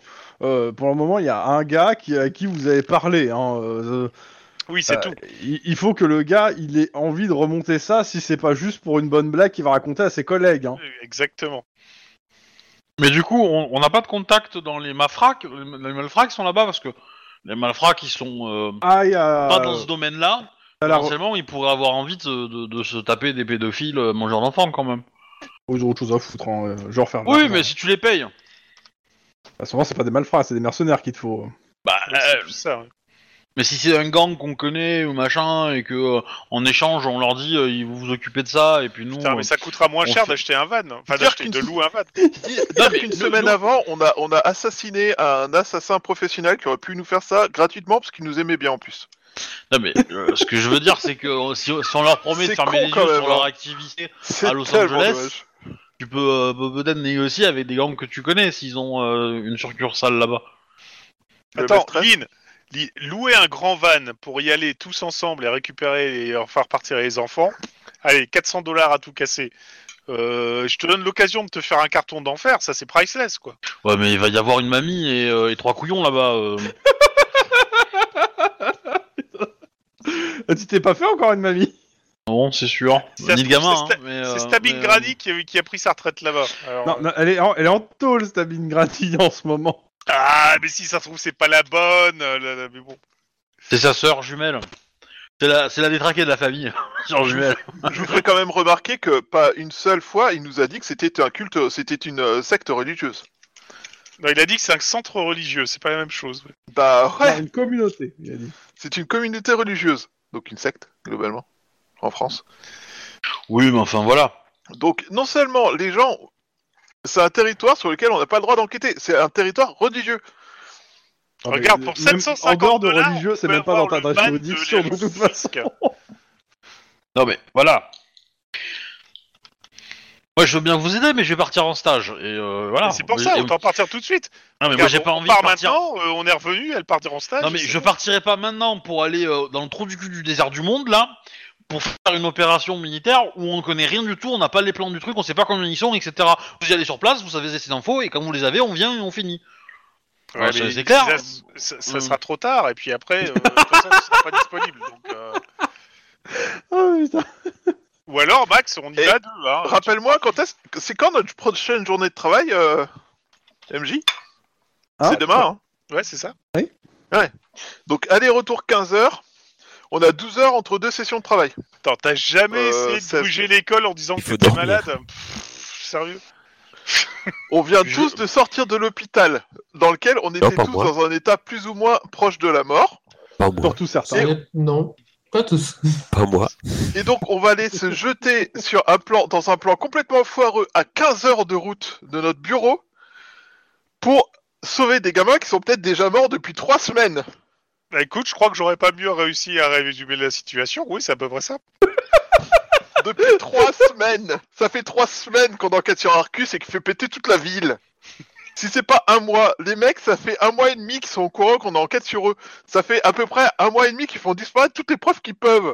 Speaker 1: euh, pour le moment, il y a un gars qui, à qui vous avez parlé. hein, euh,
Speaker 3: Oui,
Speaker 2: Bah,
Speaker 3: c'est
Speaker 1: Euh,
Speaker 3: tout.
Speaker 1: il il faut que le gars, il ait envie de remonter ça, si c'est pas juste pour une bonne blague qu'il va raconter à ses collègues. hein.
Speaker 3: Exactement.
Speaker 2: Mais du coup, on on n'a pas de contact dans les mafraques. Les les malfraques sont là-bas parce que les malfraques, ils sont euh,
Speaker 1: Ah, il y a...
Speaker 2: pas dans ce domaine-là.
Speaker 1: à la-
Speaker 2: Potentiellement, ils pourraient avoir envie de, se- de- de se taper des pédophiles euh, mangeurs d'enfants quand même.
Speaker 1: Oh, Ils ont autre chose à foutre, hein, euh, genre faire... de
Speaker 2: Oui,
Speaker 1: l'argent.
Speaker 2: mais si tu les payes.
Speaker 1: Bah, souvent, c'est pas des malfrats, c'est des mercenaires qu'il te faut.
Speaker 2: Bah,
Speaker 3: Oui, c'est
Speaker 2: euh,
Speaker 3: tout ça. hein. ouais.
Speaker 2: mais si c'est un gang qu'on connaît ou machin et que euh, en échange on leur dit euh, ils vous vous occupez de ça et puis nous.
Speaker 3: Putain,
Speaker 2: euh,
Speaker 3: mais ça coûtera moins
Speaker 2: on
Speaker 3: cher
Speaker 2: fait-
Speaker 3: d'acheter un van. Enfin,
Speaker 6: Dire
Speaker 3: d'acheter
Speaker 6: qu'une-
Speaker 3: de louer un van.
Speaker 6: Dis- dire
Speaker 2: mais
Speaker 6: qu'une
Speaker 2: le-
Speaker 6: semaine
Speaker 2: le-
Speaker 6: avant, on a, on a assassiné un assassin professionnel qui aurait pu nous faire ça gratuitement parce qu'il nous aimait bien en plus.
Speaker 2: Non mais euh, ce que je veux dire c'est que euh, si, si on leur promet de
Speaker 6: C'est
Speaker 2: fermer
Speaker 6: con,
Speaker 2: les yeux
Speaker 6: quand même,
Speaker 2: sur leur
Speaker 6: hein.
Speaker 2: activité,
Speaker 6: C'est
Speaker 2: À Los
Speaker 6: tellement
Speaker 2: Angeles
Speaker 6: dommage.
Speaker 2: tu peux euh, peut- peut-être négocier avec des gangs que tu connais s'ils ont euh, une succursale là-bas.
Speaker 6: Le
Speaker 3: Attends,
Speaker 6: maître-
Speaker 3: Lynn, Lynn, louer un grand van pour y aller tous ensemble et récupérer et faire partir les enfants. Allez, 400 dollars à tout casser. Euh, je te donne l'occasion de te faire un carton d'enfer, ça c'est priceless quoi.
Speaker 2: Ouais mais il va y avoir une mamie et, euh, et trois couillons là-bas. euh.
Speaker 1: Ah, Tu t'es pas fait encore une mamie
Speaker 2: bon c'est sûr.
Speaker 3: Ça
Speaker 2: Ni
Speaker 3: se
Speaker 2: de
Speaker 3: trouve,
Speaker 2: gamin.
Speaker 3: c'est
Speaker 2: hein, mais, euh,
Speaker 3: c'est Stabbing
Speaker 2: mais, euh,
Speaker 3: Granny qui, qui a pris sa retraite là-bas. Alors, euh,
Speaker 1: non, non, elle est, en, elle est en tôle, Stabine Grati, en ce moment.
Speaker 3: Ah, mais si ça se trouve, c'est pas la bonne. euh, là, là, mais bon.
Speaker 2: C'est sa sœur jumelle. C'est la, c'est la détraquée de la famille. Sœur jumelle.
Speaker 6: Je vous ferai quand même remarquer que pas une seule fois, il nous a dit que c'était un culte, c'était une euh, secte religieuse.
Speaker 3: Non, il a dit que c'est un centre religieux, c'est pas la même chose. ouais.
Speaker 6: Bah ouais,
Speaker 1: Dans une communauté, il a dit.
Speaker 6: c'est une communauté religieuse, donc une secte globalement en France.
Speaker 2: Oui mais enfin voilà.
Speaker 6: Donc non seulement les gens, c'est un territoire sur lequel on n'a pas le droit d'enquêter, c'est un territoire religieux.
Speaker 3: Regarde, pour
Speaker 1: Même- En
Speaker 3: 750
Speaker 1: dehors de
Speaker 3: dollars,
Speaker 1: religieux, c'est
Speaker 3: on peut
Speaker 1: même pas dans ta
Speaker 3: avoir le
Speaker 1: adresse
Speaker 3: van
Speaker 1: juridiction,
Speaker 3: de
Speaker 1: de
Speaker 3: la
Speaker 1: toute façon.
Speaker 3: Mexique.
Speaker 2: Non mais voilà. Moi Moi, je veux bien vous aider, mais je vais partir en stage. Et euh, voilà.
Speaker 3: Mais c'est pour
Speaker 2: Et-
Speaker 3: ça,
Speaker 2: et-
Speaker 3: autant partir tout de suite.
Speaker 2: Non, mais moi,
Speaker 3: Regarde,
Speaker 2: j'ai pas
Speaker 3: on
Speaker 2: envie de
Speaker 3: part
Speaker 2: partir.
Speaker 3: maintenant, euh, on est revenu, elle partir en stage.
Speaker 2: Non, mais je partirai pas maintenant pour aller euh, dans le trou du cul du désert du monde, là, pour faire une opération militaire où on connaît rien du tout, on n'a pas les plans du truc, on sait pas combien ils sont, etc. Vous y allez sur place, vous avez ces infos, et quand vous les avez, on vient et on finit.
Speaker 3: Ouais,
Speaker 2: Ouais,
Speaker 3: mais
Speaker 2: c'est clair.
Speaker 3: Ça, ça- ça
Speaker 2: Mm.
Speaker 3: sera trop tard, et puis après, euh, de toute façon, tu seras pas disponible. donc, euh,
Speaker 1: Oh putain.
Speaker 3: Ou alors, Max, on y
Speaker 6: Et
Speaker 3: va deux. Hein.
Speaker 6: Rappelle-moi, quand est-ce c'est quand notre prochaine journée de travail, euh, MJ
Speaker 1: Ah,
Speaker 6: C'est demain, hein
Speaker 3: Ouais, c'est ça.
Speaker 6: Donc aller-retour 15h, on a 12h entre deux sessions de travail.
Speaker 3: Attends, t'as jamais
Speaker 6: Euh,
Speaker 3: essayé de
Speaker 6: ça-
Speaker 3: bouger l'école en disant
Speaker 5: Il
Speaker 3: que
Speaker 5: faut
Speaker 3: t'étais
Speaker 5: dormir.
Speaker 3: malade Pff, Sérieux
Speaker 6: On vient
Speaker 2: Je-
Speaker 6: tous de sortir de l'hôpital, dans lequel on était
Speaker 5: pas
Speaker 6: tous
Speaker 5: moi.
Speaker 6: dans un état plus ou moins proche de la mort.
Speaker 5: Pas moi,
Speaker 1: Pour tout
Speaker 3: Ah,
Speaker 1: certain.
Speaker 6: C'est-
Speaker 4: Ouais, Non, pas tous.
Speaker 5: pas moi.
Speaker 6: Et donc on va aller se jeter sur un plan, dans un plan complètement foireux, à 15h de route de notre bureau, pour sauver des gamins qui sont peut-être déjà morts depuis 3 semaines.
Speaker 3: Bah écoute, je crois que j'aurais pas mieux réussi à résumer la situation. Oui, c'est à peu près ça.
Speaker 6: Depuis 3 semaines Ça fait 3 semaines qu'on enquête sur Arcus et qu'il fait péter toute la ville. Si c'est pas un mois, les mecs, ça fait un mois et demi qu'ils sont au courant qu'on enquête sur eux. Ça fait à peu près un mois et demi qu'ils font disparaître toutes les preuves qu'ils peuvent.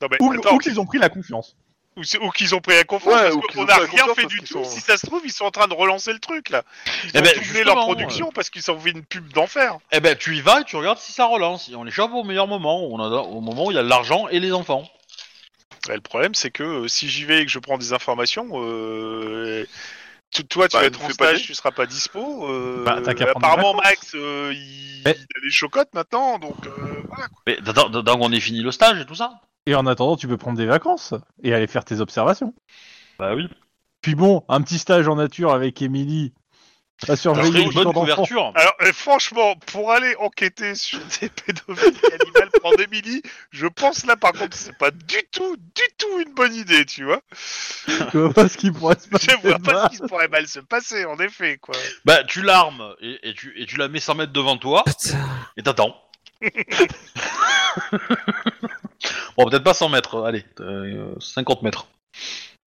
Speaker 3: Non, mais
Speaker 1: Ou,
Speaker 3: attends,
Speaker 1: ou qu'ils ont pris la confiance.
Speaker 3: ou, c'est- ou qu'ils ont pris la confiance
Speaker 6: Ouais, ou
Speaker 3: parce
Speaker 6: qu'ils
Speaker 3: qu'on
Speaker 6: ont
Speaker 3: n'a
Speaker 6: pris la
Speaker 3: rien
Speaker 6: confiance
Speaker 3: fait
Speaker 6: parce
Speaker 3: du
Speaker 6: qu'ils sont-
Speaker 3: tout. Si ça se trouve, ils sont en train de relancer le truc là. Ils
Speaker 2: Eh
Speaker 3: ont
Speaker 2: ben,
Speaker 3: doublé leur
Speaker 2: justement,
Speaker 3: production parce qu'ils ont fait une pub d'enfer.
Speaker 2: Eh ben, tu y vas et tu regardes si ça relance. Et on les chope au meilleur moment, on a, au moment où il y a de l'argent et les enfants.
Speaker 3: Ouais, le problème, c'est que euh, si j'y vais et que je prends des informations, euh, tu- toi, tu
Speaker 6: Bah,
Speaker 3: vas
Speaker 6: ne
Speaker 3: être en
Speaker 6: fais pas
Speaker 3: stage,
Speaker 6: des-
Speaker 3: tu seras pas dispo. euh,
Speaker 1: Bah, t'as qu'à prendre des
Speaker 3: apparemment,
Speaker 1: vacances.
Speaker 3: Max, euh, il...
Speaker 1: Eh.
Speaker 3: il a des chocottes maintenant, donc euh, voilà. quoi.
Speaker 2: Mais d'attends- d'attends qu'on ait fini le stage et tout ça.
Speaker 1: Et en attendant, tu peux prendre des vacances et aller faire tes observations.
Speaker 2: Bah oui.
Speaker 1: Puis bon, un petit stage en nature avec Émilie. À
Speaker 2: Ça
Speaker 1: surveiller
Speaker 2: serait une
Speaker 1: le
Speaker 2: bonne
Speaker 1: temps d'enfant.
Speaker 2: couverture.
Speaker 3: Alors, euh, franchement, pour aller enquêter sur des pédophiles animales prendre Emily, je pense là, par contre, c'est pas du tout, du tout une bonne idée, tu vois.
Speaker 1: Je vois pas ce qui pourrait se passer.
Speaker 3: Je vois pas
Speaker 1: là.
Speaker 3: ce qui pourrait mal se passer, en effet, quoi.
Speaker 2: Bah, tu l'armes et, et tu, et tu la mets 100 mètres devant toi
Speaker 5: Putain.
Speaker 2: et t'attends. bon, peut-être pas 100 mètres, allez, euh, 50 mètres.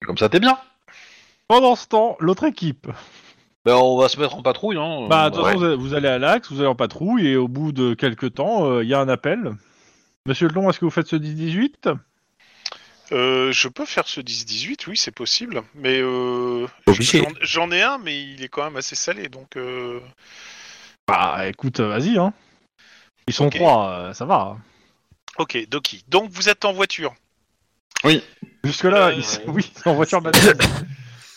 Speaker 2: Comme ça, t'es bien.
Speaker 1: Pendant ce temps, l'autre équipe.
Speaker 2: Bah, on va se mettre en patrouille. Hein.
Speaker 1: Bah, de toute
Speaker 2: Ouais.
Speaker 1: façon, vous allez- vous allez à l'axe, vous allez en patrouille, et au bout de quelques temps, euh, il y a un appel. Monsieur Long, est-ce que vous faites ce 10-18
Speaker 3: Euh, je peux faire ce 10-18, oui, c'est possible. Mais euh,
Speaker 5: Obligé.
Speaker 3: j'en- j'en ai un, mais il est quand même assez salé, donc... euh,
Speaker 1: Bah, écoute, euh, vas-y, hein. Ils sont
Speaker 3: Ok.
Speaker 1: trois, euh, ça va.
Speaker 3: Ok, Doki. Donc vous êtes en voiture.
Speaker 1: Jusque-là,
Speaker 3: Euh,
Speaker 1: ils sont... oui, ils sont en voiture de bataille.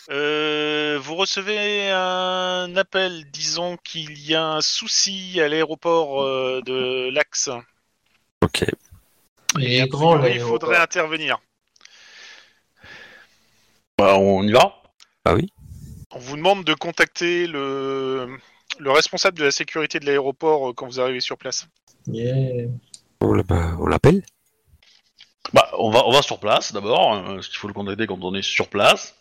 Speaker 3: Euh, vous recevez un appel disons qu'il y a un souci à l'aéroport euh, de l'Axe.
Speaker 5: Ok.
Speaker 4: Il
Speaker 3: a
Speaker 4: est grand
Speaker 3: priori,
Speaker 4: là.
Speaker 3: Il faudrait intervenir.
Speaker 2: Bah, on y va.
Speaker 5: Ah
Speaker 3: On vous demande de contacter le, le responsable de la sécurité de l'aéroport euh, quand vous arrivez sur place.
Speaker 4: Yeah.
Speaker 5: On l'a- bah, on l'appelle
Speaker 2: Bah, on va, on va sur place d'abord, euh, parce qu'il faut le contacter quand on est sur place.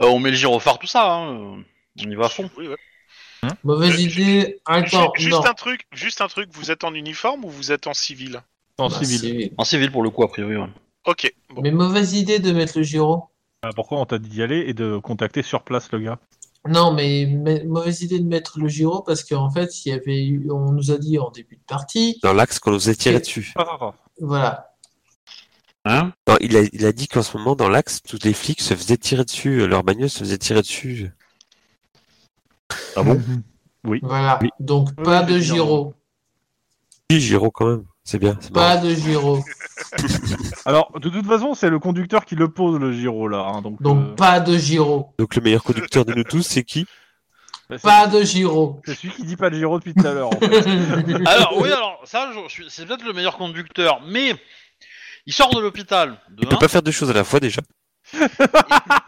Speaker 2: Euh, on met le gyrophare, tout ça. hein, euh, On y va à fond.
Speaker 3: Oui, ouais.
Speaker 4: Mauvaise
Speaker 3: Euh,
Speaker 4: idée. Attends,
Speaker 3: Ju- juste,
Speaker 4: non. Ah,
Speaker 3: un truc, juste un truc, vous êtes en uniforme ou vous êtes en civil
Speaker 1: en
Speaker 4: Bah,
Speaker 1: civil.
Speaker 4: civil.
Speaker 2: En civil pour le coup, a priori. ouais.
Speaker 3: Ok, bon.
Speaker 4: Mais mauvaise idée de mettre le gyro.
Speaker 1: Bah, pourquoi on t'a dit d'y aller et de contacter sur place le gars
Speaker 4: Non, mais, mais mauvaise idée de mettre le gyro parce qu'en fait, il y avait eu- on nous a dit en début de partie,
Speaker 5: dans l'axe qu'on nous a tiré dessus.
Speaker 4: voilà.
Speaker 2: Hein
Speaker 5: Non, il, a, il a dit qu'en ce moment, dans l'axe, tous les flics se faisaient tirer dessus, euh, leur bagneuse se faisait tirer dessus.
Speaker 1: Ah bon
Speaker 4: Voilà.
Speaker 5: Oui.
Speaker 4: Donc,
Speaker 1: Oui,
Speaker 4: pas
Speaker 1: oui,
Speaker 4: de
Speaker 1: c'est
Speaker 4: gyro.
Speaker 5: Oui, Giro quand même, c'est bien. c'est
Speaker 4: Pas
Speaker 5: marrant.
Speaker 4: de gyro.
Speaker 1: Alors, de toute façon, c'est le conducteur qui le pose, le gyro, là. hein, donc,
Speaker 4: Donc, pas de gyro.
Speaker 5: Donc le meilleur conducteur de nous tous, c'est qui
Speaker 1: euh, c'est-
Speaker 4: Pas de gyro.
Speaker 1: c'est celui qui dit pas le gyro depuis tout à l'heure. en fait.
Speaker 2: Alors, oui, alors, ça, je suis- c'est peut-être le meilleur conducteur, mais il sort de l'hôpital. de
Speaker 5: On peut
Speaker 2: un.
Speaker 5: pas faire deux choses à la fois déjà.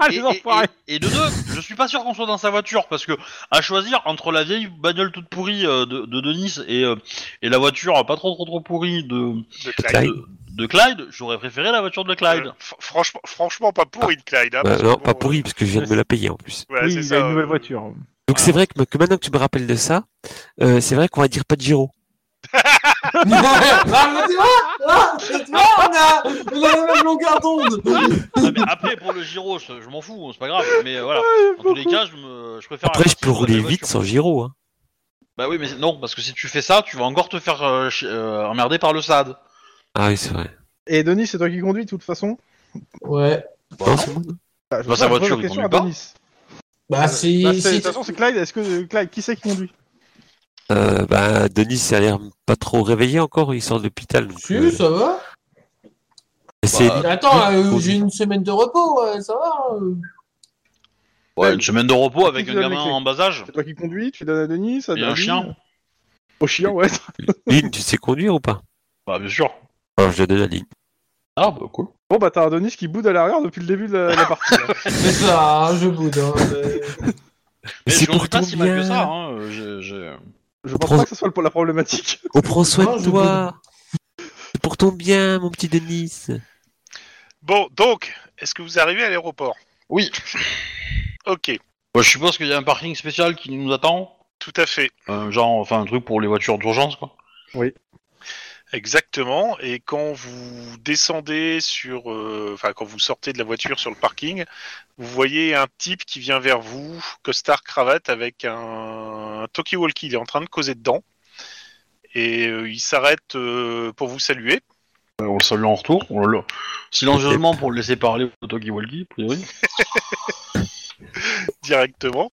Speaker 2: et,
Speaker 1: Les
Speaker 2: et-
Speaker 1: enfoirés.
Speaker 2: et- et de deux, je suis pas sûr qu'on soit dans sa voiture parce que à choisir entre la vieille bagnole toute pourrie euh, de, de Denis et, euh, et la voiture pas trop trop trop pourrie de,
Speaker 3: De Clyde.
Speaker 5: Clyde.
Speaker 2: de, de Clyde, j'aurais préféré la voiture de Clyde.
Speaker 3: Euh, fr- franchement, franchement, pas pourri de Clyde. hein,
Speaker 5: Bah,
Speaker 3: parce que
Speaker 5: non,
Speaker 3: bon,
Speaker 5: pas
Speaker 3: euh,
Speaker 5: pourri, parce que je viens de me la payer en plus.
Speaker 3: voilà,
Speaker 1: oui,
Speaker 3: c'est
Speaker 1: il
Speaker 3: ça,
Speaker 1: a une nouvelle
Speaker 3: euh,
Speaker 1: voiture.
Speaker 5: Donc c'est vrai que, que maintenant que tu me rappelles de ça, euh, c'est vrai qu'on va dire pas de Giro.
Speaker 4: Ah, mais tu vois Ah, tu vois, on a, on a la même longueur d'onde.
Speaker 2: Ah, mais après pour le le gyro, je, je m'en fous, c'est pas grave, mais euh, voilà. Dans tous les cas, je, me, je préfère.
Speaker 5: Après, je
Speaker 2: avoir
Speaker 5: peux
Speaker 2: une bonne
Speaker 5: rouler vite
Speaker 2: voiture.
Speaker 5: sans gyro. Hein.
Speaker 2: Bah oui, mais c'est- non, parce que si tu fais ça, tu vas encore te faire euh, chi- euh, emmerder par le SAD.
Speaker 5: Ah oui, c'est vrai.
Speaker 1: Et Denis, c'est toi qui conduis de toute façon
Speaker 4: Ouais.
Speaker 5: Non, c'est bon.
Speaker 1: Bah, je
Speaker 2: Dans
Speaker 1: pose
Speaker 2: sa
Speaker 1: la
Speaker 2: voiture, il
Speaker 1: question
Speaker 2: conduit
Speaker 1: à
Speaker 2: pas
Speaker 1: Denis.
Speaker 4: Bah, si.
Speaker 1: Bah, c'est- de
Speaker 4: si-
Speaker 1: toute façon, c'est Clyde. Est-ce que Clyde, qui c'est qui conduit
Speaker 5: Euh, bah, Denis, ça a l'air pas trop réveillé encore. Il sort de l'hôpital. donc,
Speaker 4: Si,
Speaker 5: euh,
Speaker 4: ça va.
Speaker 5: c'est-
Speaker 2: Bah,
Speaker 4: Attends,
Speaker 5: oui,
Speaker 4: euh,
Speaker 5: faut-
Speaker 4: j'ai une semaine de repos, ouais, ça va. euh.
Speaker 2: Ouais, une semaine de repos
Speaker 1: Qui
Speaker 2: avec
Speaker 1: te
Speaker 2: un
Speaker 1: donne les
Speaker 2: gamin
Speaker 1: clés
Speaker 2: en bas âge.
Speaker 1: C'est toi qui conduis Tu donnes à Denis ça
Speaker 2: Et un
Speaker 1: Denis
Speaker 2: chien
Speaker 1: Au chien, ouais.
Speaker 5: Lynn, tu sais conduire ou pas
Speaker 2: Bah bien sûr.
Speaker 5: Alors, je te donne la ligne.
Speaker 2: Ah bah cool.
Speaker 1: Bon, bah t'as un Denis qui boude à l'arrière depuis le début de la, la partie. là.
Speaker 4: C'est ça, hein, je boude. hein, mais-
Speaker 2: Mais
Speaker 5: c'est
Speaker 2: je conduis
Speaker 5: pour
Speaker 2: pas
Speaker 5: ton
Speaker 2: si mal que
Speaker 5: bien.
Speaker 2: ça. Hein. euh, j'ai- j'ai-
Speaker 1: Je pense pas que ce soit le- la problématique.
Speaker 5: On prend Oh, soin
Speaker 4: Non,
Speaker 5: de
Speaker 4: je
Speaker 5: toi. C'est pour ton bien, mon petit Denis.
Speaker 3: Bon, donc, est-ce que vous arrivez à l'aéroport
Speaker 2: Oui.
Speaker 3: Ok,
Speaker 2: Bah, je suppose qu'il y a un parking spécial qui nous attend.
Speaker 3: tout à fait.
Speaker 2: Euh, genre, enfin un truc pour les voitures d'urgence quoi.
Speaker 3: Exactement. Et quand vous descendez sur, euh, enfin quand vous sortez de la voiture sur le parking, vous voyez un type qui vient vers vous, costard cravate avec un, un talkie-walkie. Il est en train de causer dedans. Et euh, il s'arrête euh, pour vous saluer.
Speaker 2: Euh, on le salue en retour. On le... Silencieusement pour le laisser parler au Togiwalki, a priori.
Speaker 3: directement.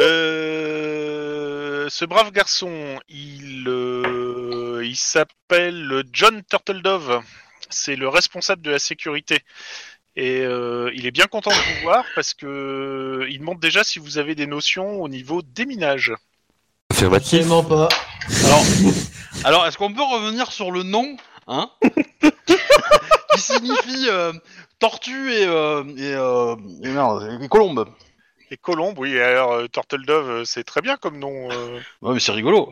Speaker 3: Euh, ce brave garçon, il, euh, il s'appelle John Turtledove. C'est le responsable de la sécurité. Et euh, il est bien content de vous voir parce que il demande déjà si vous avez des notions au niveau des minages.
Speaker 5: Affirmatif.
Speaker 4: Absolument pas.
Speaker 2: Alors, alors est-ce qu'on peut revenir sur le nom, hein Qui signifie euh, tortue et, euh, et, euh, et merde, et colombe.
Speaker 3: Et Colombe, oui, alors euh, Turtledove, euh, c'est très bien comme nom. euh.
Speaker 2: Ouais, mais c'est rigolo.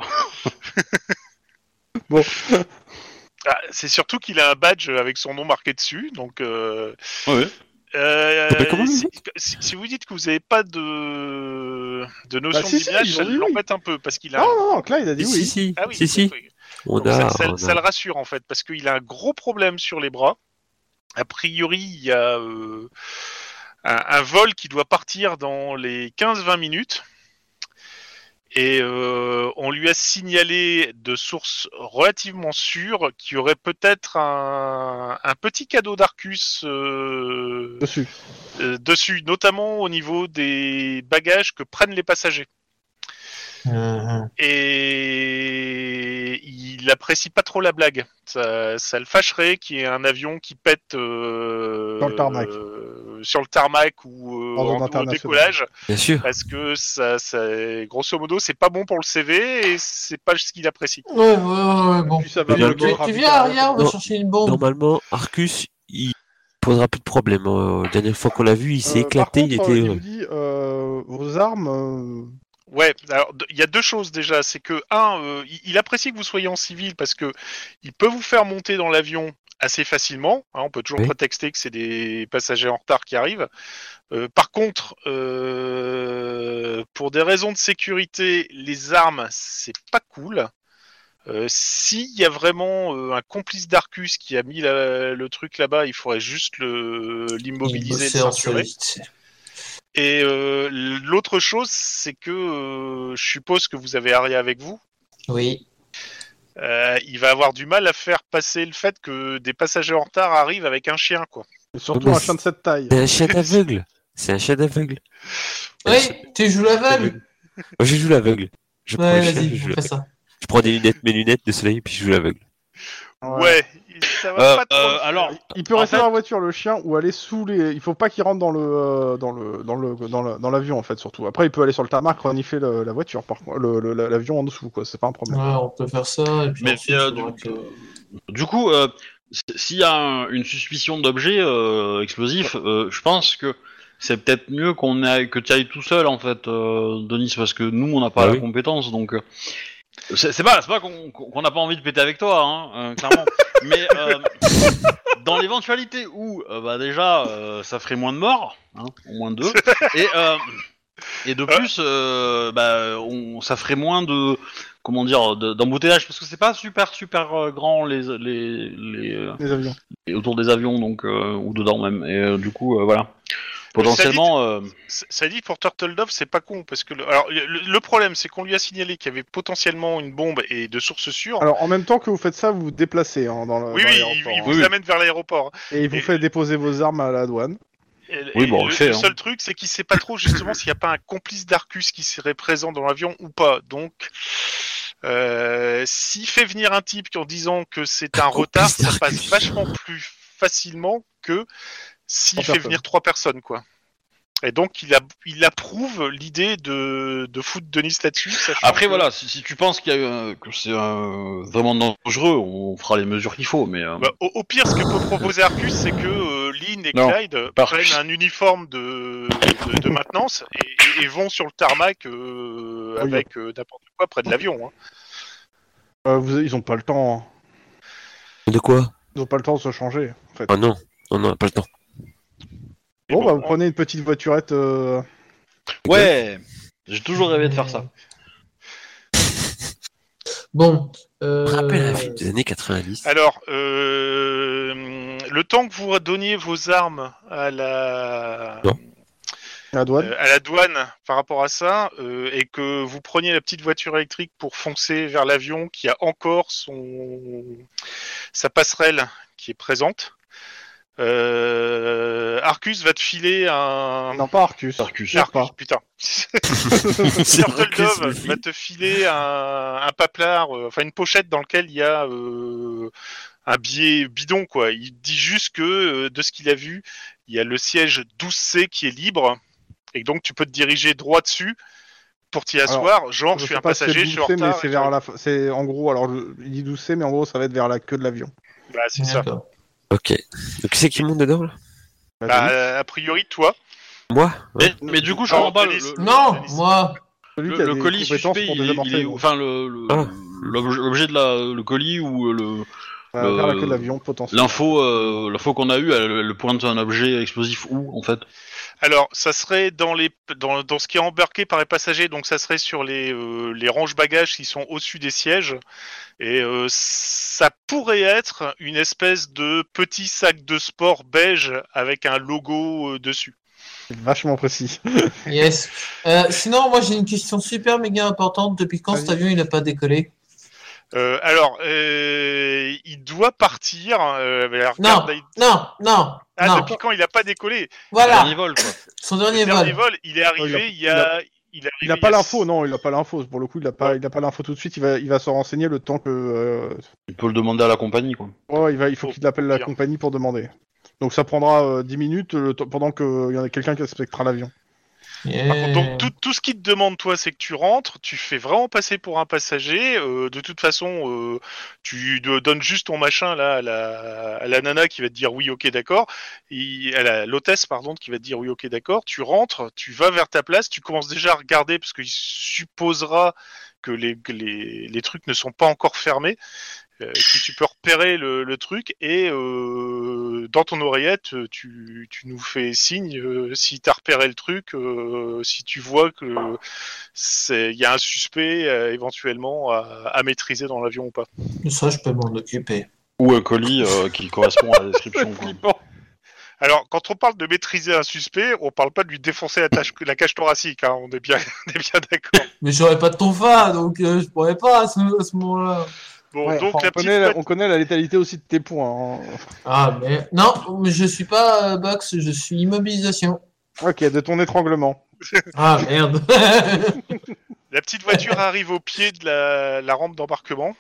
Speaker 3: Ah, c'est surtout qu'il a un badge avec son nom marqué dessus, donc euh,
Speaker 1: Ah
Speaker 2: Ouais.
Speaker 3: Euh,
Speaker 5: T'appelles comment,
Speaker 3: si,
Speaker 5: Louis
Speaker 3: si- si vous dites que vous n'avez pas de, de notion
Speaker 1: Bah, si, si,
Speaker 3: d'image,
Speaker 1: ils
Speaker 3: ça
Speaker 1: ont dit oui.
Speaker 3: l'embête un peu parce qu'il a.
Speaker 1: Non, non, non, Clyde a dit
Speaker 5: Si,
Speaker 1: oui.
Speaker 5: si, si.
Speaker 3: Ah oui,
Speaker 5: si, si.
Speaker 3: donc, oui.
Speaker 5: On
Speaker 3: Donc ça,
Speaker 5: a.
Speaker 3: ça-
Speaker 5: on
Speaker 3: ça
Speaker 5: a-
Speaker 3: le rassure en fait parce qu'il a un gros problème sur les bras. A priori, il y a euh, un, un vol qui doit partir dans les 15-20 minutes. Et euh, on lui a signalé de sources relativement sûres qu'il y aurait peut-être un, un petit cadeau d'Arcus euh,
Speaker 1: Dessus.
Speaker 3: euh, dessus, notamment au niveau des bagages que prennent les passagers.
Speaker 5: Euh,
Speaker 3: Et il apprécie pas trop la blague. Ça, ça le fâcherait qu'il y ait un avion qui pète euh,
Speaker 1: Dans le tarmac.
Speaker 3: euh, sur le tarmac ou euh,
Speaker 1: En zone
Speaker 3: en- au
Speaker 1: internationale.
Speaker 3: décollage,
Speaker 5: Bien sûr.
Speaker 3: parce que ça, ça- grosso modo, c'est pas bon pour le CV et c'est pas ce qu'il apprécie.
Speaker 4: Ouais, ouais, ouais, bon. Euh,
Speaker 1: Puis ça
Speaker 5: Mais
Speaker 1: va
Speaker 5: tu-
Speaker 4: Tu,
Speaker 1: bloquer
Speaker 4: tu viens arrière, on
Speaker 5: Non.
Speaker 4: va
Speaker 5: bah,
Speaker 4: chercher une bombe.
Speaker 5: Normalement, Arcus, il posera plus de problème. Euh, la dernière fois qu'on l'a vu, il s'est
Speaker 1: Euh, par
Speaker 5: éclaté, il
Speaker 1: contre,
Speaker 5: était
Speaker 1: euh, Il
Speaker 5: heureux.
Speaker 1: vous dit euh, vos armes. euh,
Speaker 3: Ouais, alors de- il y a deux choses déjà, c'est que un, euh, il, il apprécie que vous soyez en civil parce que il peut vous faire monter dans l'avion assez facilement. hein, on peut toujours
Speaker 5: Oui.
Speaker 3: prétexter que c'est des passagers en retard qui arrivent. Euh, par contre, euh, pour des raisons de sécurité, les armes, c'est pas cool. Euh, S'il y a vraiment euh, un complice d'Arcus qui a mis la- le truc là-bas, il faudrait juste le- l'immobiliser,
Speaker 4: Bosser
Speaker 3: le
Speaker 4: en
Speaker 3: censurer.
Speaker 4: soliste.
Speaker 3: Et euh, l'autre chose, c'est que euh, je suppose que vous avez Aria avec vous.
Speaker 4: Oui.
Speaker 3: Euh, il va avoir du mal à faire passer le fait que des passagers en retard arrivent avec un chien, quoi.
Speaker 1: et surtout
Speaker 5: Mais
Speaker 1: un chien de cette taille.
Speaker 5: C'est un chat aveugle. C'est un chat aveugle.
Speaker 4: Oui, tu joues l'aveugle
Speaker 5: Je joue l'aveugle. Je, prends
Speaker 4: Ouais,
Speaker 5: le chat,
Speaker 4: vas-y,
Speaker 5: je joue
Speaker 4: on fait
Speaker 5: l'aveugle.
Speaker 4: ça.
Speaker 5: Je prends des lunettes, mes lunettes de soleil, puis je joue l'aveugle.
Speaker 3: Ouais, ça va
Speaker 2: Euh,
Speaker 3: pas trop.
Speaker 2: euh,
Speaker 3: le faire.
Speaker 2: alors,
Speaker 1: Il peut
Speaker 2: En
Speaker 1: rester
Speaker 2: fait-
Speaker 1: dans la voiture le chien ou aller sous les. Il faut pas qu'il rentre dans le euh, dans le dans le dans le- dans l'avion en fait surtout. Après il peut aller sur le tarmac renifler le- la voiture par contre le- le- l'avion en dessous quoi c'est pas un
Speaker 4: Ouais,
Speaker 1: problème.
Speaker 4: on peut faire ça. Et puis
Speaker 2: Mais,
Speaker 4: ensuite,
Speaker 2: euh,
Speaker 4: faudra
Speaker 2: du-
Speaker 4: que-
Speaker 2: Du coup, euh, s- s'il y a un- une suspicion d'objet euh, explosif, euh, je pense que c'est peut-être mieux qu'on aille, que tu ailles tout seul en fait, euh, Denis, parce que nous on n'a pas
Speaker 5: Ah
Speaker 2: la
Speaker 5: oui.
Speaker 2: compétence, donc euh, c'est c'est pas, c'est pas qu'on qu'on n'a pas envie de péter avec toi, hein, euh, clairement. Mais euh, dans l'éventualité où, euh, bah déjà, euh, ça ferait moins de morts, hein, au moins deux, et euh, et de plus, euh, bah, on, ça ferait moins de comment dire de- d'embouteillage parce que c'est pas super super euh, grand les les, les, euh,
Speaker 1: Les avions.
Speaker 2: et autour des avions donc euh, ou dedans même et euh, du coup euh, voilà Potentiellement, euh,
Speaker 3: C- Ça dit pour Turtle Dove, c'est pas con parce que le, alors le, le problème c'est qu'on lui a signalé qu'il y avait potentiellement une bombe et de source sûre.
Speaker 1: Alors, en même temps que vous faites ça, vous vous déplacez hein, dans le.
Speaker 3: oui,
Speaker 1: dans
Speaker 3: oui, il,
Speaker 1: l'aéroport,
Speaker 3: il
Speaker 1: hein.
Speaker 3: vous
Speaker 2: Oui, oui.
Speaker 3: amène vers l'aéroport.
Speaker 1: Et il vous
Speaker 3: et-
Speaker 1: fait déposer vos armes à la douane.
Speaker 3: Et-
Speaker 2: Oui,
Speaker 3: et
Speaker 2: bon, on
Speaker 3: le,
Speaker 2: le fait,
Speaker 3: le
Speaker 2: hein.
Speaker 3: seul truc, c'est qu'il sait pas trop justement s'il n'y a pas un complice d'Arcus qui serait présent dans l'avion ou pas. Donc, euh, s'il fait venir un type qui en disant que c'est un
Speaker 5: Complice
Speaker 3: retard, ça passe
Speaker 5: d'Arcus.
Speaker 3: vachement plus facilement que s'il
Speaker 1: Trois
Speaker 3: fait
Speaker 1: personnes.
Speaker 3: venir trois personnes, quoi. Et donc, il, a, il approuve l'idée de, de foutre Denis là-dessus. sachant
Speaker 2: Après,
Speaker 3: que-
Speaker 2: voilà, si, si tu penses qu'il y a, euh, que c'est euh, vraiment dangereux, on fera les mesures qu'il faut, mais... euh,
Speaker 3: Bah, au, au pire, ce que peut proposer Arcus, c'est que euh, Lynn et
Speaker 2: Non,
Speaker 3: Clyde euh,
Speaker 2: pas
Speaker 3: prennent
Speaker 2: Arcus.
Speaker 3: un uniforme de, de, de maintenance et, et- et vont sur le tarmac euh,
Speaker 1: Oui.
Speaker 3: avec euh, n'importe quoi près de l'avion. hein.
Speaker 1: Euh, vous- ils ont pas le temps. hein.
Speaker 5: De quoi
Speaker 1: Ils ont pas le temps de se changer. En fait.
Speaker 5: Ah non, on n'a pas le temps.
Speaker 3: Et
Speaker 1: bon,
Speaker 3: bon,
Speaker 1: bah, vous
Speaker 3: on-
Speaker 1: prenez une petite voiturette. euh,
Speaker 2: Ouais J'ai toujours rêvé de faire ça.
Speaker 4: Bon. euh,
Speaker 5: Rappel à la vie des années 90.
Speaker 3: Alors, euh, le temps que vous donniez vos armes à la,
Speaker 5: Non.
Speaker 1: La douane.
Speaker 3: euh, à la douane par rapport à ça, euh, et que vous preniez la petite voiture électrique pour foncer vers l'avion qui a encore son sa passerelle qui est présente. euh, Arcus va te filer un.
Speaker 1: Non, pas Arcus.
Speaker 2: Arcus.
Speaker 1: Cherche pas.
Speaker 3: Arcus, putain.
Speaker 5: C'est vrai que c'est le
Speaker 3: Turtle Dove va
Speaker 5: film.
Speaker 3: te filer un, un paplard, euh, enfin une pochette dans laquelle il y a euh, un billet bidon, quoi. Il dit juste que, euh, de ce qu'il a vu, il y a le siège 12C qui est libre, et donc tu peux te diriger droit dessus pour t'y asseoir. genre, je
Speaker 1: sais
Speaker 3: suis un
Speaker 1: pas si c'est
Speaker 3: passager, je
Speaker 1: d'où
Speaker 3: suis
Speaker 1: c'est,
Speaker 3: en
Speaker 1: mais
Speaker 3: retard.
Speaker 1: c'est
Speaker 3: et
Speaker 1: vers
Speaker 3: tout.
Speaker 1: la. fa- C'est en gros. Alors, je- il dit d'où c'est, mais en gros, ça va être vers la queue de l'avion.
Speaker 3: Bah, c'est ça.
Speaker 4: d'accord.
Speaker 5: Ok. Donc c'est qui monte dedans là
Speaker 1: Bah,
Speaker 3: Bah,
Speaker 1: Denis,
Speaker 3: a priori, toi.
Speaker 5: Moi
Speaker 2: Mais, Ah, mais du coup, je comprends pas le, bah, le-
Speaker 4: Non,
Speaker 3: Denis.
Speaker 4: moi.
Speaker 1: celui
Speaker 2: le-
Speaker 1: qui a
Speaker 2: le
Speaker 1: des
Speaker 2: colis
Speaker 1: compétences
Speaker 2: suspect,
Speaker 1: pour
Speaker 2: il est- il
Speaker 1: désamorcer,
Speaker 2: est-
Speaker 1: donc,
Speaker 2: enfin, le- le-
Speaker 5: Ah.
Speaker 2: l'objet l'objet de la, le colis ou le-
Speaker 1: ça va vers la queue
Speaker 2: le-
Speaker 1: de l'avion, potentiellement.
Speaker 2: l'info euh, l'info qu'on a eue, elle, elle pointe un objet explosif où, en fait
Speaker 3: Alors, ça serait dans les dans, dans ce qui est embarqué par les passagers, donc ça serait sur les euh, les ranges bagages qui sont au-dessus des sièges, et euh, ça pourrait être une espèce de petit sac de sport beige avec un logo euh, dessus.
Speaker 1: C'est vachement précis.
Speaker 4: Yes. Euh, sinon, moi j'ai une question super méga importante. Depuis quand cet
Speaker 1: Vas-y.
Speaker 4: avion il n'a pas décollé
Speaker 3: Euh, alors, euh, il doit partir. euh, alors,
Speaker 4: Non.
Speaker 3: regarde, il-
Speaker 4: Non, non,
Speaker 3: ah,
Speaker 4: non.
Speaker 3: depuis quand il a pas décollé
Speaker 2: Dernier
Speaker 4: Voilà,
Speaker 2: vol, quoi.
Speaker 4: son
Speaker 3: Le
Speaker 4: dernier
Speaker 3: dernier
Speaker 4: vol.
Speaker 3: vol, il est
Speaker 1: il a-
Speaker 3: arrivé. Il y a il, est arrivé
Speaker 1: Il n'a
Speaker 3: y
Speaker 1: pas
Speaker 3: a-
Speaker 1: l'info, non, il a pas l'info. Pour le coup, il n'a pas, il a pas l'info tout de suite. Il va, il va se renseigner le temps que. euh,
Speaker 2: Tu peux le demander à la compagnie, quoi.
Speaker 1: Ouais, il, va, il faut
Speaker 3: Faut
Speaker 1: qu'il appelle la
Speaker 3: dire.
Speaker 1: compagnie pour demander. Donc ça prendra euh, 10 minutes le temps- pendant qu'il y en a quelqu'un qui inspectera l'avion.
Speaker 3: Par contre, donc tout, tout ce qui te demande toi, c'est que tu rentres, tu fais vraiment passer pour un passager. euh, de toute façon, euh, tu de- donnes juste ton machin là à la, à la nana qui va te dire oui, ok, d'accord. Et À la- l'hôtesse, pardon, qui va te dire oui, ok, d'accord. Tu rentres, tu vas vers ta place, tu commences déjà à regarder parce qu'il supposera que les, que les, les trucs ne sont pas encore fermés. Euh, si tu peux repérer le, le truc et euh, dans ton oreillette, euh, tu, tu nous fais signe euh, si tu as repéré le truc, euh, si tu vois que c'est il y a un suspect euh, éventuellement à, à maîtriser dans l'avion ou pas.
Speaker 4: Ça, je peux m'en occuper.
Speaker 2: Ou un colis euh, qui correspond à la description, quoi.
Speaker 3: Alors, quand on parle de maîtriser un suspect, on parle pas de lui défoncer la, tâche- la cage thoracique, hein, on est bien, on est bien d'accord.
Speaker 4: Mais j'aurais pas de tonfa, donc euh, je pourrais pas à ce, à ce moment-là.
Speaker 3: Bon,
Speaker 1: Ouais,
Speaker 3: donc
Speaker 1: enfin,
Speaker 3: la
Speaker 1: on,
Speaker 3: petite
Speaker 1: connaît la,
Speaker 3: boîte-
Speaker 1: on connaît la létalité aussi de tes points. hein.
Speaker 4: Ah, mais non, mais je suis pas euh, box, je suis immobilisation.
Speaker 1: Ok, de ton étranglement.
Speaker 4: Ah merde.
Speaker 3: La petite voiture arrive au pied de la, la rampe d'embarquement.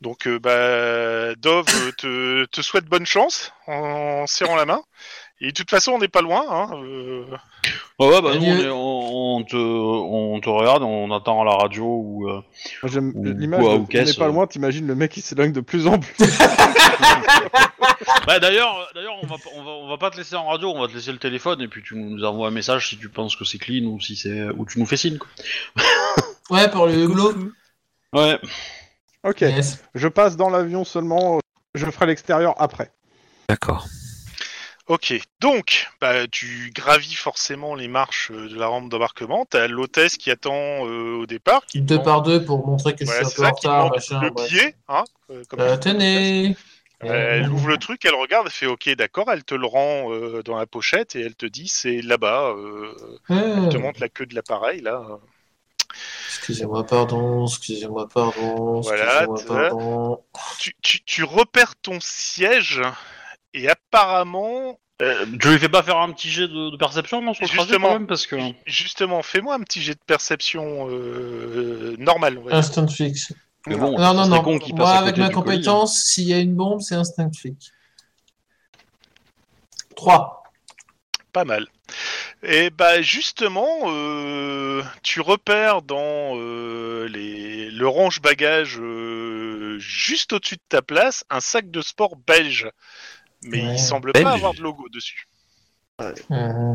Speaker 3: Donc, euh, bah, Dove euh, te, te souhaite bonne chance en serrant la main. Et de toute façon, on n'est pas loin. Hein. euh,
Speaker 2: Ouais, ouais, bah nous, on,
Speaker 4: Adieu.
Speaker 2: est- on- on te, on te regarde, on attend à la radio ou... euh,
Speaker 1: Moi, J'aime
Speaker 2: Ou
Speaker 1: l'image.
Speaker 2: quoi,
Speaker 1: de-
Speaker 2: ou
Speaker 1: On
Speaker 2: caisse,
Speaker 1: n'est pas
Speaker 2: euh.
Speaker 1: loin, t'imagines le mec qui s'éloigne de plus en plus.
Speaker 2: Bah d'ailleurs, euh, d'ailleurs, on va, pas- on va, on va pas te laisser en radio, on va te laisser le téléphone et puis tu nous envoies un message si tu penses que c'est clean ou si c'est ou tu nous fais signe. Quoi.
Speaker 4: ouais, pour
Speaker 3: Euh,
Speaker 4: le hublot.
Speaker 2: Ouais.
Speaker 1: ok,
Speaker 4: Yes.
Speaker 1: je passe dans l'avion seulement. Je ferai l'extérieur après.
Speaker 5: D'accord.
Speaker 3: Ok, donc bah, tu gravis forcément les marches euh, de la rampe d'embarquement. T'as l'hôtesse qui attend euh, au départ. Qui
Speaker 4: Deux
Speaker 3: demande-
Speaker 4: par deux pour montrer que
Speaker 3: Voilà,
Speaker 4: je
Speaker 3: c'est
Speaker 4: suis un peu
Speaker 3: ça
Speaker 4: en
Speaker 3: qui
Speaker 4: retard,
Speaker 3: demande
Speaker 4: machin.
Speaker 3: le
Speaker 4: Ah, ouais.
Speaker 3: billet. Hein, euh, comme
Speaker 4: Euh,
Speaker 3: tu dis, l'hôtesse.
Speaker 4: tenez.
Speaker 3: Elle ouvre le truc, elle regarde, elle fait OK, d'accord, elle te le rend euh, dans la pochette et elle te dit c'est là-bas. euh, elle te
Speaker 4: Ah,
Speaker 3: montre la queue de l'appareil là. hein.
Speaker 4: Excusez-moi, pardon, excusez-moi, pardon,
Speaker 3: Voilà,
Speaker 4: excusez-moi,
Speaker 3: tu vois.
Speaker 4: pardon.
Speaker 3: Tu, tu- tu repères ton siège et apparemment,
Speaker 2: Euh, tu lui fais pas faire un petit jet de, de perception non, sur le trajet
Speaker 3: Justement.
Speaker 2: quand même parce que.
Speaker 3: justement, fais-moi un petit jet de perception euh, normal. on va dire.
Speaker 4: Instant fixe.
Speaker 2: Mais bon,
Speaker 4: Ah, non,
Speaker 2: ça
Speaker 4: non,
Speaker 2: serait
Speaker 4: non.
Speaker 2: con qu'il
Speaker 4: Moi,
Speaker 2: passe à
Speaker 4: avec
Speaker 2: côté
Speaker 4: ma
Speaker 2: du colis,
Speaker 4: compétence, s'il y a une bombe, c'est instinct flic. 3.
Speaker 3: Pas mal. Et bah justement, euh, tu repères dans euh, les, le range bagage euh, juste au-dessus de ta place un sac de sport belge, mais
Speaker 4: Ouais.
Speaker 3: il semble
Speaker 5: Belge.
Speaker 3: pas avoir de logo dessus.
Speaker 4: Euh,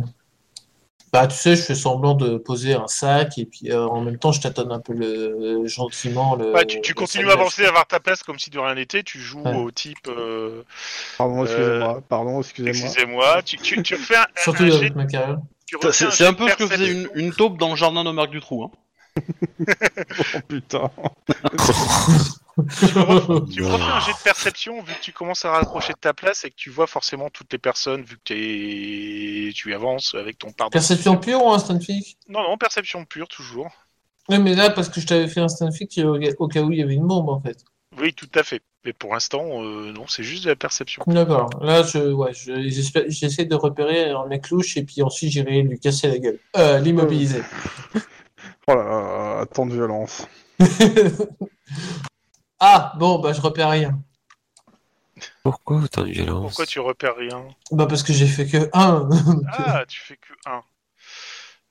Speaker 4: Bah, tu sais, je fais semblant de poser un sac et puis euh, en même temps, je tâtonne un peu le, gentiment.
Speaker 2: Euh,
Speaker 4: Le,
Speaker 3: Ouais, tu, tu
Speaker 4: le
Speaker 3: continues à
Speaker 4: sac
Speaker 3: avancer, à avoir ta place comme si de rien n'était. Tu joues
Speaker 4: Ouais.
Speaker 3: au type. euh,
Speaker 1: Pardon, excusez-moi. Pardon, excusez-moi.
Speaker 3: Excusez-moi. tu, tu, tu refais un,
Speaker 4: Surtout
Speaker 3: un
Speaker 4: avec
Speaker 3: jet-
Speaker 4: ma carrière.
Speaker 3: tu
Speaker 2: Putain,
Speaker 3: refais
Speaker 2: C'est
Speaker 3: un
Speaker 2: c'est
Speaker 3: jet
Speaker 2: un peu
Speaker 3: de
Speaker 2: ce que faisait
Speaker 3: perception.
Speaker 2: une, une taupe dans le jardin de Marc Dutroux. Hein.
Speaker 1: Oh putain.
Speaker 3: Tu me refais un jet de perception vu que tu commences à rapprocher de ta place et que tu vois forcément toutes les personnes vu que t'es- tu avances avec ton pardon.
Speaker 4: Perception pure ou instant flic
Speaker 3: Non, non, perception pure toujours.
Speaker 4: Oui, mais là, parce que je t'avais fait instant flic au au cas où il y avait une bombe, en fait.
Speaker 3: Oui, tout à fait. Mais pour l'instant, euh, non, c'est juste de la perception.
Speaker 4: D'accord. Là, je, ouais, je- j'espère- j'essaie de repérer un mec louche et puis ensuite, j'irai lui casser la gueule. Euh, l'immobiliser.
Speaker 1: Oh là là, tant de violence.
Speaker 4: ah, bon, bah, je repère rien.
Speaker 5: Pourquoi autant de violence
Speaker 3: Pourquoi tu repères rien
Speaker 4: Bah, parce que j'ai fait que un.
Speaker 3: Ah, tu fais que un.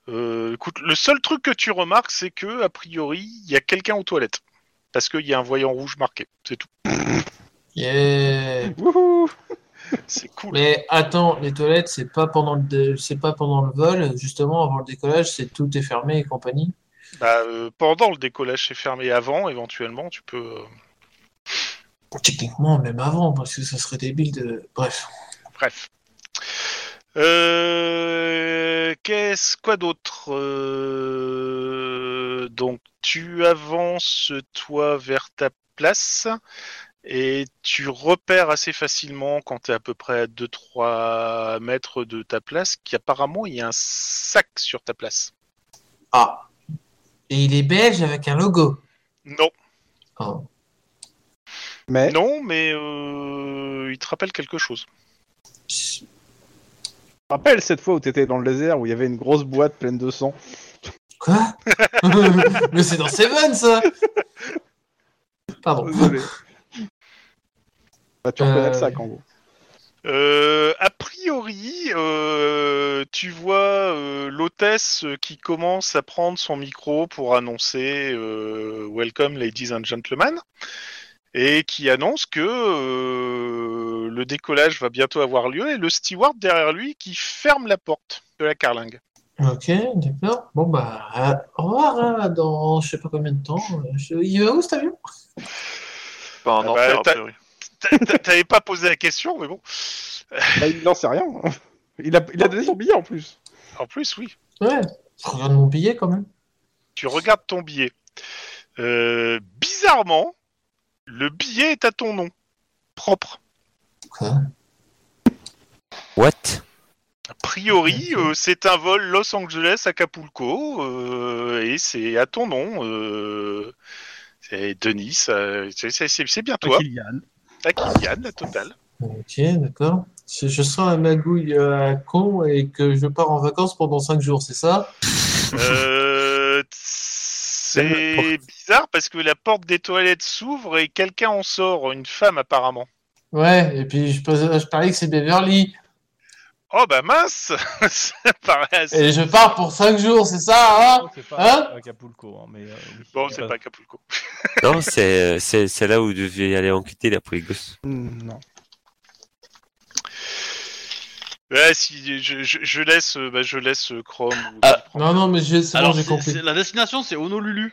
Speaker 3: Euh, écoute, le seul truc que tu remarques, c'est que a priori, il y a quelqu'un aux toilettes. Parce qu'il y a un voyant rouge marqué. C'est tout.
Speaker 4: Yeah.
Speaker 1: Wouhou
Speaker 3: C'est cool.
Speaker 4: Mais attends, les toilettes, c'est pas pendant le, dé- c'est pas pendant le vol, justement, avant le décollage, c'est tout est fermé et compagnie.
Speaker 3: Bah, euh, pendant le décollage, c'est fermé avant, éventuellement, tu peux. euh,
Speaker 4: Techniquement, même avant, parce que ça serait débile de. Bref.
Speaker 3: Bref. Euh, Qu'est-ce quoi d'autre Euh, Donc tu avances toi vers ta place et tu repères assez facilement quand tu es à peu près à 2-3 mètres de ta place qu'apparemment il y a un sac sur ta place.
Speaker 4: Ah. Et il est belge avec un logo.
Speaker 3: Non,
Speaker 4: Oh.
Speaker 1: Mais
Speaker 3: non, mais euh, il te rappelle quelque chose.
Speaker 1: je rappelle cette fois où t'étais dans le désert où il y avait une grosse boîte pleine de sang.
Speaker 4: Quoi Mais c'est dans Seven, ça Pardon.
Speaker 1: Désolé. bah, tu reconnais
Speaker 4: Euh.
Speaker 1: le sac en gros.
Speaker 3: Euh, a priori, euh, tu vois euh, l'hôtesse qui commence à prendre son micro pour annoncer euh, Welcome ladies and gentlemen et qui annonce que euh, le décollage va bientôt avoir lieu et le steward derrière lui qui ferme la porte de la carlingue.
Speaker 4: Ok, d'accord. Bon, bah, euh, au revoir, hein, dans je sais pas combien de temps. Euh, je- Il va où cet avion
Speaker 6: Enfin, en
Speaker 3: Ah bah,
Speaker 6: enfer, a
Speaker 3: t'as-
Speaker 6: priori.
Speaker 3: T'a- t'a- T'avais pas posé la question, mais bon.
Speaker 1: Bah, il n'en sait rien. Il a, il a donné son billet en plus.
Speaker 3: En plus, oui.
Speaker 4: Ouais, je regarde mon billet quand même.
Speaker 3: Tu regardes ton billet. Euh, bizarrement, le billet est à ton nom propre.
Speaker 4: Quoi
Speaker 5: What
Speaker 3: A priori, euh, c'est un vol Los Angeles-Acapulco euh, et c'est à ton nom. euh, c'est Denis, euh, c'est- c'est c'est- c'est bien toi. À Kylian, la totale.
Speaker 4: Ok, d'accord. Je, je sens un magouille euh, à con et que je pars en vacances pendant 5 jours, c'est ça
Speaker 3: Euh, c'est bizarre parce que la porte des toilettes s'ouvre et quelqu'un en sort, une femme apparemment.
Speaker 4: Ouais, et puis je, pose- je parie que c'est Beverly.
Speaker 3: Oh bah mince Ça paraît assez...
Speaker 4: Et je pars pour 5 jours, c'est ça, hein
Speaker 7: Oh, c'est
Speaker 4: Hein
Speaker 1: Bah,
Speaker 7: pas Acapulco, hein, mais. euh, oui.
Speaker 3: Bon,
Speaker 7: Y a
Speaker 3: c'est pas Acapulco.
Speaker 5: Non, c'est euh, c'est- c'est là où vous devez aller enquêter là pour les gosses.
Speaker 1: Non.
Speaker 3: Ouais, si, je, je- je laisse, euh, bah, je laisse euh, Chrome. ou-
Speaker 2: Ah.
Speaker 4: Non, non, mais je- c'est bon,
Speaker 2: Alors,
Speaker 4: j'ai
Speaker 2: c'est-
Speaker 4: compris.
Speaker 2: c'est- la destination, c'est Honolulu.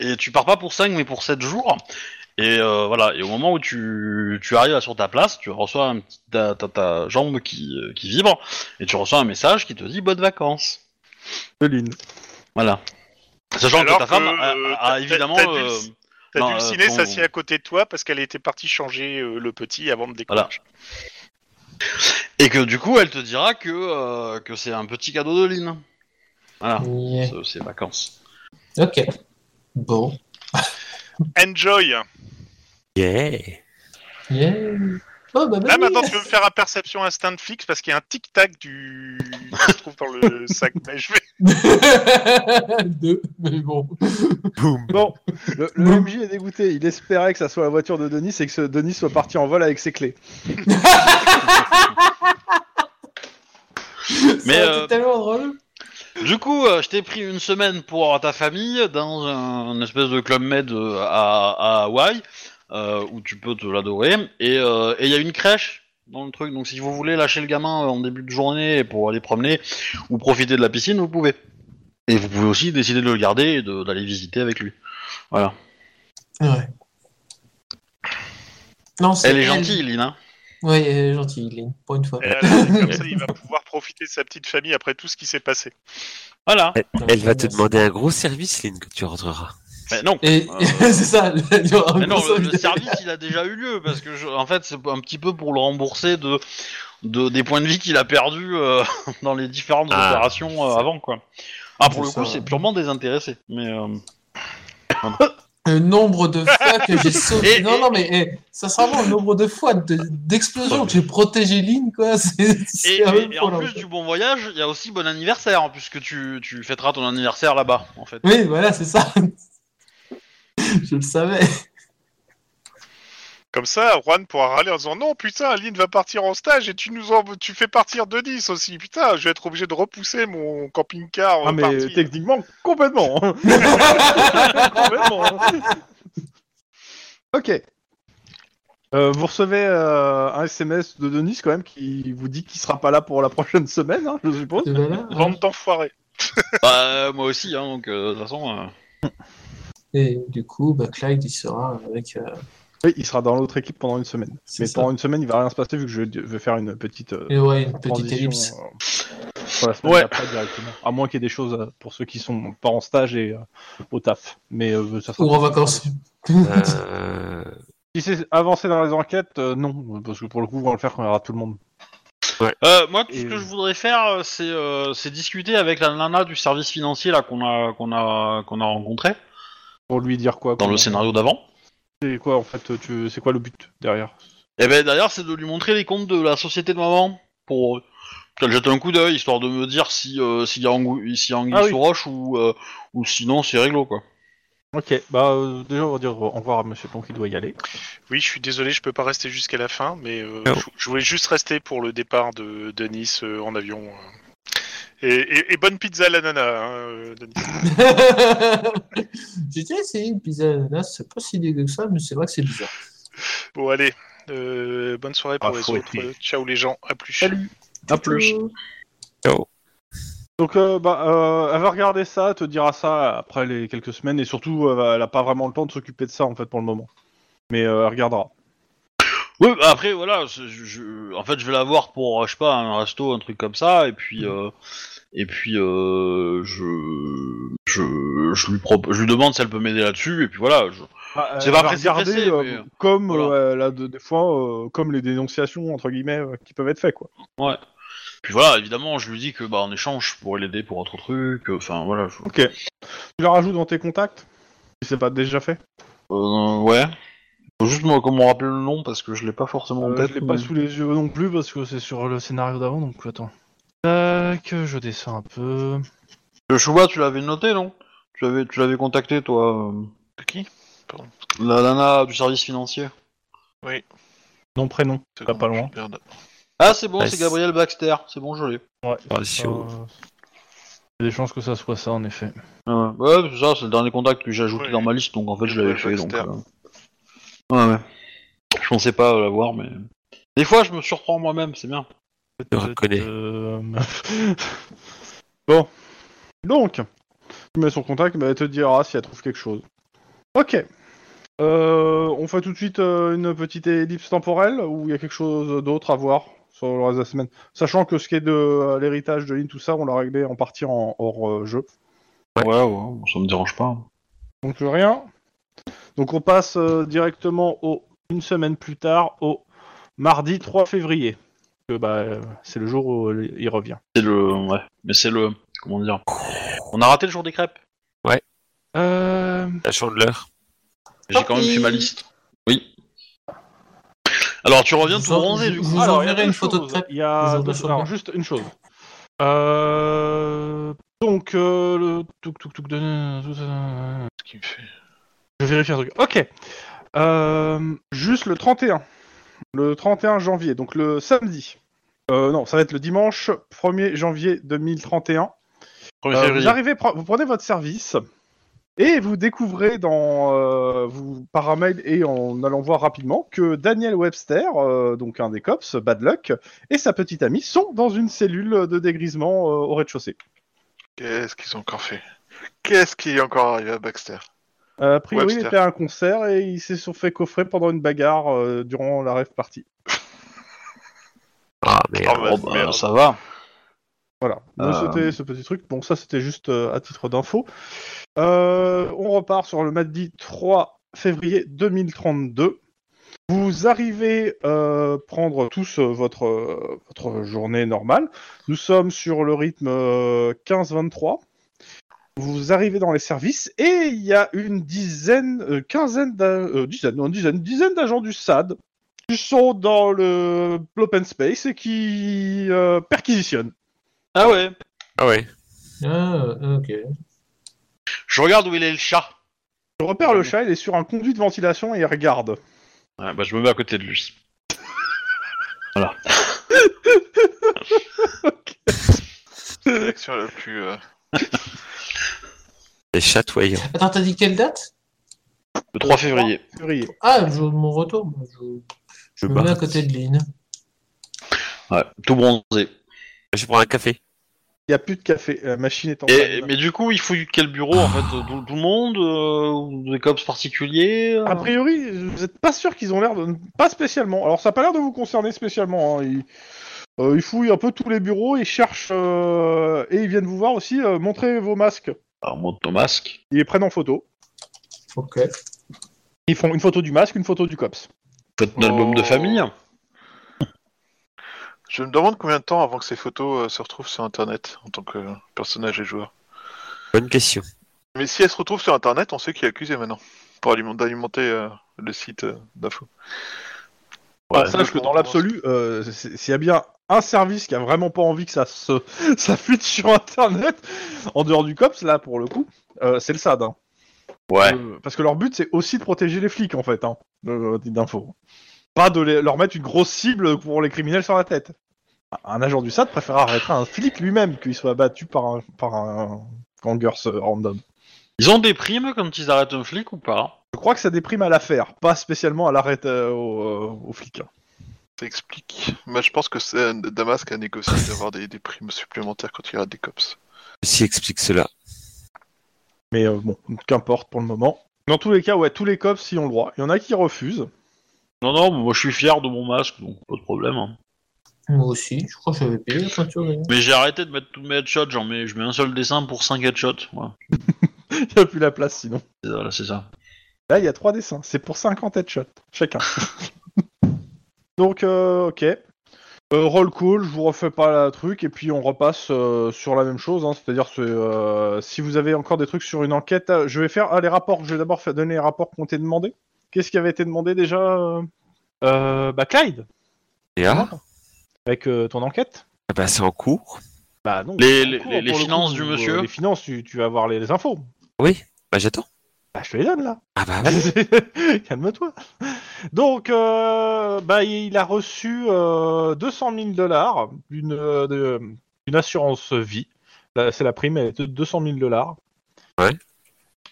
Speaker 2: Et tu pars pas pour 5, mais pour 7 jours. Et euh, voilà, et au moment où tu, tu arrives sur ta place, tu reçois un petit, ta, ta- ta jambe qui, euh, qui vibre, et tu reçois un message qui te dit bonnes vacances.
Speaker 1: De Lynn.
Speaker 2: Voilà. Sachant
Speaker 3: Alors
Speaker 2: que ta
Speaker 3: que,
Speaker 2: femme
Speaker 3: euh,
Speaker 2: a, a- a
Speaker 3: t'as-
Speaker 2: évidemment
Speaker 3: t'as dû le-
Speaker 2: euh,
Speaker 3: T'as
Speaker 2: Non,
Speaker 3: Dulciné
Speaker 2: euh, ton-
Speaker 3: s'assied à côté de toi parce qu'elle était partie changer euh, le petit avant de décoller.
Speaker 2: Voilà. Et que du coup, elle te dira que, euh, que c'est un petit cadeau de Lynn. Voilà,
Speaker 4: Yeah.
Speaker 2: c'est c'est vacances.
Speaker 4: Ok. Bon.
Speaker 3: Enjoy
Speaker 5: Yeah.
Speaker 4: Yeah. Oh, bah,
Speaker 3: Là
Speaker 4: bah,
Speaker 3: maintenant
Speaker 4: oui.
Speaker 3: tu veux me faire un perception instinct fixe parce qu'il y a un tic-tac du... que je trouve dans le sac. Mais je vais...
Speaker 4: Deux, mais bon.
Speaker 5: Boum.
Speaker 1: Bon, le, le MJ est dégoûté. Il espérait que ça soit la voiture de Denis et que ce Denis soit parti en vol avec ses clés.
Speaker 2: Mais,
Speaker 4: Ça,
Speaker 2: euh,
Speaker 4: C'est tellement drôle.
Speaker 2: Du coup, euh, je t'ai pris une semaine pour ta famille dans un une espèce de club med euh, à, à Hawaï euh, où tu peux te l'adorer. Et euh, et il y a une crèche dans le truc. Donc si vous voulez lâcher le gamin euh, en début de journée pour aller promener ou profiter de la piscine, vous pouvez. Et vous pouvez aussi décider de le garder et de- d'aller visiter avec lui. Voilà.
Speaker 4: Ouais. Non, c'est
Speaker 2: Elle est gentille, Lina.
Speaker 4: Oui, elle est gentille, Lynn, pour une fois.
Speaker 3: Et alors, c'est comme ça, il va pouvoir profiter de sa petite famille après tout ce qui s'est passé.
Speaker 2: Voilà.
Speaker 5: Elle,
Speaker 4: Non,
Speaker 5: elle va te
Speaker 4: merci.
Speaker 5: demander un gros service, Lynn, que tu rentreras.
Speaker 2: Mais non.
Speaker 4: Et
Speaker 2: Euh,
Speaker 4: c'est ça, il y aura un
Speaker 2: Mais non,
Speaker 4: gros
Speaker 2: le, le
Speaker 4: service.
Speaker 2: service il a déjà eu lieu parce que je- en fait c'est un petit peu pour le rembourser de, de des points de vie qu'il a perdus euh, dans les différentes
Speaker 5: Ah.
Speaker 2: opérations euh, avant quoi. Ah pour
Speaker 4: C'est
Speaker 2: le coup
Speaker 4: ça,
Speaker 2: c'est
Speaker 4: ouais.
Speaker 2: purement désintéressé. Mais euh,
Speaker 4: Le nombre de fois que j'ai sauvé.
Speaker 2: Et-
Speaker 4: non, non, mais eh, sincèrement, le nombre de fois de- d'explosions que j'ai protégé Lynn, quoi, c'est.
Speaker 2: et,
Speaker 4: c'est un
Speaker 2: et- et en
Speaker 4: problème.
Speaker 2: plus du bon voyage il y a aussi bon anniversaire puisque tu, tu fêteras ton anniversaire là-bas en fait.
Speaker 4: Oui, voilà, c'est ça. Je le savais.
Speaker 3: Comme ça, Juan pourra râler en disant non putain, Aline va partir en stage et tu nous en... tu fais partir de Nice aussi. Putain, je vais être obligé de repousser mon camping-car. euh,
Speaker 1: Ah, mais
Speaker 3: parti.
Speaker 1: techniquement, complètement. hein. Complètement, hein. ok. Euh, vous recevez euh, un SMS de Denis quand même qui vous dit qu'il sera pas là pour la prochaine semaine, hein, je suppose.
Speaker 4: Voilà.
Speaker 3: Vente d'enfoiré.
Speaker 2: Bah, euh, moi aussi hein, donc euh, de toute façon. euh,
Speaker 4: Et du coup, bah, Clyde, il sera avec. euh,
Speaker 1: Oui, il sera dans l'autre équipe pendant une semaine.
Speaker 4: c'est
Speaker 1: Mais
Speaker 4: ça.
Speaker 1: pendant une semaine, il va rien se passer vu que je vais faire une petite. euh,
Speaker 4: Et ouais, une petite
Speaker 1: transition,
Speaker 4: ellipse.
Speaker 1: euh, pour la semaine
Speaker 2: Ouais.
Speaker 1: d'après directement. À moins qu'il y ait des choses euh, pour ceux qui sont pas en stage et euh, au taf. Mais euh, ça sera.
Speaker 4: Ou en vacances.
Speaker 5: Euh,
Speaker 1: Si c'est avancé dans les enquêtes, euh, non, parce que pour le coup, on va le faire quand il y aura tout le monde.
Speaker 2: Euh, moi, tout ce
Speaker 1: Et-
Speaker 2: que je voudrais faire, euh, c'est euh, c'est discuter avec la nana du service financier là qu'on a qu'on a qu'on a rencontré
Speaker 1: Pour lui dire quoi
Speaker 2: dans
Speaker 1: comment-
Speaker 2: le scénario d'avant.
Speaker 1: C'est quoi en fait tu... C'est quoi le but derrière
Speaker 2: Eh ben d'ailleurs, c'est de lui montrer les comptes de la société de maman pour euh, qu'elle jette un coup d'œil, histoire de me dire si euh, s'il y a anguille, s'il y a anguille
Speaker 1: Ah oui.
Speaker 2: sous roche ou euh, ou sinon c'est réglo quoi.
Speaker 1: Ok, bah euh, déjà on va dire au revoir à Monsieur Plon qui doit y aller.
Speaker 3: Oui, je suis désolé, je peux pas rester jusqu'à la fin, mais euh,
Speaker 5: Oh.
Speaker 3: je, je voulais juste rester pour le départ de, de Nice euh, en avion. euh. Et, et- et bonne pizza à la nana, hein, euh, de Nice.
Speaker 1: Euh.
Speaker 4: J'ai Ah, déjà essayé une pizza à l'ananas, c'est pas si dégueu que ça, mais c'est vrai que c'est bizarre.
Speaker 3: Bon, allez, euh, bonne soirée pour
Speaker 1: Ah,
Speaker 3: les
Speaker 1: faut
Speaker 3: autres.
Speaker 1: être-
Speaker 3: Ciao les gens, à plus.
Speaker 1: Salut. À plus.
Speaker 5: Ciao.
Speaker 1: Donc euh, bah, euh, elle va regarder ça, te dira ça après les quelques semaines et surtout euh, elle a pas vraiment le temps de s'occuper de ça en fait pour le moment. Mais euh, elle regardera.
Speaker 2: Oui, bah, après voilà, c'est- je, je- en fait je vais la voir pour euh, je sais pas un resto, un truc comme ça, et
Speaker 1: Mm.
Speaker 2: puis euh, et puis euh, je je je lui propo- je lui demande si elle peut m'aider là-dessus, et puis voilà. Je...
Speaker 1: Ah,
Speaker 2: C'est
Speaker 1: elle
Speaker 2: pas
Speaker 1: va
Speaker 2: pressé,
Speaker 1: regarder
Speaker 2: pressé,
Speaker 1: euh,
Speaker 2: mais-
Speaker 1: comme
Speaker 2: voilà.
Speaker 1: euh, elle a de- des fois euh, comme les dénonciations entre guillemets euh, qui peuvent être faites quoi.
Speaker 2: Puis voilà, évidemment, je lui dis que bah en échange je pourrais l'aider pour autre truc. euh, Enfin voilà. je-
Speaker 1: Tu la rajoutes dans tes contacts Si c'est pas déjà fait.
Speaker 2: Euh, ouais. Faut juste moi comment rappeler le nom parce que je l'ai pas forcément en
Speaker 1: Euh,
Speaker 2: tête.
Speaker 1: je l'ai
Speaker 2: mais-
Speaker 1: pas sous les yeux non plus parce que c'est sur le scénario d'avant donc attends. Tac, je descends un peu.
Speaker 2: Le Chouba, tu l'avais noté, non Tu l'avais, tu l'avais contacté, toi euh,
Speaker 3: Qui
Speaker 2: La nana du service financier.
Speaker 1: Nom prénom. Pas, pas loin.
Speaker 6: Merde.
Speaker 2: Ah, c'est bon,
Speaker 5: Ouais,
Speaker 2: c'est
Speaker 5: c'est-
Speaker 2: Gabriel Baxter. C'est bon, je l'ai.
Speaker 1: Ouais.
Speaker 5: Ah, si, oh.
Speaker 1: Euh, Il y a des chances que ça soit ça en effet.
Speaker 2: Ouais, Euh, ouais, c'est ça, c'est le dernier contact que j'ai ajouté
Speaker 3: Ouais.
Speaker 2: dans ma liste, donc en fait, je l'avais fait.
Speaker 6: Gabriel
Speaker 2: Donc,
Speaker 6: Baxter.
Speaker 2: euh, Ouais, ouais. Je pensais pas euh, l'avoir, mais. Des fois, je me surprends moi-même, c'est bien.
Speaker 5: Je reconnais.
Speaker 1: Euh, bon. Donc, tu mets son contact, mais elle te dira si elle trouve quelque chose. Ok. Euh, on fait tout de suite euh, une petite ellipse temporelle ou il y a quelque chose d'autre à voir sur le reste de la semaine Sachant que ce qui est de euh, l'héritage de Lynn, tout ça, on l'a réglé en partie en hors euh, jeu.
Speaker 5: Ouais.
Speaker 2: ouais, ça me dérange pas.
Speaker 1: Donc euh, rien. Donc on passe euh, directement au une semaine plus tard au mardi 3 février. Que, bah, euh, c'est le jour où euh, il revient.
Speaker 2: C'est le. Ouais. Mais c'est le. Comment dire On a raté le jour des crêpes.
Speaker 1: Euh,
Speaker 5: La chandeleur.
Speaker 2: J'ai quand même fait ma liste. Oui. Alors tu reviens
Speaker 4: Vous
Speaker 2: tout
Speaker 4: en-
Speaker 2: bronzé du
Speaker 4: vous-
Speaker 2: coup.
Speaker 4: vous
Speaker 1: Alors, il y a
Speaker 4: enverrez
Speaker 1: deux
Speaker 4: une photo de
Speaker 1: choses.
Speaker 4: crêpe.
Speaker 1: Il y a
Speaker 4: Vous en
Speaker 1: deux-
Speaker 4: donnez
Speaker 1: alors,
Speaker 4: une.
Speaker 1: juste une chose. Euh, Donc, euh, le... touc, touc, touc, de- tout, euh,
Speaker 6: Ce qui me fait.
Speaker 1: je vérifie un truc. Ok. Euh, Juste le 31. Le 31 janvier, donc le samedi. Euh, non, ça va être le dimanche 1er janvier 2031.
Speaker 2: 1er
Speaker 1: Euh,
Speaker 2: février.
Speaker 1: vous arrivez, pre- vous prenez votre service et vous découvrez dans euh, vous par un mail et en allant voir rapidement que Daniel Webster, euh, donc un des cops, Bad Luck, et sa petite amie sont dans une cellule de dégrisement euh, au rez-de-chaussée.
Speaker 6: Qu'est-ce qu'ils ont encore fait Qu'est-ce qui est encore arrivé à Baxter
Speaker 1: Euh, a priori, il
Speaker 6: Webster.
Speaker 1: était à un concert et ils se sont fait coffrer pendant une bagarre euh, durant la rêve partie.
Speaker 5: Ah merde.
Speaker 2: Oh, bah,
Speaker 1: hein.
Speaker 2: ça va.
Speaker 1: Voilà, ne
Speaker 2: Euh.
Speaker 1: sautez ce petit truc. Bon, ça c'était juste euh, à titre d'info. Euh, on repart sur le mardi 3 février 2032. Vous arrivez euh, prendre tous euh, votre, euh, votre journée normale. Nous sommes sur le rythme euh, 15-23. Vous arrivez dans les services et il y a une dizaine, euh, quinzaine, d'a- euh, dizaine, non, dizaine, dizaine d'agents du SAD qui sont dans le l'open space et qui euh, perquisitionnent.
Speaker 2: Ah ouais.
Speaker 5: Ah ouais.
Speaker 4: Ah, ok.
Speaker 2: Je regarde où il est le chat.
Speaker 1: Je repère le chat, il est sur un conduit de ventilation et il regarde.
Speaker 2: Ouais, bah, je me mets à côté de lui. voilà.
Speaker 6: C'est l'action la plus. euh,
Speaker 5: Les chatoyants.
Speaker 4: Attends, t'as dit quelle date
Speaker 2: Le 3 février.
Speaker 1: Février.
Speaker 4: Ah, le jour de mon retour. moi, Je, je me mets à côté de Lynn.
Speaker 2: Ouais, tout bronzé.
Speaker 5: Je prends un café.
Speaker 1: Il n'y a plus de café, la machine est en
Speaker 2: Et,
Speaker 1: panne.
Speaker 2: mais du coup, il faut quel bureau en fait tout, tout le monde euh, ou Des cops particuliers euh
Speaker 1: A
Speaker 7: bah.
Speaker 1: priori, vous n'êtes pas sûr qu'ils ont l'air de... Pas spécialement. Alors ça n'a pas l'air de vous concerner spécialement. hein. Ils... euh, ils fouillent un peu tous les bureaux, ils cherchent... euh, Et ils viennent vous voir aussi, euh, montrez vos masques.
Speaker 2: Alors, monte ton Ah, masque.
Speaker 1: Ils les prennent en photo.
Speaker 4: Ok.
Speaker 1: Ils font une photo du masque, une photo du COPS.
Speaker 2: Faites un album de
Speaker 6: Oh.
Speaker 2: famille.
Speaker 6: Je me demande combien de temps avant que ces photos euh, se retrouvent sur Internet en tant que euh, personnage et joueur.
Speaker 5: Bonne question.
Speaker 6: Mais si elles se retrouvent sur Internet, on sait qui est accusé maintenant pour aliment- d'alimenter euh, le site euh, d'info.
Speaker 1: Alors, sache que dans l'absolu, euh, c'est- s'il y a bien un service qui a vraiment pas envie que ça se... ça fuite sur Internet, en dehors du COPS, là, pour le coup, euh, c'est le SAD. hein.
Speaker 2: Ouais.
Speaker 1: Euh, parce que leur but, c'est aussi de protéger les flics, en fait, hein, le, le titre d'info. Pas de les- leur mettre une grosse cible pour les criminels sur la tête. Un agent du SAD préfère arrêter un flic lui-même qu'il soit abattu par un, par un gangers euh, random.
Speaker 2: Ils ont des primes quand ils arrêtent un flic ou pas hein
Speaker 1: Je crois que ça déprime à l'affaire, pas spécialement à l'arrêt euh, au, euh, au flic. hein.
Speaker 6: Ça explique. Moi, je pense que c'est Damasque a négocié d'avoir des, des primes supplémentaires quand il y a des cops.
Speaker 5: Ceci explique cela.
Speaker 1: Mais euh, bon, qu'importe pour le moment. Dans tous les cas, ouais, tous les cops y ont le droit. Il y en a qui refusent.
Speaker 2: Non, non, moi je suis fier de mon masque, donc pas de problème. hein.
Speaker 4: Moi aussi, je crois que j'avais payé la peinture. d'ailleurs.
Speaker 2: Mais j'ai arrêté de mettre tous mes headshots, j'en mets, je mets un seul dessin pour 5 headshots. Ouais.
Speaker 1: Il n'y a plus la place sinon.
Speaker 2: C'est- Voilà, c'est ça.
Speaker 1: Là, il y a trois dessins. C'est pour 50 headshots, chacun. Donc, euh, ok. Euh, roll call, je vous refais pas la truc, et puis on repasse euh, sur la même chose. hein, C'est-à-dire, c'est, euh, si vous avez encore des trucs sur une enquête, euh, je vais faire ah, les rapports. Je vais d'abord faire donner les rapports qu'on t'a demandé. Qu'est-ce qui avait été demandé déjà euh Euh, Bah, Clyde,
Speaker 5: Et ah,
Speaker 1: avec euh, ton enquête.
Speaker 5: ah bah, c'est en cours.
Speaker 1: Bah, non.
Speaker 2: Les-
Speaker 1: en
Speaker 2: les-
Speaker 1: cours,
Speaker 2: les- les
Speaker 1: pour le
Speaker 2: finances
Speaker 1: coup,
Speaker 2: du
Speaker 1: euh,
Speaker 2: monsieur
Speaker 1: Les finances, tu, tu vas avoir les, les infos.
Speaker 5: Oui, bah j'attends.
Speaker 1: Bah, je te les donne là.
Speaker 5: Ah bah oui.
Speaker 1: Calme-toi. Donc, euh, bah, il a reçu euh, 200 000 dollars d'une euh, de- d'une assurance vie. Là, C'est la prime, elle est de 200 000 dollars.
Speaker 5: Ouais.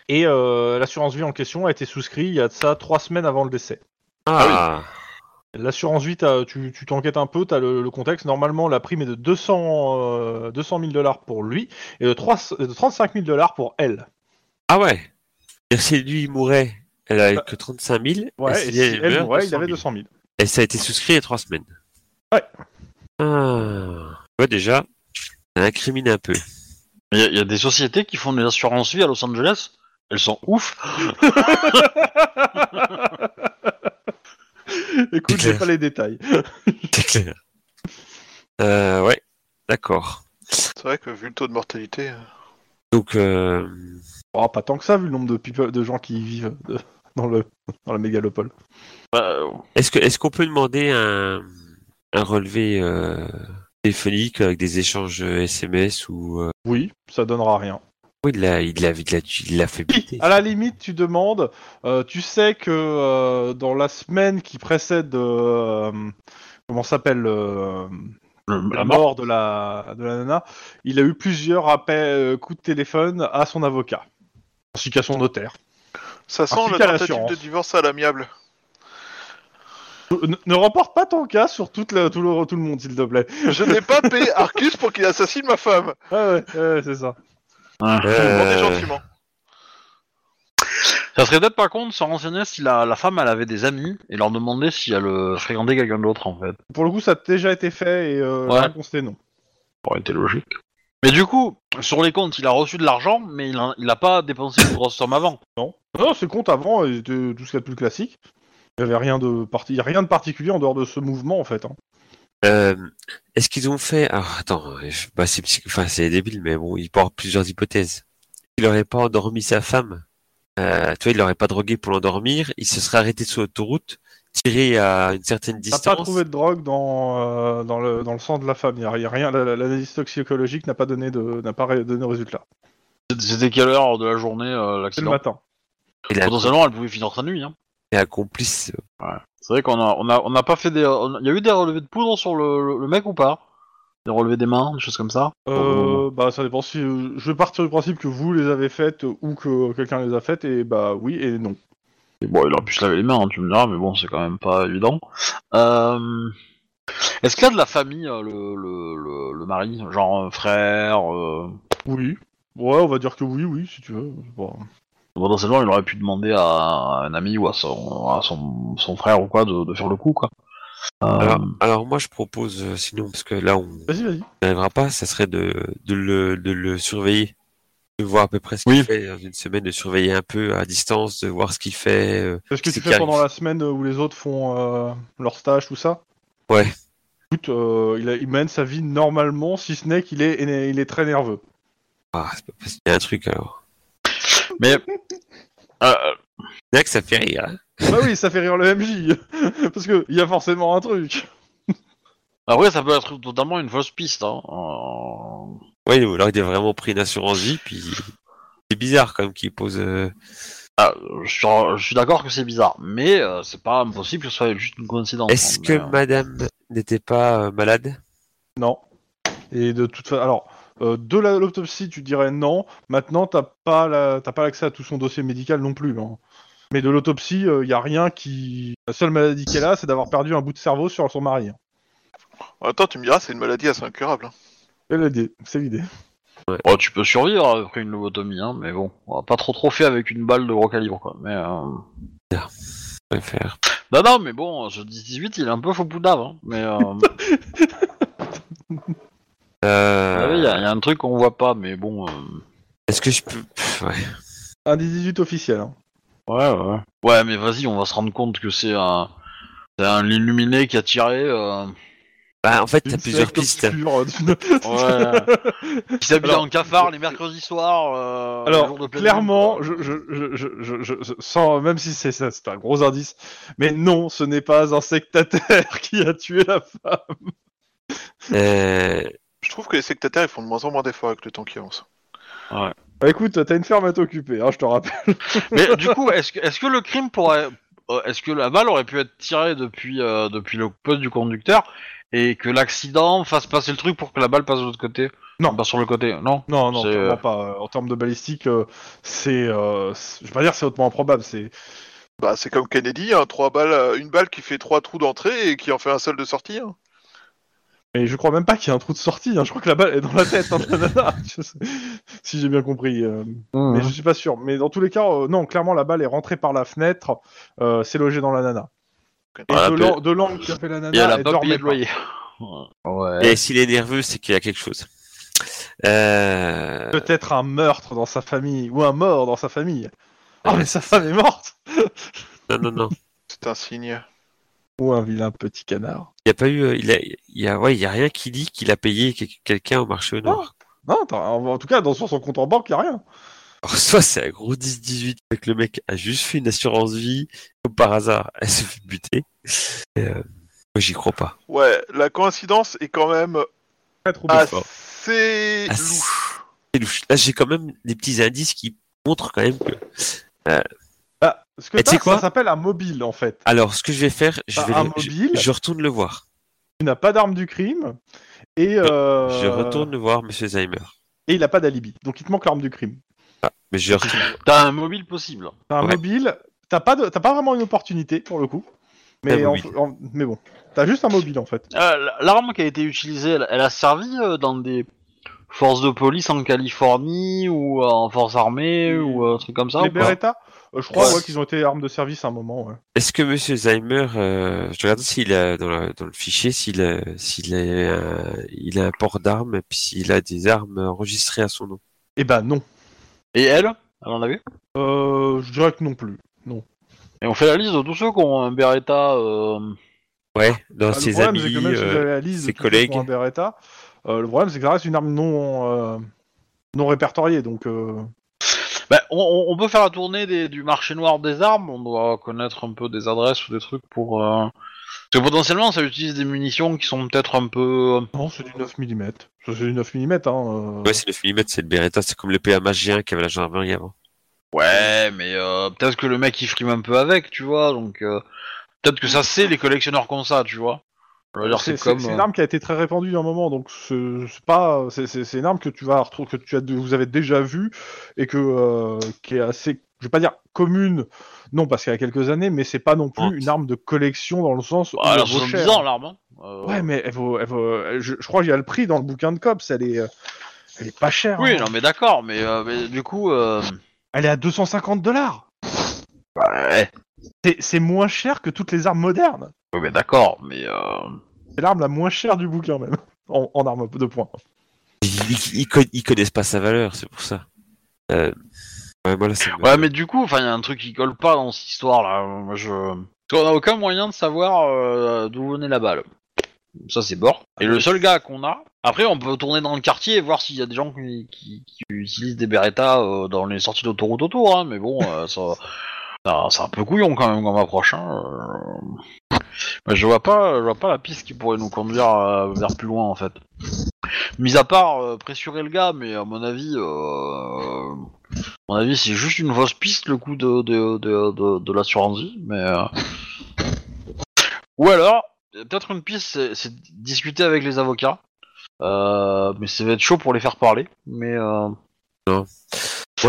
Speaker 1: Et euh, l'assurance vie en question a été souscrite il y a de ça trois semaines avant le décès.
Speaker 5: Ah,
Speaker 1: L'assurance vie, t'as- tu tu t'enquêtes un peu, tu as le, le contexte. Normalement, la prime est de 200, euh, 200 000 dollars pour lui et de, 3, de 35 000 dollars pour elle.
Speaker 5: ah ouais. C'est-à-dire, Si lui il mourait, elle avait que 35 000.
Speaker 1: Euh, Ouais, et si elle
Speaker 5: meurt,
Speaker 1: mourait, il avait
Speaker 5: 200
Speaker 1: 200
Speaker 5: 000.
Speaker 1: 000.
Speaker 5: Et ça a été souscrit il y a trois semaines.
Speaker 1: Ouais.
Speaker 5: Ah. Tu vois déjà, ça incrimine un peu.
Speaker 2: Il y, a- il y a des sociétés qui font des assurances vie à Los Angeles. Elles sont ouf.
Speaker 1: Écoute,
Speaker 5: C'est
Speaker 1: j'ai
Speaker 5: clair.
Speaker 1: pas les détails.
Speaker 5: C'est clair. Euh, ouais, d'accord.
Speaker 6: C'est vrai que vu le taux de mortalité. euh,
Speaker 5: Donc, euh,
Speaker 1: Oh, pas tant que ça, vu le nombre de, people- de gens qui y vivent euh, dans, le, dans la mégalopole.
Speaker 2: Bah, euh,
Speaker 5: est-ce que est-ce qu'on peut demander un, un relevé euh, téléphonique avec des échanges euh, SMS ou euh,
Speaker 1: Oui, ça donnera rien.
Speaker 5: oui, il l'a il l'a il l'a il l'a fait buter.
Speaker 1: À la limite, tu demandes, euh, tu sais que euh, dans la semaine qui précède, euh, comment s'appelle, euh,
Speaker 2: le-
Speaker 1: la
Speaker 2: la mort.
Speaker 1: mort de la, de la nana, il a eu plusieurs appels, euh, coups de téléphone à son avocat, ainsi qu'à son notaire.
Speaker 6: Ça sent
Speaker 1: Ainsi
Speaker 6: la
Speaker 1: qu'à
Speaker 6: tentative
Speaker 1: l'assurance.
Speaker 6: de divorce à l'amiable.
Speaker 1: Ne, ne remporte pas ton cas sur toute la- tout, le, tout le monde, s'il te plaît.
Speaker 6: Je n'ai pas payé Arcus pour qu'il assassine ma femme.
Speaker 1: Ah ouais, ouais, c'est ça.
Speaker 5: Euh,
Speaker 6: Demandez gentiment.
Speaker 2: Ça serait peut-être par contre se renseigner si la, la femme elle avait des amis et leur demander si elle euh, fréquentait quelqu'un d'autre en fait.
Speaker 1: Pour le coup, ça a déjà été fait et euh,
Speaker 2: Ouais.
Speaker 1: la réponse était non.
Speaker 2: Ça aurait été logique. Mais du coup, sur les comptes, il a reçu de l'argent, mais il a, il a pas dépensé une grosse somme avant.
Speaker 1: Non, non c'est compte avant, et c'était tout ce qu'il y a de plus classique. Il n'y avait rien de, parti... il y a rien de particulier en dehors de ce mouvement, en fait. hein.
Speaker 5: Euh, Est-ce qu'ils ont fait Alors, attends, je- bah, c'est psych- enfin c'est débile, mais bon, il porte plusieurs hypothèses. Il aurait pas endormi sa femme. Euh, tu vois, il l'aurait pas drogué pour l'endormir. Il se serait arrêté sur l'autoroute, tiré à une certaine
Speaker 1: T'as
Speaker 5: distance.
Speaker 1: pas trouvé de drogue dans, euh, dans, le, dans le sang de la femme. Il y a, il y a rien. la- la- L'analyse toxicologique n'a pas donné de n'a pas ré- donné de résultat.
Speaker 2: C'était quelle heure de la journée euh,
Speaker 1: C'est le
Speaker 2: l'accident
Speaker 1: matin.
Speaker 5: Il a,
Speaker 2: Potentiellement, elle pouvait finir sa nuit. Hein.
Speaker 5: il a complice.
Speaker 2: C'est vrai qu'on a, on a, on a pas fait des. on- Il y a eu des relevés de poudre sur le, le- le mec ou pas Des relevés des mains, des choses comme ça
Speaker 1: Euh, bah ça dépend si je vais partir du principe que vous les avez faites ou que quelqu'un les a faites et bah oui et non.
Speaker 2: Et Bon, il aurait pu se laver les mains, hein, tu me diras, mais bon, c'est quand même pas évident. Euh, Est-ce qu'il a de la famille, euh, le, le, le, le mari Genre un frère euh...
Speaker 1: Oui. Ouais, on va dire que oui, oui, si tu veux. Bon.
Speaker 2: Potentiellement, il aurait pu demander à un ami ou à son, à son, son frère ou quoi de, de faire le coup, quoi. Euh,
Speaker 5: Alors,
Speaker 1: Ah.
Speaker 5: alors moi, je propose, euh, sinon, parce que là, on
Speaker 1: Vas-y, vas-y.
Speaker 5: n'arrivera pas, ça serait de, de, le, de le surveiller, de voir à peu près ce qu'il
Speaker 2: Oui.
Speaker 5: fait dans une semaine, de surveiller un peu à distance, de voir ce qu'il fait. euh,
Speaker 1: C'est ce que tu
Speaker 5: C'est
Speaker 1: fais
Speaker 5: carré.
Speaker 1: pendant la semaine où les autres font euh, leur stage, tout ça
Speaker 5: Ouais.
Speaker 1: Écoute, euh, il, a- il mène sa vie normalement, si ce n'est qu'il est, il est très nerveux.
Speaker 5: Ah, c'est pas possible. Il y a un truc alors.
Speaker 2: Mais. euh,
Speaker 5: Là, que ça fait rire. hein.
Speaker 1: bah oui, ça fait rire le MJ Parce qu'il y a forcément un truc
Speaker 2: après, ça peut être totalement une fausse piste. Hein. Euh,
Speaker 5: Oui, ou alors il a vraiment pris une assurance vie, puis c'est bizarre quand même qu'il pose. euh,
Speaker 2: Ah, je suis, je suis d'accord que c'est bizarre, mais euh, c'est pas impossible que ce soit juste une coïncidence.
Speaker 5: Est-ce
Speaker 2: hein,
Speaker 5: que
Speaker 2: mais, euh,
Speaker 5: Madame n'était pas euh, malade
Speaker 1: Non. Et de toute façon, alors, euh, de la- l'autopsie, tu dirais non. Maintenant, t'as pas la- t'as pas l'accès à tout son dossier médical non plus. hein. Mais de l'autopsie, il y a rien qui. La seule maladie qu'elle a, c'est d'avoir perdu un bout de cerveau sur son mari. hein.
Speaker 6: Attends, tu me diras, c'est une maladie assez incurable. hein.
Speaker 1: C'est l'idée. C'est l'idée.
Speaker 2: euh, bon, tu peux survivre après une lobotomie, hein, mais bon, on va pas trop trop fait avec une balle de gros calibre, quoi. Mais euh,
Speaker 5: Je vais faire.
Speaker 2: non, non, mais bon, ce 18, il est un peu faux poudave, hein. Mais euh,
Speaker 5: Euh,
Speaker 2: ouais, il y, a il y a un truc qu'on voit pas, mais bon. euh,
Speaker 5: Est-ce que je peux Pff, ouais.
Speaker 1: Un des 18 officiel. hein.
Speaker 2: Ouais, ouais. Ouais, mais vas-y, on va se rendre compte que c'est un, c'est un illuminé qui a tiré. euh,
Speaker 5: Bah, En fait, t'as
Speaker 1: Une
Speaker 5: plusieurs
Speaker 1: secte
Speaker 5: pistes.
Speaker 1: obscure. euh,
Speaker 2: Ouais. qui s'habille
Speaker 1: Alors,
Speaker 2: en cafard les mercredis soirs. euh, les jours de
Speaker 1: Alors,
Speaker 2: pleine
Speaker 1: clairement,
Speaker 2: lune,
Speaker 1: je,
Speaker 2: quoi.
Speaker 1: je, je, je, je- je- sans, même si c'est ça, c'est un gros indice, mais non, ce n'est pas un sectataire qui a tué la femme.
Speaker 5: Euh,
Speaker 6: Je trouve que les sectataires ils font de moins en moins d'efforts avec le temps qui avance.
Speaker 1: Bah, écoute, t'as une ferme à t'occuper, hein, je te rappelle.
Speaker 2: Mais du coup, est-ce que, est-ce que le crime pourrait. euh, Est-ce que la balle aurait pu être tirée depuis, euh, depuis le poste du conducteur et que l'accident fasse passer le truc pour que la balle passe de l'autre côté
Speaker 1: Non.
Speaker 2: Pas sur le côté, non
Speaker 1: Non, non,
Speaker 2: C'est,
Speaker 1: clairement
Speaker 2: euh,
Speaker 1: pas. En termes de balistique, euh, c'est, euh, c'est- je vais pas dire que c'est hautement improbable, c'est.
Speaker 6: Bah, c'est comme Kennedy, hein, trois balles, euh, une balle qui fait trois trous d'entrée et qui en fait un seul de sortie. hein.
Speaker 1: Mais je crois même pas qu'il y ait un trou de sortie. hein, Je crois que la balle est dans la tête. hein, de la nana, je sais- si j'ai bien compris. euh, Mais je suis pas sûr. Mais dans tous les cas, euh, non, clairement, la balle est rentrée par la fenêtre. euh, c'est logée dans la nana. Et
Speaker 2: Ah,
Speaker 1: de
Speaker 2: la
Speaker 1: l'an- de l'angle qui a fait la nana.
Speaker 2: Et elle a
Speaker 1: elle
Speaker 2: pas
Speaker 1: dormait
Speaker 2: payé le
Speaker 1: pas.
Speaker 2: loyer. Ouais.
Speaker 5: Et s'il est nerveux, c'est qu'il y a quelque chose. Euh,
Speaker 1: Peut-être un meurtre dans sa famille ou un mort dans sa famille. Ah, mais sa femme est morte
Speaker 5: non, non, non.
Speaker 6: C'est un signe.
Speaker 1: Ou un vilain petit canard.
Speaker 5: Il n'y a pas eu. euh, Il a, il y a, ouais, il y a rien qui dit qu'il a payé que- quelqu'un au marché au noir.
Speaker 1: Non, attends, en, en tout cas, dans, sur son compte en banque, il a rien.
Speaker 5: Alors, soit c'est un gros 10-18 avec le mec a juste fait une assurance vie, comme par hasard, elle se fait buter. Et, euh, moi, j'y crois pas.
Speaker 6: Ouais, la coïncidence est quand même
Speaker 1: Très troublé.
Speaker 6: Ah, assez
Speaker 5: Ah,
Speaker 6: louche.
Speaker 5: C'est louche. Là, j'ai quand même des petits indices qui montrent quand même que.
Speaker 1: Bah, ce que
Speaker 5: Et tu sais
Speaker 1: t'as,
Speaker 5: quoi
Speaker 1: ça s'appelle un mobile, en fait.
Speaker 5: Alors, ce que je vais faire, je,
Speaker 1: Bah,
Speaker 5: vais
Speaker 1: un
Speaker 5: le- je-
Speaker 1: mobile.
Speaker 5: je, retourne le voir.
Speaker 1: Il n'a pas d'arme du crime. Et, euh,
Speaker 5: Je retourne le voir, monsieur Zeimer.
Speaker 1: et il n'a pas d'alibi. Donc il te manque l'arme du crime.
Speaker 5: Mais je retourne.
Speaker 2: T'as un mobile possible.
Speaker 1: T'as un
Speaker 5: Ouais.
Speaker 1: mobile, t'as pas, de- t'as pas vraiment une opportunité pour le coup. Mais,
Speaker 5: T'as un
Speaker 1: en-
Speaker 5: mobile.
Speaker 1: en- mais bon, t'as juste un mobile en fait.
Speaker 2: Euh, l- L'arme qui a été utilisée, elle, elle a servi euh, dans des forces de police en Californie ou euh, en force armée ou euh, un truc comme ça
Speaker 1: Les
Speaker 2: ou pas
Speaker 1: Beretta, euh, je crois
Speaker 5: Ouais.
Speaker 1: ouais, qu'ils ont été armes de service à un moment. Ouais.
Speaker 5: Est-ce que Monsieur Zeimer, euh, je regarde s'il a dans le, dans le fichier s'il a, s'il a, un- il a un port d'armes et puis s'il a des armes enregistrées à son nom.
Speaker 1: Eh ben non.
Speaker 2: Et elle Elle en avait
Speaker 1: Euh, je dirais que non plus.
Speaker 2: Et on fait la liste de tous ceux qui ont un Beretta. euh,
Speaker 5: Ouais, dans
Speaker 1: Bah, le
Speaker 5: ses
Speaker 1: problème,
Speaker 5: amis.
Speaker 1: c'est que même si vous
Speaker 5: euh,
Speaker 1: avez la liste de
Speaker 5: ses
Speaker 1: tous ceux qui
Speaker 5: collègues.
Speaker 1: ont un Beretta, euh, le problème, c'est que ça reste une arme non, euh, non répertoriée. Donc, euh,
Speaker 2: bah, on- on, on peut faire la tournée des- du marché noir des armes. On doit connaître un peu des adresses ou des trucs pour. euh, Parce que potentiellement, ça utilise des munitions qui sont peut-être un peu.
Speaker 1: non, c'est du 9 mm. C'est du 9 mm. Hein, euh.
Speaker 5: Ouais, c'est 9 mm, c'est le Beretta, c'est comme le PMHG1 qui avait la gendarmerie avant.
Speaker 2: Ouais, mais euh, peut-être que le mec il frime un peu avec, tu vois. Donc euh, peut-être que ça c'est les collectionneurs comme ça, tu vois. Je veux dire,
Speaker 1: C'est
Speaker 2: c'est
Speaker 1: c'est-
Speaker 2: comme.
Speaker 1: c'est
Speaker 2: euh,
Speaker 1: une arme qui a été très répandue à un moment, donc c'est c'est pas, c'est- c'est c'est une arme que tu vas retrouver, que tu as, de- vous avez déjà vue et que euh, qui est assez, je vais pas dire commune, non parce qu'il y a quelques années, mais c'est pas non plus
Speaker 5: Ouais.
Speaker 1: une arme de collection dans le sens où
Speaker 2: Bah,
Speaker 1: elle
Speaker 2: elle a
Speaker 1: vaut
Speaker 2: 70
Speaker 1: cher.
Speaker 2: ans, l'arme. hein. Euh,
Speaker 1: Ouais, mais elle vaut, elle vaut- elle- je, je crois qu'il y a le prix dans le bouquin de cops, elle est, euh, elle est pas chère.
Speaker 2: Oui,
Speaker 1: hein.
Speaker 2: non, mais d'accord, mais, euh, mais du coup. euh,
Speaker 1: Elle est à 250 dollars. C'est c'est moins cher que toutes les armes modernes.
Speaker 2: Oui, mais d'accord, mais. euh,
Speaker 1: C'est l'arme la moins chère du bouquin même, en, en arme de poing.
Speaker 5: Ils, ils con- ils connaissent pas sa valeur, c'est pour ça. Euh, ouais, voilà, c'est
Speaker 2: Ouais, mais du coup, enfin, il y a un truc qui colle pas dans cette histoire-là. Moi, je. Parce qu'on a aucun moyen de savoir euh, d'où venait la balle. Ça, c'est bord. Et le seul gars qu'on a. Après, on peut tourner dans le quartier et voir s'il y a des gens qui, qui- qui utilisent des Beretta euh, dans les sorties d'autoroute autour, hein, mais bon, euh, ça. ça- C'est un peu couillon quand même comme approche. Hein. euh. Moi, je vois pas, je vois pas la piste qui pourrait nous conduire euh, vers plus loin en fait. Mis à part euh, pressurer le gars, mais à mon avis, euh, à mon avis, c'est juste une fausse piste le coup de, de, de, de, de l'assurance vie, mais. euh, Ou alors, euh, peut-être une piste, c'est- c'est discuter avec les avocats. Euh, mais ça va être chaud pour les faire parler. Mais euh,
Speaker 5: Moi,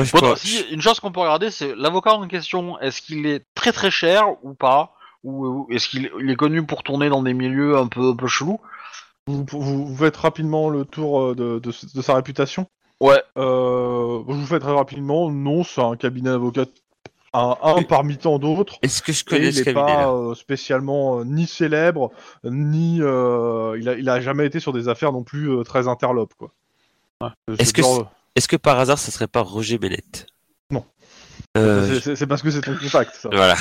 Speaker 5: je
Speaker 2: bon,
Speaker 5: pense-
Speaker 2: si, une chose qu'on peut regarder, c'est l'avocat en question. Est-ce qu'il est très très cher ou pas Ou ou est-ce qu'il il est connu pour tourner dans des milieux un peu un peu chelous
Speaker 1: Vous, vous, vous faites rapidement le tour euh, de, de, de sa réputation.
Speaker 2: Ouais.
Speaker 1: Euh, je vous fais très rapidement. Non, c'est un cabinet d'avocat, un, un
Speaker 5: Et-
Speaker 1: parmi tant d'autres.
Speaker 5: Est-ce que je
Speaker 1: Et
Speaker 5: connais
Speaker 1: il
Speaker 5: ce
Speaker 1: n'est
Speaker 5: cabinet
Speaker 1: pas
Speaker 5: là
Speaker 1: euh, spécialement euh, ni célèbre, ni euh, il, a, il a jamais été sur des affaires non plus euh, très interlopes quoi. C'est
Speaker 5: Est-ce que
Speaker 1: genre-
Speaker 5: Est-ce que par hasard, ça serait pas Roger Bennett
Speaker 1: Non.
Speaker 5: Euh,
Speaker 1: c'est- c'est c'est parce que c'est ton contact. Ça.
Speaker 5: Voilà,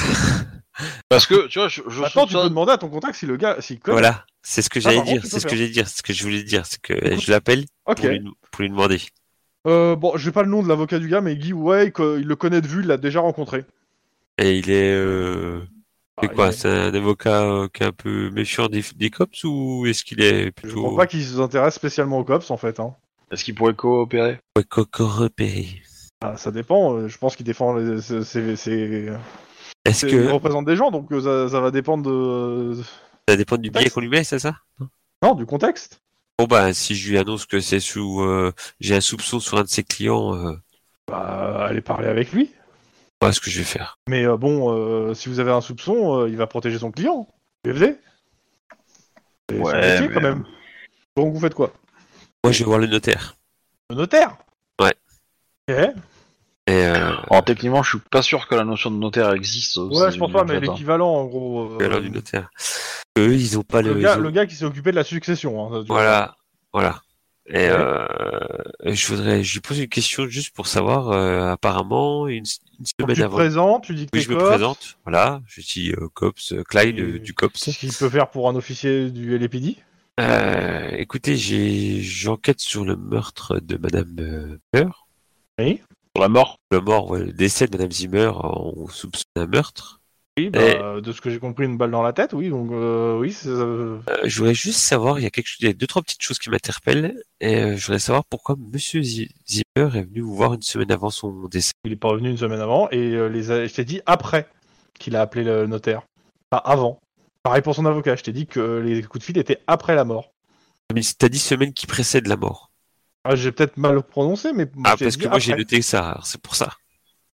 Speaker 2: Parce que tu vois, je, je
Speaker 1: Maintenant, tu peux
Speaker 2: soupçonne-
Speaker 1: demander à ton contact si le gars s'il connaît.
Speaker 5: voilà. C'est ce que
Speaker 1: par
Speaker 5: j'allais
Speaker 1: contre,
Speaker 5: dire.
Speaker 1: tu peux
Speaker 5: C'est ce que
Speaker 1: faire.
Speaker 5: j'allais dire. C'est ce que je voulais dire. C'est que euh, je l'appelle
Speaker 1: Ok.
Speaker 5: pour, lui, pour lui demander.
Speaker 1: Euh, bon, j'ai pas le nom de l'avocat du gars, mais Guy ouais, il co- il le connaît de vue, il l'a déjà rencontré.
Speaker 5: Et il est. euh, C'est
Speaker 1: Ah,
Speaker 5: quoi
Speaker 1: il-
Speaker 5: C'est un avocat euh, qui est un peu méchant des, des cops ou est-ce qu'il est
Speaker 1: Je
Speaker 5: plutôt euh,
Speaker 1: crois pas qu'il s'intéresse spécialement aux cops en fait. Hein.
Speaker 2: Est-ce qu'il pourrait coopérer
Speaker 5: Ouais, coco repéré
Speaker 1: Ah, ça dépend. euh, Je pense qu'il défend les. c'est- c'est- c'est-
Speaker 5: Est-ce
Speaker 1: c'est-
Speaker 5: que
Speaker 1: Il représente des gens, donc euh, ça, ça va dépendre de.
Speaker 5: ça dépend du billet
Speaker 1: Contexte.
Speaker 5: qu'on lui met, c'est ça
Speaker 1: Non, du contexte.
Speaker 5: Bon bah si je lui annonce que c'est sous, euh, j'ai un soupçon sur un de ses clients, euh,
Speaker 1: Bah, allez parler avec lui.
Speaker 5: voilà ce que je vais faire.
Speaker 1: Mais euh, bon, euh, si vous avez un soupçon, euh, il va protéger son client. UFD. C'est son
Speaker 2: Ouais,
Speaker 1: métier,
Speaker 2: mais-
Speaker 1: quand même. Donc vous faites quoi
Speaker 5: Moi je vais voir le notaire.
Speaker 1: Le notaire
Speaker 5: Ouais.
Speaker 1: Ok.
Speaker 5: Et euh,
Speaker 2: Alors techniquement, je suis pas sûr que la notion de notaire existe. aux
Speaker 1: Ouais, je pense
Speaker 2: États-Unis,
Speaker 1: pas,
Speaker 2: en
Speaker 1: mais
Speaker 2: fait, hein.
Speaker 1: l'équivalent en gros. euh,
Speaker 5: je vais voir du notaire. Eux ils ont pas le.
Speaker 1: le, gars,
Speaker 5: ils ont-
Speaker 1: le gars qui s'est occupé de la succession. hein, tu vois.
Speaker 5: Voilà, voilà. Et
Speaker 1: Ouais.
Speaker 5: euh, euh, je voudrais, je lui pose une question juste pour savoir. euh, apparemment, une, s- une
Speaker 1: Donc,
Speaker 5: semaine
Speaker 1: tu te
Speaker 5: avant.
Speaker 1: présentes, tu dis que
Speaker 5: Oui,
Speaker 1: t'es
Speaker 5: je me
Speaker 1: cop.
Speaker 5: présente. Voilà, je suis euh, cops, euh, Clyde
Speaker 1: Et-
Speaker 5: euh, du cops.
Speaker 1: Qu'est-ce qu'il peut faire pour un officier du LPD
Speaker 5: Euh, écoutez, j'ai, j'enquête sur le meurtre de Madame euh, Meur.
Speaker 1: Oui.
Speaker 2: Pour la mort
Speaker 5: le mort, ouais, le décès de Madame Zimmer, on soupçonne un meurtre.
Speaker 1: Oui, bah,
Speaker 5: Et-
Speaker 1: euh, de ce que j'ai compris, une balle dans la tête, oui. Donc, euh, oui, c'est, euh,
Speaker 5: Euh, je voudrais juste savoir, il y a quelque chose, il y a deux trois petites choses qui m'interpellent, et euh, je voudrais savoir pourquoi Monsieur Zi- Zimmer est venu vous voir une semaine avant son décès.
Speaker 1: il est pas revenu une semaine avant et euh, les a- je t'ai dit après qu'il a appelé le notaire, pas avant. Pareil pour son avocat, je t'ai dit que les coups de fil étaient après la mort.
Speaker 5: Mais T'as dit semaine qui précède la mort.
Speaker 1: Ah, j'ai peut-être mal prononcé, mais
Speaker 5: Ah,
Speaker 1: je t'ai
Speaker 5: parce
Speaker 1: dit
Speaker 5: que moi j'ai
Speaker 1: après.
Speaker 5: noté ça, alors c'est pour ça.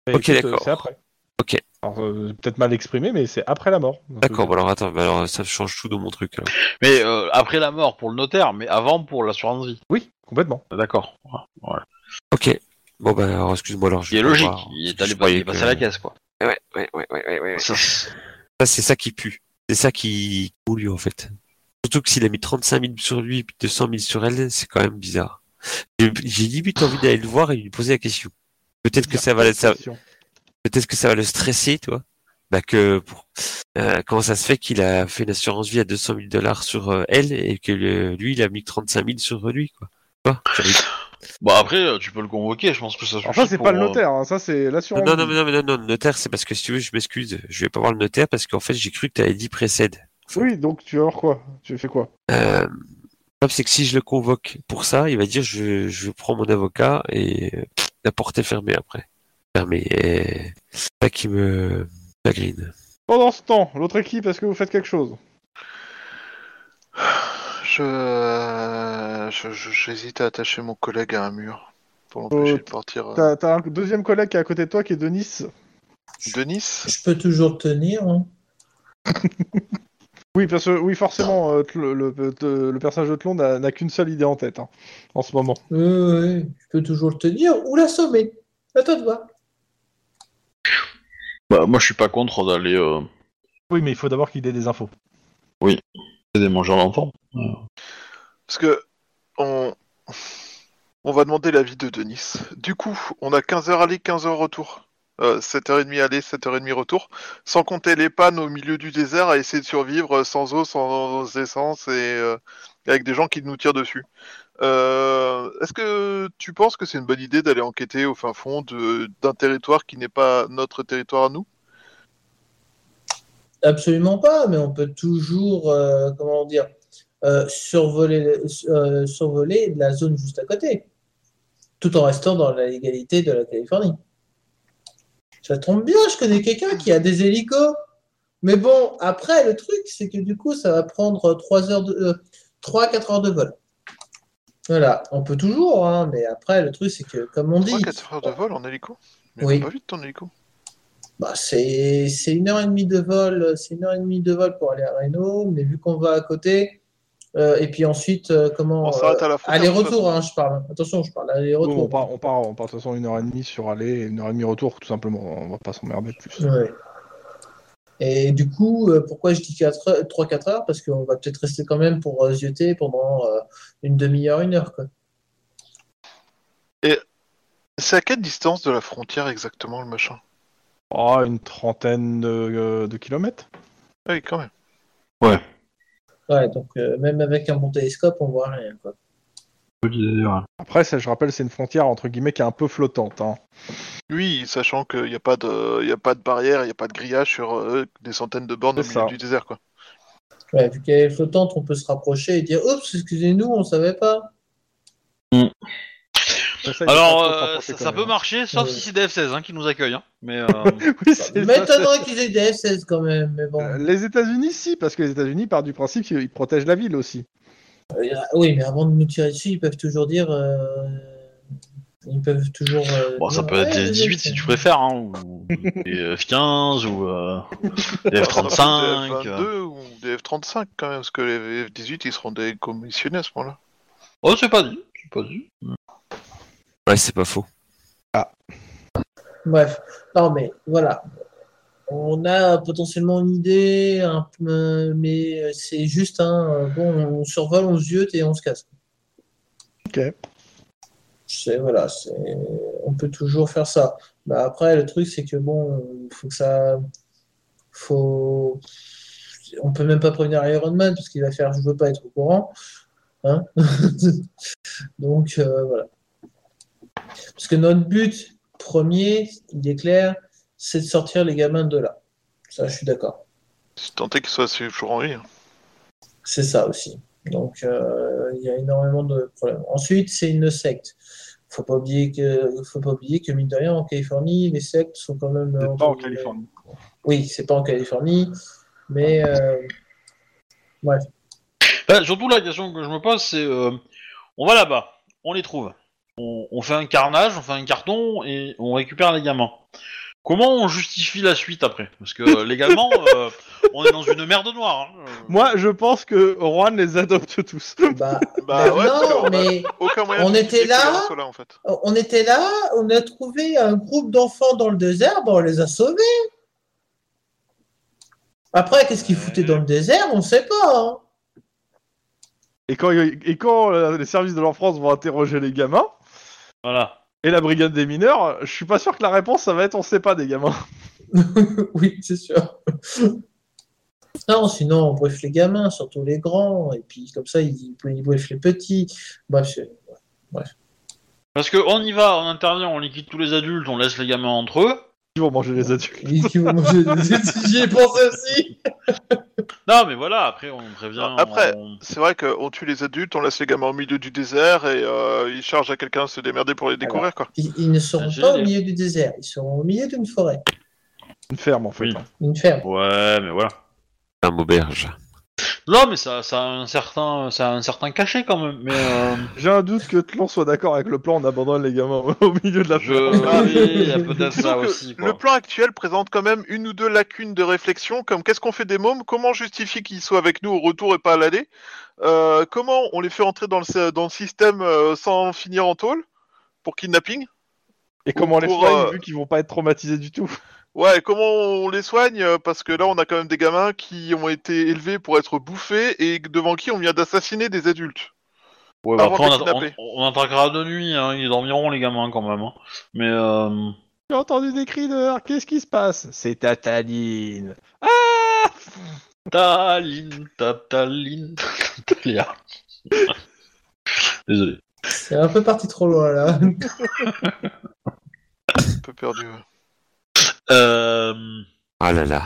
Speaker 1: Mais écoute,
Speaker 5: ok,
Speaker 1: euh,
Speaker 5: d'accord.
Speaker 1: C'est après.
Speaker 5: Ok.
Speaker 1: Alors, euh, j'ai peut-être mal exprimé, mais c'est après la mort. Donc,
Speaker 5: D'accord,
Speaker 2: Mm.
Speaker 1: euh,
Speaker 5: bah alors attends, bah alors ça change tout dans mon truc. alors.
Speaker 2: Mais euh, après la mort pour le notaire, mais avant pour l'assurance vie.
Speaker 1: Oui, complètement.
Speaker 2: D'accord. Ouais, ouais.
Speaker 5: Ok. Bon bah alors excuse-moi alors. Je
Speaker 2: Il est
Speaker 5: vais
Speaker 2: logique.
Speaker 5: voir,
Speaker 2: Il
Speaker 5: parce
Speaker 2: est
Speaker 5: que
Speaker 2: allé
Speaker 5: je croyais
Speaker 2: il est passé
Speaker 5: que-
Speaker 2: à la caisse, quoi.
Speaker 5: Ouais, ouais, ouais, ouais, ouais, ouais.
Speaker 2: Ça, c'est-
Speaker 5: Ça, c'est ça qui pue. C'est ça qui coule lui, en fait. Surtout que s'il a mis 35 000 sur lui, puis 200 000 sur elle, c'est quand même bizarre. J'ai j'ai limite envie d'aller le voir et lui poser la question. Peut-être que ça va, ça, peut-être que ça va le stresser, toi. Bah que pour, euh, comment ça se fait qu'il a fait une assurance vie à 200 000 dollars sur euh, elle et que le- lui il a mis 35 000 sur lui quoi. Tu vois J'ai envie de-
Speaker 2: Bon après, euh, tu peux le convoquer. Je pense que ça.
Speaker 1: Alors ça,
Speaker 2: suffit
Speaker 1: c'est
Speaker 2: pour,
Speaker 1: pas le
Speaker 2: euh,
Speaker 1: notaire, hein, ça c'est l'assurance.
Speaker 5: Non, non, non, non, non, non, le notaire c'est parce que si tu veux je m'excuse, je vais pas voir le notaire parce qu'en fait j'ai cru que t'avais dit précède.
Speaker 1: Oui, donc tu vas voir quoi Tu fais quoi
Speaker 5: Euh, le problème, c'est que si je le convoque pour ça, il va dire je, je prends mon avocat et euh, la porte est fermée après. Fermée. Et... C'est ça qui me chagrine.
Speaker 1: Pendant ce temps, l'autre équipe, est-ce que vous faites quelque chose
Speaker 6: euh, Je... je- je- J'hésite à attacher mon collègue à un mur pour l'empêcher
Speaker 1: Euh,
Speaker 6: de partir. euh,
Speaker 1: T'as t'as un deuxième collègue qui est à côté de toi qui est Denis.
Speaker 6: Denis
Speaker 4: Je peux toujours tenir. hein.
Speaker 1: Oui, parce que oui, forcément, euh, Tlon- le, le- le personnage de Tlon n'a n'a qu'une seule idée en tête hein, en ce moment.
Speaker 4: Oui, oui, je peux toujours le tenir ou l'assommer. À toi de voir.
Speaker 2: Bah, moi, je suis pas contre d'aller euh,
Speaker 1: Oui, mais il faut d'abord qu'il ait des infos.
Speaker 2: aider mon jardin d'enfants.
Speaker 6: Parce que on... on va demander l'avis de Denis. Du coup, on a 15h aller, 15h retour. Euh, 7h30 aller, 7h30 retour. Sans compter les pannes au milieu du désert à essayer de survivre euh, sans eau, sans essence et euh, avec des gens qui nous tirent dessus. Euh, Est-ce que tu penses que c'est une bonne idée d'aller enquêter au fin fond de- d'un territoire qui n'est pas notre territoire à nous
Speaker 4: Absolument pas, mais on peut toujours, euh, comment dire, euh, survoler, euh, survoler la zone juste à côté, tout en restant dans la légalité de la Californie. Ça tombe bien, je connais quelqu'un qui a des hélicos. Mais bon, après, le truc, c'est que du coup, ça va prendre 3 heures de, 4 heures de vol. Voilà, on peut toujours, hein, mais après, le truc, c'est que, comme on dit,
Speaker 6: 3-4 heures de vol en hélico Mais
Speaker 4: Oui.
Speaker 6: va pas vite ton hélico.
Speaker 4: bah, c'est c'est une heure et demie de vol, euh, c'est une heure et demie de vol pour aller à Reno, mais vu qu'on va à côté, euh, et puis ensuite, euh, comment
Speaker 6: On s'arrête à la frontière, de toute
Speaker 4: Aller-retour,
Speaker 6: façon.
Speaker 4: hein, je parle. Attention, je parle
Speaker 1: Bon, on,
Speaker 4: aller-retour.
Speaker 1: part, on, part, on part de toute façon une heure et demie sur aller et une heure et demie retour, tout simplement. On va pas s'emmerder plus.
Speaker 4: Ouais. Et du coup, euh, pourquoi je dis 3-4 heures Parce qu'on va peut-être rester quand même pour euh, zioter pendant euh, une demi-heure, une heure. Quoi.
Speaker 6: C'est à quelle distance de la frontière exactement le machin
Speaker 1: Oh, une trentaine de, euh, de kilomètres
Speaker 6: Ah Oui, quand même.
Speaker 4: Ouais, donc euh, même avec un bon télescope, on voit rien. Quoi.
Speaker 1: Après, ça, je rappelle, c'est une frontière entre guillemets qui est un peu flottante. Hein.
Speaker 6: Oui, sachant qu'il n'y a, pas de- y a pas de barrière, il n'y a pas de grillage sur euh, des centaines de bornes au
Speaker 1: C'est
Speaker 6: milieu
Speaker 1: ça.
Speaker 6: du désert. quoi.
Speaker 4: Ouais, vu qu'elle est flottante, on peut se rapprocher et dire Oups, excusez-nous, on savait pas.
Speaker 1: Ça, ça, il faut
Speaker 2: Alors,
Speaker 1: pas trop
Speaker 2: euh,
Speaker 1: s'approcher
Speaker 2: ça,
Speaker 1: quand
Speaker 2: ça
Speaker 1: même,
Speaker 2: peut
Speaker 1: hein.
Speaker 2: marcher, sauf
Speaker 4: Ouais.
Speaker 2: si c'est DF16 hein, qui nous accueille. Hein. Mais euh,
Speaker 1: Oui, c'est Euh, ça,
Speaker 4: M'étonnerait qu'ils aient des F-16 quand même, mais bon.
Speaker 1: c'est- Les États-Unis, si, parce que les États-Unis partent du principe qu'ils protègent la ville aussi.
Speaker 4: Euh, Oui, mais avant de nous tirer dessus, ils peuvent toujours dire. euh, Ils peuvent toujours. euh,
Speaker 2: bon, ça
Speaker 4: dire,
Speaker 2: peut être
Speaker 4: Ouais,
Speaker 2: des 18 si tu préfères, hein, ou des F15 ou euh, des
Speaker 6: Des
Speaker 2: F35.
Speaker 6: F22
Speaker 2: euh.
Speaker 6: ou des F35 quand même, parce que les F18 ils seront décommissionnés à ce moment-là.
Speaker 2: Oh, c'est pas dit. C'est pas dit.
Speaker 5: Ouais, c'est pas faux.
Speaker 4: Bref, non, mais voilà. On a potentiellement une idée, un- euh, mais euh, c'est juste, hein, euh, bon, on survole, on ziote et on se casse.
Speaker 1: Ok.
Speaker 4: c'est voilà, c'est on peut toujours faire ça. Bah, après, le truc, c'est que bon, euh, faut que ça, faut, on peut même pas prévenir Iron Man parce qu'il va faire, je veux pas être au courant, hein. Donc euh, voilà. Parce que notre but premier, il est clair, c'est de sortir les gamins de là. Ça, je suis d'accord.
Speaker 6: Si tant est qu'il soit toujours en vie. hein.
Speaker 4: C'est ça aussi. Donc, euh, il y a énormément de problèmes. Ensuite, c'est une secte. Faut pas oublier que, faut pas oublier que mine de rien, en Californie, les sectes sont quand même.
Speaker 1: Peut-être pas en
Speaker 4: euh,
Speaker 1: Californie.
Speaker 4: Oui, c'est pas en Californie, mais euh,
Speaker 2: Ben, surtout, la question que je me pose, c'est euh, on va là-bas, on les trouve, on, on fait un carnage, on fait un carton et on récupère les gamins. Comment on justifie la suite après Parce que euh, légalement, euh, on est dans une merde noire. hein. Euh,
Speaker 1: Moi, je pense que Juan les adopte tous.
Speaker 4: bah,
Speaker 6: Bah
Speaker 1: Ah
Speaker 4: bah
Speaker 6: ouais, parce
Speaker 4: non,
Speaker 6: qu'on a
Speaker 4: mais
Speaker 6: Aucun moyen
Speaker 4: On
Speaker 6: de
Speaker 4: était
Speaker 6: justifier
Speaker 4: là
Speaker 6: que ce soit en fait.
Speaker 4: on était là, on a trouvé un groupe d'enfants dans le désert, bah, on les a sauvés. Après, qu'est-ce qu'ils foutaient dans le désert On ne sait pas. hein.
Speaker 1: Et quand, et quand euh, les services de l'enfance vont interroger les gamins
Speaker 2: Voilà.
Speaker 1: et la brigade des mineurs, je suis pas sûr que la réponse ça va être on sait pas des gamins.
Speaker 4: oui, c'est sûr. Non, sinon, on briefe les gamins, surtout les grands, et puis comme ça, ils, ils briefent les petits. Bref, c'est-
Speaker 2: Parce que on y va, on intervient, on liquide tous les adultes, on laisse les gamins entre eux.
Speaker 1: Ils vont manger les adultes.
Speaker 4: ils- ils vont manger des- j'y ai pensé aussi.
Speaker 2: Non, mais voilà, après on prévient.
Speaker 6: Bah, Après.
Speaker 2: on-
Speaker 6: C'est vrai qu'on tue les adultes, on laisse les gamins au milieu du désert et euh, ils chargent à quelqu'un de se démerder pour les découvrir, quoi.
Speaker 4: Ils, ils ne seront
Speaker 2: J'ai
Speaker 4: pas au
Speaker 2: des-
Speaker 4: milieu du désert, ils seront au milieu d'une forêt,
Speaker 1: Une ferme en fait.
Speaker 2: Oui.
Speaker 1: hein.
Speaker 4: une ferme.
Speaker 2: Ouais, mais voilà.
Speaker 5: Un auberge.
Speaker 2: Non, mais ça, ça a un certain, ça a un certain cachet quand même. Mais euh,
Speaker 1: J'ai un doute que Tlon soit d'accord avec le plan, on abandonne les gamins au milieu de la
Speaker 2: je,
Speaker 1: ferme.
Speaker 2: oui, il y a peut-être
Speaker 6: Ah Disons
Speaker 2: ça
Speaker 6: que
Speaker 2: aussi. quoi.
Speaker 6: le plan actuel présente quand même une ou deux lacunes de réflexion, comme qu'est-ce qu'on fait des mômes, comment justifier qu'ils soient avec nous au retour et pas à l'aller, Euh, comment on les fait entrer dans le, sy- dans le système euh, sans finir en tôle pour kidnapping,
Speaker 1: Et comment on les
Speaker 6: Pour,
Speaker 1: soigne
Speaker 6: euh,
Speaker 1: vu qu'ils vont pas être traumatisés du tout.
Speaker 6: ouais, et comment on les soigne, euh, parce que là on a quand même des gamins qui ont été élevés pour être bouffés et devant qui on vient d'assassiner des adultes.
Speaker 2: Ouais,
Speaker 6: Avant
Speaker 2: bah après, on,
Speaker 6: de
Speaker 2: atta-
Speaker 6: kidnapper.
Speaker 2: on- on attaquera de nuit, hein, ils dormiront les gamins quand même. hein. Mais euh,
Speaker 1: J'ai entendu des cris dehors, qu'est-ce qui se passe C'est Tataline. Ah
Speaker 2: Taline, Tataline, Talia. Désolé.
Speaker 4: C'est un peu parti trop loin là.
Speaker 6: Un peu perdu. ouais.
Speaker 2: Euh,
Speaker 5: Ah là là.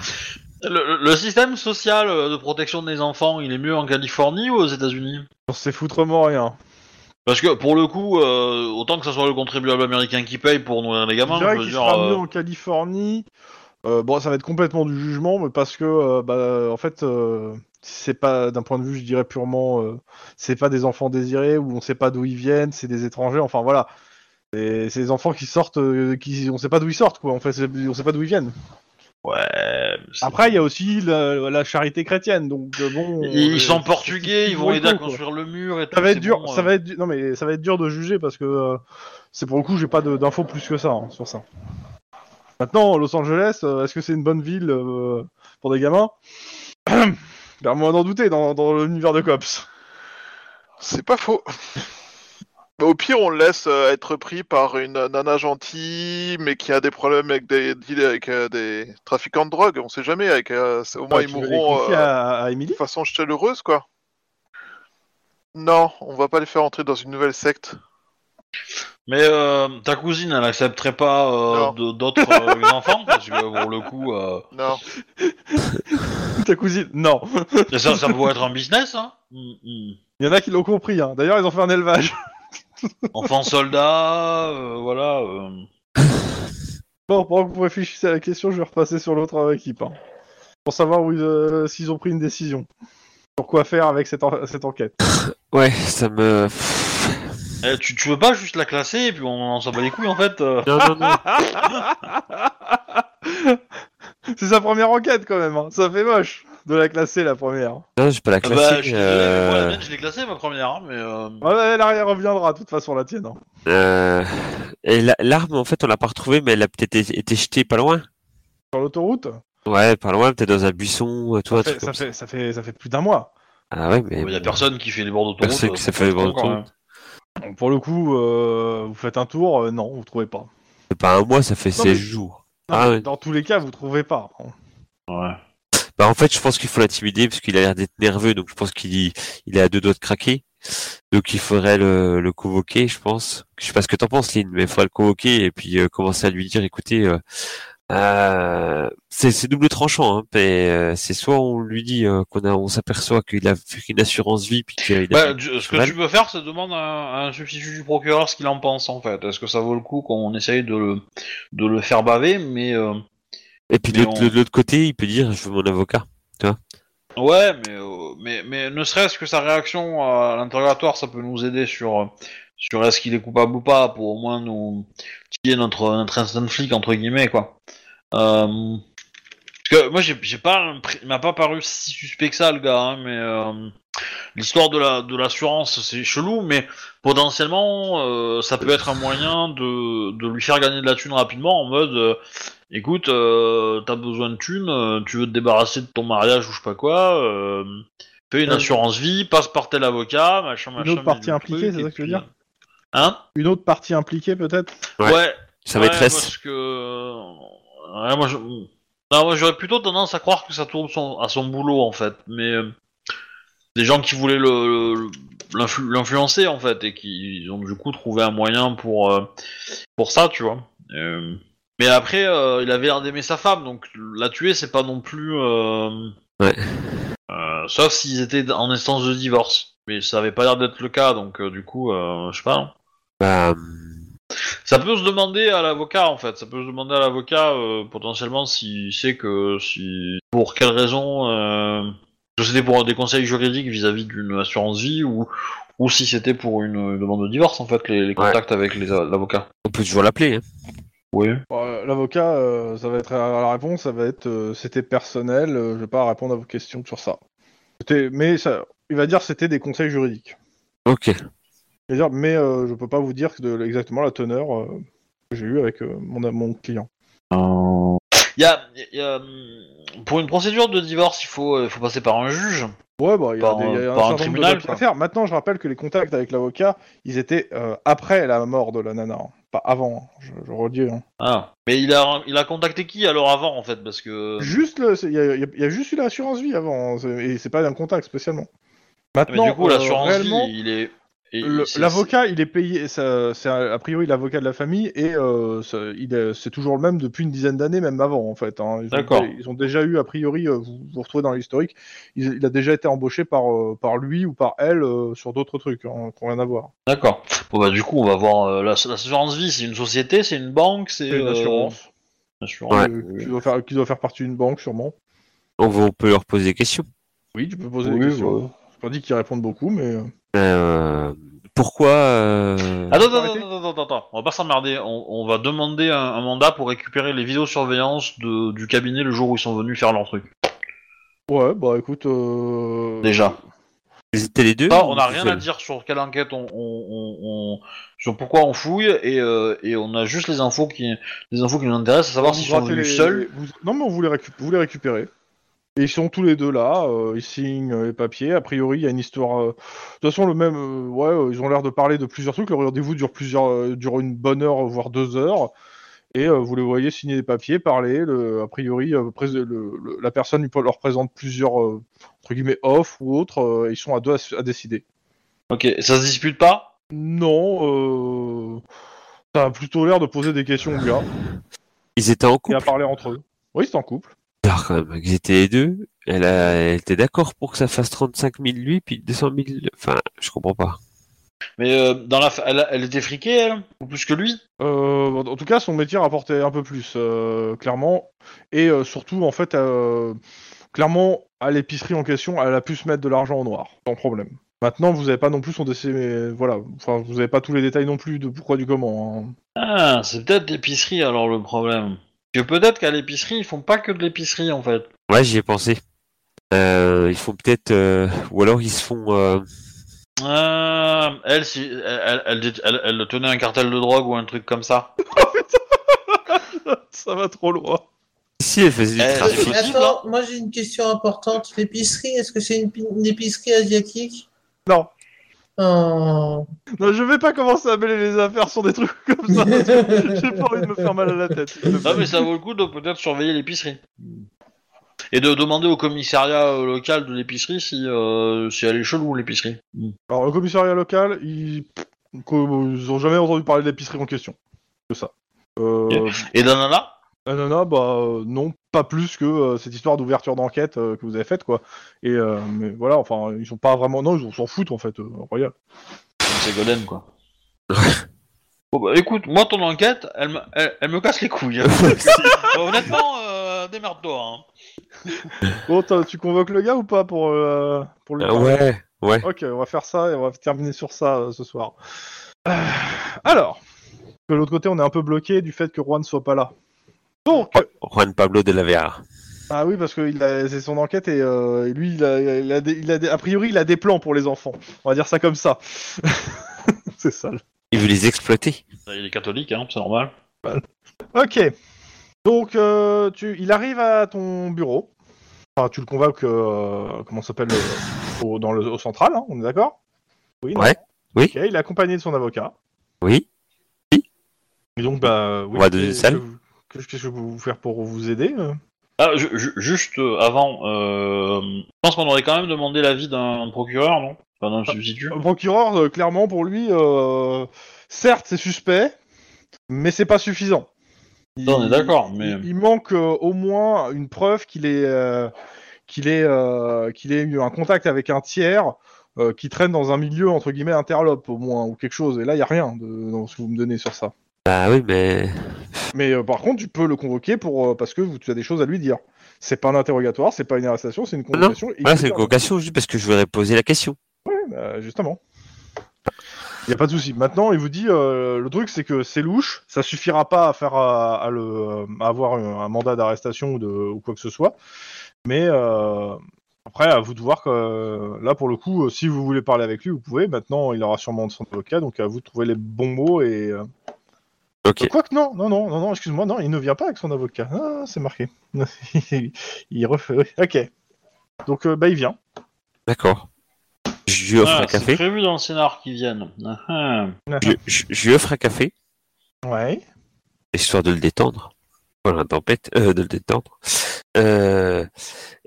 Speaker 2: le, le système social euh, de protection des enfants, il est mieux en Californie ou aux États-Unis
Speaker 1: On sait foutrement rien.
Speaker 2: Parce que pour le coup, euh, autant que ce soit le contribuable américain qui paye pour nourrir les gamins,
Speaker 1: je dirais
Speaker 2: je veux
Speaker 1: qu'il
Speaker 2: dire,
Speaker 1: sera
Speaker 2: euh,
Speaker 1: mieux en Californie. Euh, bon, ça va être complètement du jugement, mais parce que, euh, bah, en fait, euh, c'est pas d'un point de vue, je dirais purement, euh, c'est pas des enfants désirés ou on sait pas d'où ils viennent, c'est des étrangers. Enfin voilà, c'est c'est des enfants qui sortent, euh, qui on sait pas d'où ils sortent, quoi. En fait, c'est- on sait pas d'où ils viennent.
Speaker 2: ouais. c'est-
Speaker 1: Après, il y a aussi la, la charité chrétienne, donc euh, bon.
Speaker 2: Ils
Speaker 1: euh,
Speaker 2: sont
Speaker 1: c'est-
Speaker 2: portugais, ils
Speaker 1: c'est
Speaker 2: vont aider à
Speaker 1: bon, quoi.
Speaker 2: construire le mur et tout.
Speaker 1: Ça va être
Speaker 2: c'est
Speaker 1: dur,
Speaker 2: bon,
Speaker 1: ça
Speaker 2: euh.
Speaker 1: va être du- non mais ça va être dur de juger parce que euh, c'est pour le coup j'ai pas de- d'infos plus que ça hein, sur ça. Maintenant Los Angeles, euh, est-ce que c'est une bonne ville euh, pour des gamins Ben moi d'en douter dans, dans l'univers de cops.
Speaker 6: C'est pas faux. Bah, Au pire, on le laisse euh, être pris par une euh, nana gentille, mais qui a des problèmes avec des deals- avec euh, des trafiquants de drogue. On sait jamais. Avec euh, c'est- au moins
Speaker 1: Ouais,
Speaker 6: ils
Speaker 1: tu veux les
Speaker 6: mourront
Speaker 1: confier
Speaker 6: euh,
Speaker 1: à, à Emily
Speaker 6: de façon chaleureuse, quoi. Non, on va pas les faire entrer dans une nouvelle secte.
Speaker 2: Mais euh, ta cousine, elle accepterait pas euh,
Speaker 6: Non.
Speaker 2: de- d'autres euh, enfants parce que pour le coup, euh,
Speaker 6: Non.
Speaker 1: Ta cousine Non.
Speaker 2: ça, ça pourrait être un business. Hein Mm, mm.
Speaker 1: Il y en a qui l'ont compris. Hein. D'ailleurs ils ont fait un élevage.
Speaker 2: Enfants soldats, euh, voilà. euh.
Speaker 1: Bon pendant que vous réfléchissez à la question, je vais repasser sur l'autre euh, équipe hein, pour savoir où ils, euh, s'ils ont pris une décision. Sur quoi faire avec cette, en- cette enquête.
Speaker 5: Ouais, ça me.
Speaker 2: Eh, tu, tu veux pas juste la classer et puis on, on s'en bat les couilles en fait euh.
Speaker 5: Non, non, non.
Speaker 1: C'est sa première enquête quand même, hein. ça fait moche de la classer la première.
Speaker 5: Non, j'ai pas la
Speaker 2: Ah Bah, je
Speaker 5: classique.
Speaker 2: suis désolé, mais moi, la
Speaker 5: euh,
Speaker 2: mienne, je l'ai classée ma première, hein, mais. euh,
Speaker 1: Ouais, ouais, là, elle reviendra de toute façon la tienne. hein.
Speaker 5: euh, Et la- l'arme, en fait, on l'a pas retrouvée, mais elle a peut-être été été jetée pas loin.
Speaker 1: Sur l'autoroute,
Speaker 5: Ouais, pas loin, peut-être dans un buisson, euh, tout
Speaker 1: ça,
Speaker 5: un
Speaker 1: fait-
Speaker 5: truc.
Speaker 1: ça
Speaker 5: comme ça.
Speaker 1: fait, ça, fait, ça fait plus d'un mois.
Speaker 5: Ah ouais, mais.
Speaker 2: Il y a personne qui fait les bords d'autoroute. euh,
Speaker 5: Personne qui s'est fait les bords
Speaker 2: Encore,
Speaker 5: d'autoroute.
Speaker 1: Donc, pour le coup, euh, vous faites un tour, euh, non, vous trouvez pas.
Speaker 5: C'est pas un mois, ça fait
Speaker 1: Non,
Speaker 5: 16
Speaker 1: mais-
Speaker 5: jours.
Speaker 1: Non,
Speaker 5: Ah
Speaker 1: mais
Speaker 5: ouais.
Speaker 1: Dans tous les cas, vous trouvez pas.
Speaker 2: Ouais.
Speaker 5: Bah, en fait, je pense qu'il faut l'intimider parce qu'il a l'air d'être nerveux, donc je pense qu'il il est à deux doigts de craquer. Donc il faudrait le, le convoquer, je pense. Je sais pas ce que t'en penses, Lynn, mais il faudrait le convoquer et puis euh, commencer à lui dire, écoutez, euh, euh, c'est c'est double tranchant, hein, mais euh, c'est soit on lui dit euh, qu'on a, on s'aperçoit qu'il a fait une assurance vie puis qu'il a une
Speaker 2: Bah,
Speaker 5: assurance-
Speaker 2: tu- ce que
Speaker 5: mal.
Speaker 2: tu peux faire, c'est demander à, à un substitut du procureur ce qu'il en pense en fait. Est-ce que ça vaut le coup qu'on essaye de le, de le faire baver Mais euh,
Speaker 5: et puis de
Speaker 2: mais
Speaker 5: l'autre-
Speaker 2: on-
Speaker 5: de l'autre côté, il peut dire, je veux mon avocat.
Speaker 2: ouais, mais, euh, mais mais ne serait-ce que sa réaction à l'interrogatoire, ça peut nous aider sur sur est-ce qu'il est coupable ou pas pour au moins nous titiller notre notre instant flic entre guillemets quoi. Euh, parce que moi j'ai j'ai pas impr- il m'a pas paru si suspect que ça le gars, hein, mais euh, l'histoire de la de l'assurance c'est chelou, mais potentiellement euh, ça peut être un moyen de, de lui faire gagner de la thune rapidement en mode euh, écoute euh, t'as besoin de thune, euh, tu veux te débarrasser de ton mariage ou je sais pas quoi, euh, fais une
Speaker 1: Ouais.
Speaker 2: assurance vie, passe par tel avocat, machin machin.
Speaker 1: Une autre partie
Speaker 2: le
Speaker 1: impliquée,
Speaker 2: truc,
Speaker 1: c'est ça
Speaker 2: et
Speaker 1: que tu veux
Speaker 2: puis-
Speaker 1: dire
Speaker 2: Hein
Speaker 1: Une autre partie impliquée, peut-être
Speaker 5: Ouais.
Speaker 2: ouais
Speaker 5: Sa
Speaker 2: ouais,
Speaker 5: maîtresse.
Speaker 2: Parce que. euh, Ouais, moi, je- Non, moi, j'aurais plutôt tendance à croire que ça tourne son- à son boulot, en fait. Mais. euh, Des gens qui voulaient le- le- l'influ- l'influencer, en fait, et qui ont du coup trouvé un moyen pour, euh, pour ça, tu vois. Euh, Mais après, euh, il avait l'air d'aimer sa femme, donc la tuer, c'est pas non plus. euh,
Speaker 5: Ouais.
Speaker 2: euh, sauf s'ils étaient en instance de divorce. Mais ça avait pas l'air d'être le cas, donc euh, du coup, euh, je sais pas. hein.
Speaker 5: Bah,
Speaker 2: Ça peut se demander à l'avocat en fait. Ça peut se demander à l'avocat euh, potentiellement s'il sait que si pour quelle raison euh, que c'était pour des conseils juridiques vis-à-vis d'une assurance vie ou ou si c'était pour une, une demande de divorce en fait les, les contacts avec les a- l'avocat.
Speaker 5: on peut toujours l'appeler. hein.
Speaker 2: Oui.
Speaker 1: Bon, euh, L'avocat, euh, ça va être euh, la réponse, ça va être euh, c'était personnel, euh, je vais pas répondre à vos questions sur ça. C'était- Mais ça, il va dire c'était des conseils juridiques.
Speaker 5: Ok.
Speaker 1: Il va dire, mais euh, je peux pas vous dire de, exactement la teneur euh, que j'ai eue avec euh, mon, mon client.
Speaker 2: Il y a, il y a, hum, pour une procédure de divorce il faut euh, faut passer par un juge.
Speaker 1: Ouais, bah, il y a,
Speaker 2: Par
Speaker 1: des,
Speaker 2: un-
Speaker 1: il y a un
Speaker 2: par un
Speaker 1: certain nombre
Speaker 2: tribunal,
Speaker 1: de choses
Speaker 2: quoi.
Speaker 1: à faire. Maintenant, je rappelle que les contacts avec l'avocat, ils étaient euh, après la mort de la nana, hein. pas avant, hein. je, je redis. hein.
Speaker 2: Ah. Mais il a il a contacté qui alors avant en fait parce que
Speaker 1: Juste, le- c'est- il y, a- il y a- il y a juste eu l'assurance vie avant, hein, c'est- et c'est pas un contact spécialement.
Speaker 2: Ah, mais
Speaker 1: Maintenant,
Speaker 2: du coup
Speaker 1: euh,
Speaker 2: l'assurance vie
Speaker 1: réellement,
Speaker 2: il est et-
Speaker 1: le-
Speaker 2: c'est-
Speaker 1: l'avocat, il est payé, ça- c'est un- a priori l'avocat de la famille, et euh, ça- il est- c'est toujours le même depuis une dizaine d'années, même avant en fait. hein. Ils ont-
Speaker 2: D'accord.
Speaker 1: Ils ont déjà eu, a priori, euh, vous vous retrouvez dans l'historique, il, il a déjà été embauché par, euh, par lui ou par elle euh, sur d'autres trucs, hein, qui n'ont rien à voir.
Speaker 2: D'accord. Bon bah du coup on va voir euh, la- l'assurance vie, c'est une société, c'est une banque, c'est
Speaker 1: C'est une
Speaker 2: euh,
Speaker 1: assurance.
Speaker 2: une assurance,
Speaker 1: Euh,
Speaker 2: oui.
Speaker 1: qui, doit faire, qui doit faire partie d'une banque, sûrement.
Speaker 5: On, va- on peut leur poser des questions.
Speaker 1: Oui, tu peux poser
Speaker 2: Oui,
Speaker 1: des questions.
Speaker 2: ouais.
Speaker 1: Je pas dit qu'ils répondent beaucoup, mais. euh,
Speaker 5: Euh, pourquoi euh,
Speaker 2: Attends, attends,
Speaker 1: Arrêtez.
Speaker 2: attends, attends, attends, attends, on va pas s'emmerder, on, on va demander un, un mandat pour récupérer les vidéosurveillances de, du cabinet le jour où ils sont venus faire leur truc.
Speaker 1: Ouais, bah écoute. euh,
Speaker 2: Déjà.
Speaker 5: Ils étaient les deux
Speaker 2: Ça,
Speaker 5: ou
Speaker 2: on n'a
Speaker 5: tout
Speaker 2: rien
Speaker 5: seul
Speaker 2: à dire sur quelle enquête on, on, on- on- sur pourquoi on fouille et, euh, et on a juste les infos qui les infos qui nous intéressent, à savoir
Speaker 1: vous
Speaker 2: s'ils sont
Speaker 1: grattez
Speaker 2: venus
Speaker 1: les-
Speaker 2: seuls.
Speaker 1: vous- Non, mais on voulait, récup... vous les récupérer. Et ils sont tous les deux là, euh, ils signent euh, les papiers. A priori, il y a une histoire. euh, De toute façon, le même. euh, ouais, euh, ils ont l'air de parler de plusieurs trucs. Le rendez-vous dure, plusieurs... euh, dure une bonne heure, voire deux heures. Et euh, vous les voyez signer des papiers, parler. Le... A priori, euh, prés- le- le- la personne il peut- leur présente plusieurs, euh, entre guillemets, offres ou autres. euh, ils sont à deux à s- à décider.
Speaker 2: Ok, ça se dispute pas
Speaker 1: Non, euh, ça a plutôt l'air de poser des questions aux gars
Speaker 5: Ils étaient en
Speaker 1: et
Speaker 5: couple.
Speaker 1: à parler entre eux. Oui, c'est en couple.
Speaker 5: bizarre quand même. Ils étaient les deux. Elle, a- elle était d'accord pour que ça fasse 35 000 lui, puis 200 000. Enfin, je comprends pas.
Speaker 2: Mais euh, dans la, fa- elle, elle était friquée, elle Ou plus que lui
Speaker 1: Euh, en tout cas, son métier rapportait un peu plus, euh, clairement. Et euh, surtout, en fait, euh, clairement, à l'épicerie en question, elle a pu se mettre de l'argent au noir, sans problème. Maintenant, vous n'avez pas non plus son décès, mais voilà, enfin, vous n'avez pas tous les détails non plus de pourquoi du comment. hein.
Speaker 2: Ah, c'est peut-être l'épicerie alors le problème. Que peut-être qu'à l'épicerie, ils font pas que de l'épicerie en fait.
Speaker 5: Ouais, j'y ai pensé. Euh, ils font peut-être, euh, ou alors ils se font. euh,
Speaker 2: Euh, elle, si, elle, elle, elle- elle- elle tenait un cartel de drogue ou un truc comme ça.
Speaker 1: Ça va trop loin.
Speaker 5: Si elle faisait
Speaker 2: Eh,
Speaker 5: du
Speaker 2: c'est
Speaker 5: trafic.
Speaker 2: possible,
Speaker 4: Attends, moi j'ai une question importante. L'épicerie, est-ce que c'est une, pi- une épicerie asiatique
Speaker 1: Non.
Speaker 4: Ah.
Speaker 1: Non, je vais pas commencer à mêler les affaires sur des trucs comme ça. J'ai pas envie de me faire mal à la tête. s'il te plaît.
Speaker 2: Non, mais ça vaut le coup de peut-être surveiller l'épicerie. Et de demander au commissariat euh, local de l'épicerie si, euh, si elle est chelou, l'épicerie.
Speaker 1: Alors, le commissariat local, ils, ils ont jamais entendu parler de l'épicerie en question. Que ça. Euh,
Speaker 2: Et d'ananas
Speaker 1: Anana, bah euh, non, pas plus que euh, cette histoire d'ouverture d'enquête euh, que vous avez faite, quoi. Et euh, mais voilà, enfin, ils sont pas vraiment. Non, ils ont- s'en foutent, en fait, euh, royal.
Speaker 2: C'est Golden, quoi. bon, bah écoute, moi, ton enquête, elle, me- elle, elle me casse les couilles. Euh, Honnêtement, euh, démerde-toi. hein.
Speaker 1: Bon, t'as- tu convoques le gars ou pas pour, euh, pour lui
Speaker 5: Euh,
Speaker 1: parler
Speaker 5: ouais, ouais.
Speaker 1: Ok, on va faire ça et on va terminer sur ça euh, ce soir. Euh, alors, de l'autre côté, on est un peu bloqué du fait que Juan soit pas là. Donc,
Speaker 5: Juan Pablo de la Vera.
Speaker 1: ah oui, parce que il a- c'est son enquête et, euh, et lui, il a, il a des- il a des- a priori, il a des plans pour les enfants. On va dire ça comme ça. c'est sale.
Speaker 5: Il veut les exploiter.
Speaker 2: Il est catholique, hein, c'est normal.
Speaker 1: Ok. Donc, euh, tu, il arrive à ton bureau. Enfin, tu le convoques, euh, comment ça s'appelle, euh, au, dans le, au central, hein, on est d'accord Oui. non
Speaker 5: Ouais. Oui.
Speaker 1: Ok, il est accompagné de son avocat.
Speaker 5: Oui.
Speaker 1: Et donc, bah, oui,
Speaker 5: On va dans une
Speaker 1: qu'est-ce
Speaker 5: salle
Speaker 1: que vous- Qu'est-ce que je peux vous faire pour vous aider euh
Speaker 2: Ah, ju- ju- juste euh, avant, euh, je pense qu'on aurait quand même demandé l'avis d'un procureur, non Enfin, d'un substitut.
Speaker 1: Le procureur, euh, clairement, pour lui, euh, certes, c'est suspect, mais c'est pas suffisant.
Speaker 2: Ça, on est d'accord, mais-
Speaker 1: Il, il manque euh, au moins une preuve qu'il ait, euh, qu'il ait, euh, qu'il ait eu un contact avec un tiers euh, qui traîne dans un milieu, entre guillemets, interlope, au moins, ou quelque chose. Et là, il n'y a rien de, dans ce que vous me donnez sur ça.
Speaker 5: Bah oui, mais
Speaker 1: Mais euh, par contre, tu peux le convoquer pour, euh, parce que vous- tu as des choses à lui dire. C'est pas un interrogatoire, c'est pas une arrestation, c'est une convocation. et il
Speaker 5: voilà,
Speaker 1: peut
Speaker 5: c'est une
Speaker 1: faire-
Speaker 5: convocation juste parce que je voudrais poser la question.
Speaker 1: euh, justement. Il n'y a pas de souci. Maintenant, il vous dit euh, le truc, c'est que c'est louche, ça suffira pas à faire à, à le, à avoir un, un mandat d'arrestation ou, de- ou quoi que ce soit. Mais euh, après, à vous de voir que euh, là, pour le coup, euh, si vous voulez parler avec lui, vous pouvez. Maintenant, il aura sûrement de son avocat, donc à vous de trouver les bons mots et. euh,
Speaker 5: Ok.
Speaker 1: euh, Quoique, non, non, non, non, non, excuse-moi, non, il ne vient pas avec son avocat. Ah, c'est marqué. il refait. Ok. Donc, euh, bah, il vient.
Speaker 5: D'accord. Je lui offre
Speaker 2: Ah,
Speaker 5: un
Speaker 2: c'est
Speaker 5: café.
Speaker 2: prévu dans le scénar qu'ils viennent. Ah, ah.
Speaker 5: Je, je- je lui offre un café,
Speaker 1: Ouais.
Speaker 5: histoire de le détendre. Voilà, la tempête, euh, de le détendre. Euh,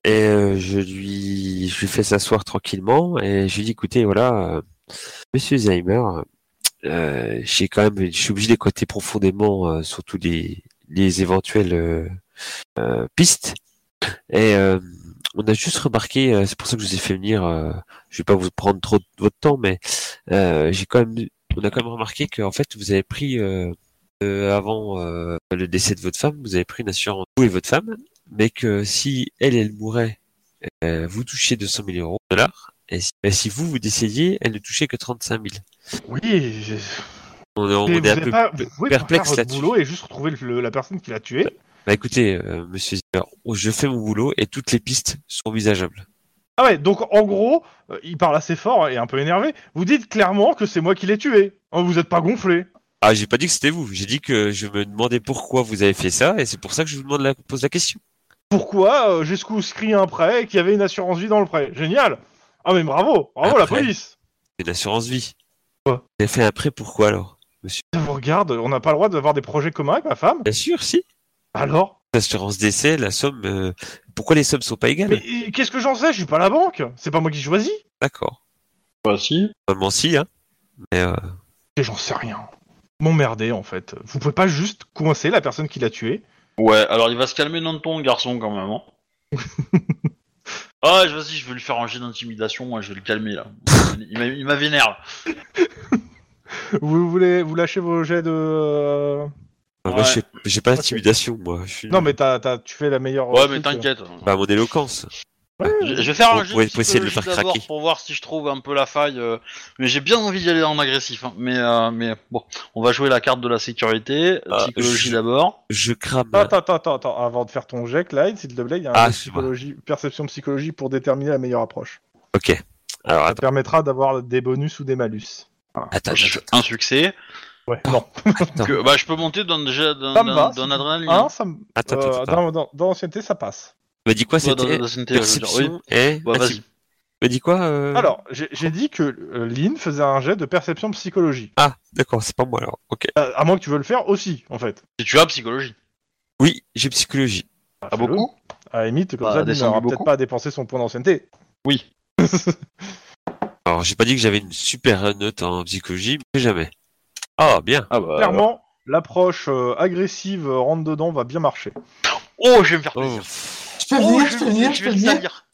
Speaker 5: et euh, je lui, je lui fais s'asseoir tranquillement et je lui dis, écoutez, voilà, euh, Monsieur Zeimer, euh, j'ai quand même, je suis obligé d'écouter profondément, euh, surtout les, les éventuelles euh, euh, pistes. Et euh, on a juste remarqué, euh, c'est pour ça que je vous ai fait venir. euh, je vais pas vous prendre trop de votre temps, mais euh, j'ai quand même, on a quand même remarqué que en fait, vous avez pris euh, euh, avant euh, le décès de votre femme, vous avez pris une assurance vous et votre femme, mais que si elle, elle mourait, euh, vous touchiez 200 000 euros dollars, et si, et si vous, vous décédiez, elle ne touchait que 35 000.
Speaker 1: Oui, j'ai-
Speaker 5: On est, on
Speaker 1: Mais
Speaker 5: est
Speaker 1: vous
Speaker 5: un
Speaker 1: avez
Speaker 5: peu
Speaker 1: pas-
Speaker 5: pe-
Speaker 1: vous pouvez pas faire
Speaker 5: perplexe
Speaker 1: votre
Speaker 5: là-dessus.
Speaker 1: boulot et juste retrouver le- la personne qui l'a tué.
Speaker 5: Bah écoutez, euh, monsieur Zimmer, je fais mon boulot et toutes les pistes sont visageables.
Speaker 1: Ah ouais, donc en gros, euh, il parle assez fort et un peu énervé. Vous dites clairement que c'est moi qui l'ai tué. Oh, vous êtes pas gonflé.
Speaker 5: Ah, j'ai pas dit que c'était vous. J'ai dit que je me demandais pourquoi vous avez fait ça et c'est pour ça que je vous demande la, pose la question.
Speaker 1: Pourquoi euh, j'ai souscrit un prêt et qu'il y avait une assurance vie dans le prêt Génial. Ah mais bravo, bravo
Speaker 5: Un
Speaker 1: la
Speaker 5: prêt.
Speaker 1: police.
Speaker 5: Une assurance vie.
Speaker 1: Ouais.
Speaker 5: Vous avez fait un prêt pourquoi alors
Speaker 1: Je vous regarde, on n'a pas le droit d'avoir des projets communs avec ma femme.
Speaker 5: Bien sûr, si.
Speaker 1: Alors
Speaker 5: L'assurance décès, la somme. euh, Pourquoi les sommes sont pas égales
Speaker 1: Mais euh, qu'est-ce que j'en sais Je suis pas la banque. C'est pas moi qui choisis.
Speaker 5: D'accord.
Speaker 2: Bah, si.
Speaker 5: Normalement si, hein. Mais euh,
Speaker 1: Et j'en sais rien. M'emmerder en fait. Vous pouvez pas juste coincer la personne qui l'a tué.
Speaker 2: Ouais, alors il va se calmer dans le ton, le garçon, quand même. Hein. ah, je- vas-y, je vais lui faire un jet d'intimidation, moi, je vais le calmer, là. Il m'a- il m'a vénère.
Speaker 1: Vous voulez vous lâchez vos jets de euh,
Speaker 5: moi,
Speaker 2: Ouais.
Speaker 5: j'ai- j'ai pas d'intimidation, moi. Je suis...
Speaker 1: Non, mais t'as, t'as- tu fais la meilleure.
Speaker 2: Ouais,
Speaker 1: euh,
Speaker 2: mais
Speaker 1: truc,
Speaker 2: t'inquiète.
Speaker 5: Bah, mon éloquence.
Speaker 2: Je, je vais faire
Speaker 5: Pour-
Speaker 2: un jet
Speaker 5: pour
Speaker 2: de
Speaker 5: essayer de le faire
Speaker 2: psychologie d'abord
Speaker 5: craquer.
Speaker 2: pour voir si je trouve un peu la faille. euh, mais j'ai bien envie d'y aller en agressif. hein. Mais, euh, mais bon, on va jouer la carte de la sécurité.
Speaker 5: Ah,
Speaker 2: psychologie
Speaker 5: je-
Speaker 2: d'abord.
Speaker 5: Je crame.
Speaker 1: euh. Attends, attends, attends, attends, avant de faire ton jet, Clyde, s'il te plaît, il y a un
Speaker 5: Ah,
Speaker 1: jet de
Speaker 5: c'est moi.
Speaker 1: psychologie, perception psychologie pour déterminer la meilleure approche.
Speaker 5: Ok. Alors
Speaker 1: Ça te
Speaker 5: attends,
Speaker 1: permettra d'avoir des bonus ou des malus.
Speaker 5: attends,
Speaker 2: J'ai fait un succès.
Speaker 1: Ouais. Non.
Speaker 5: attends,
Speaker 2: Que- bah, je peux monter d'un jet d'un
Speaker 1: Ça me va,
Speaker 5: Ah,
Speaker 2: d'un- d'un
Speaker 1: c'est-
Speaker 2: adrénaline.
Speaker 1: Hein, ça me-
Speaker 5: attends, attends,
Speaker 1: euh,
Speaker 5: attends.
Speaker 1: dans, dans, dans l'ancienneté, ça passe.
Speaker 5: Tu m'as dit quoi
Speaker 2: Ouais, dans-
Speaker 5: c'était
Speaker 2: dans- dans une théorie, je veux dire. Oui.
Speaker 5: Perception et
Speaker 2: Bah, vas-y.
Speaker 5: Mais dis quoi euh
Speaker 1: Alors, j'ai j'ai dit que euh, Lynn faisait un jet de perception psychologie.
Speaker 5: Ah, d'accord, c'est pas moi alors. Ok.
Speaker 1: Euh, à moins que tu veux le faire aussi, en fait.
Speaker 2: Si tu as psychologie.
Speaker 5: Oui, j'ai psychologie.
Speaker 2: Ah,
Speaker 1: fais-le.
Speaker 2: beaucoup
Speaker 1: À la limite, comme
Speaker 2: Bah,
Speaker 1: ça, Lynn
Speaker 2: descendu
Speaker 1: n'aura peut-être
Speaker 2: beaucoup.
Speaker 1: pas à dépenser son point d'ancienneté.
Speaker 2: Oui.
Speaker 5: Alors, j'ai pas dit que j'avais une super note en psychologie, mais jamais. Ah, bien.
Speaker 2: Ah bah.
Speaker 1: Clairement, l'approche euh, agressive euh, rentre dedans va bien marcher.
Speaker 2: Oh, je vais me
Speaker 3: Ah,
Speaker 2: faire
Speaker 5: Oh,
Speaker 2: plaisir.
Speaker 4: Je peux
Speaker 2: Oh,
Speaker 4: venir,
Speaker 2: je,
Speaker 4: je peux venir, je
Speaker 2: vais
Speaker 4: peux
Speaker 2: le
Speaker 4: venir.
Speaker 2: salir.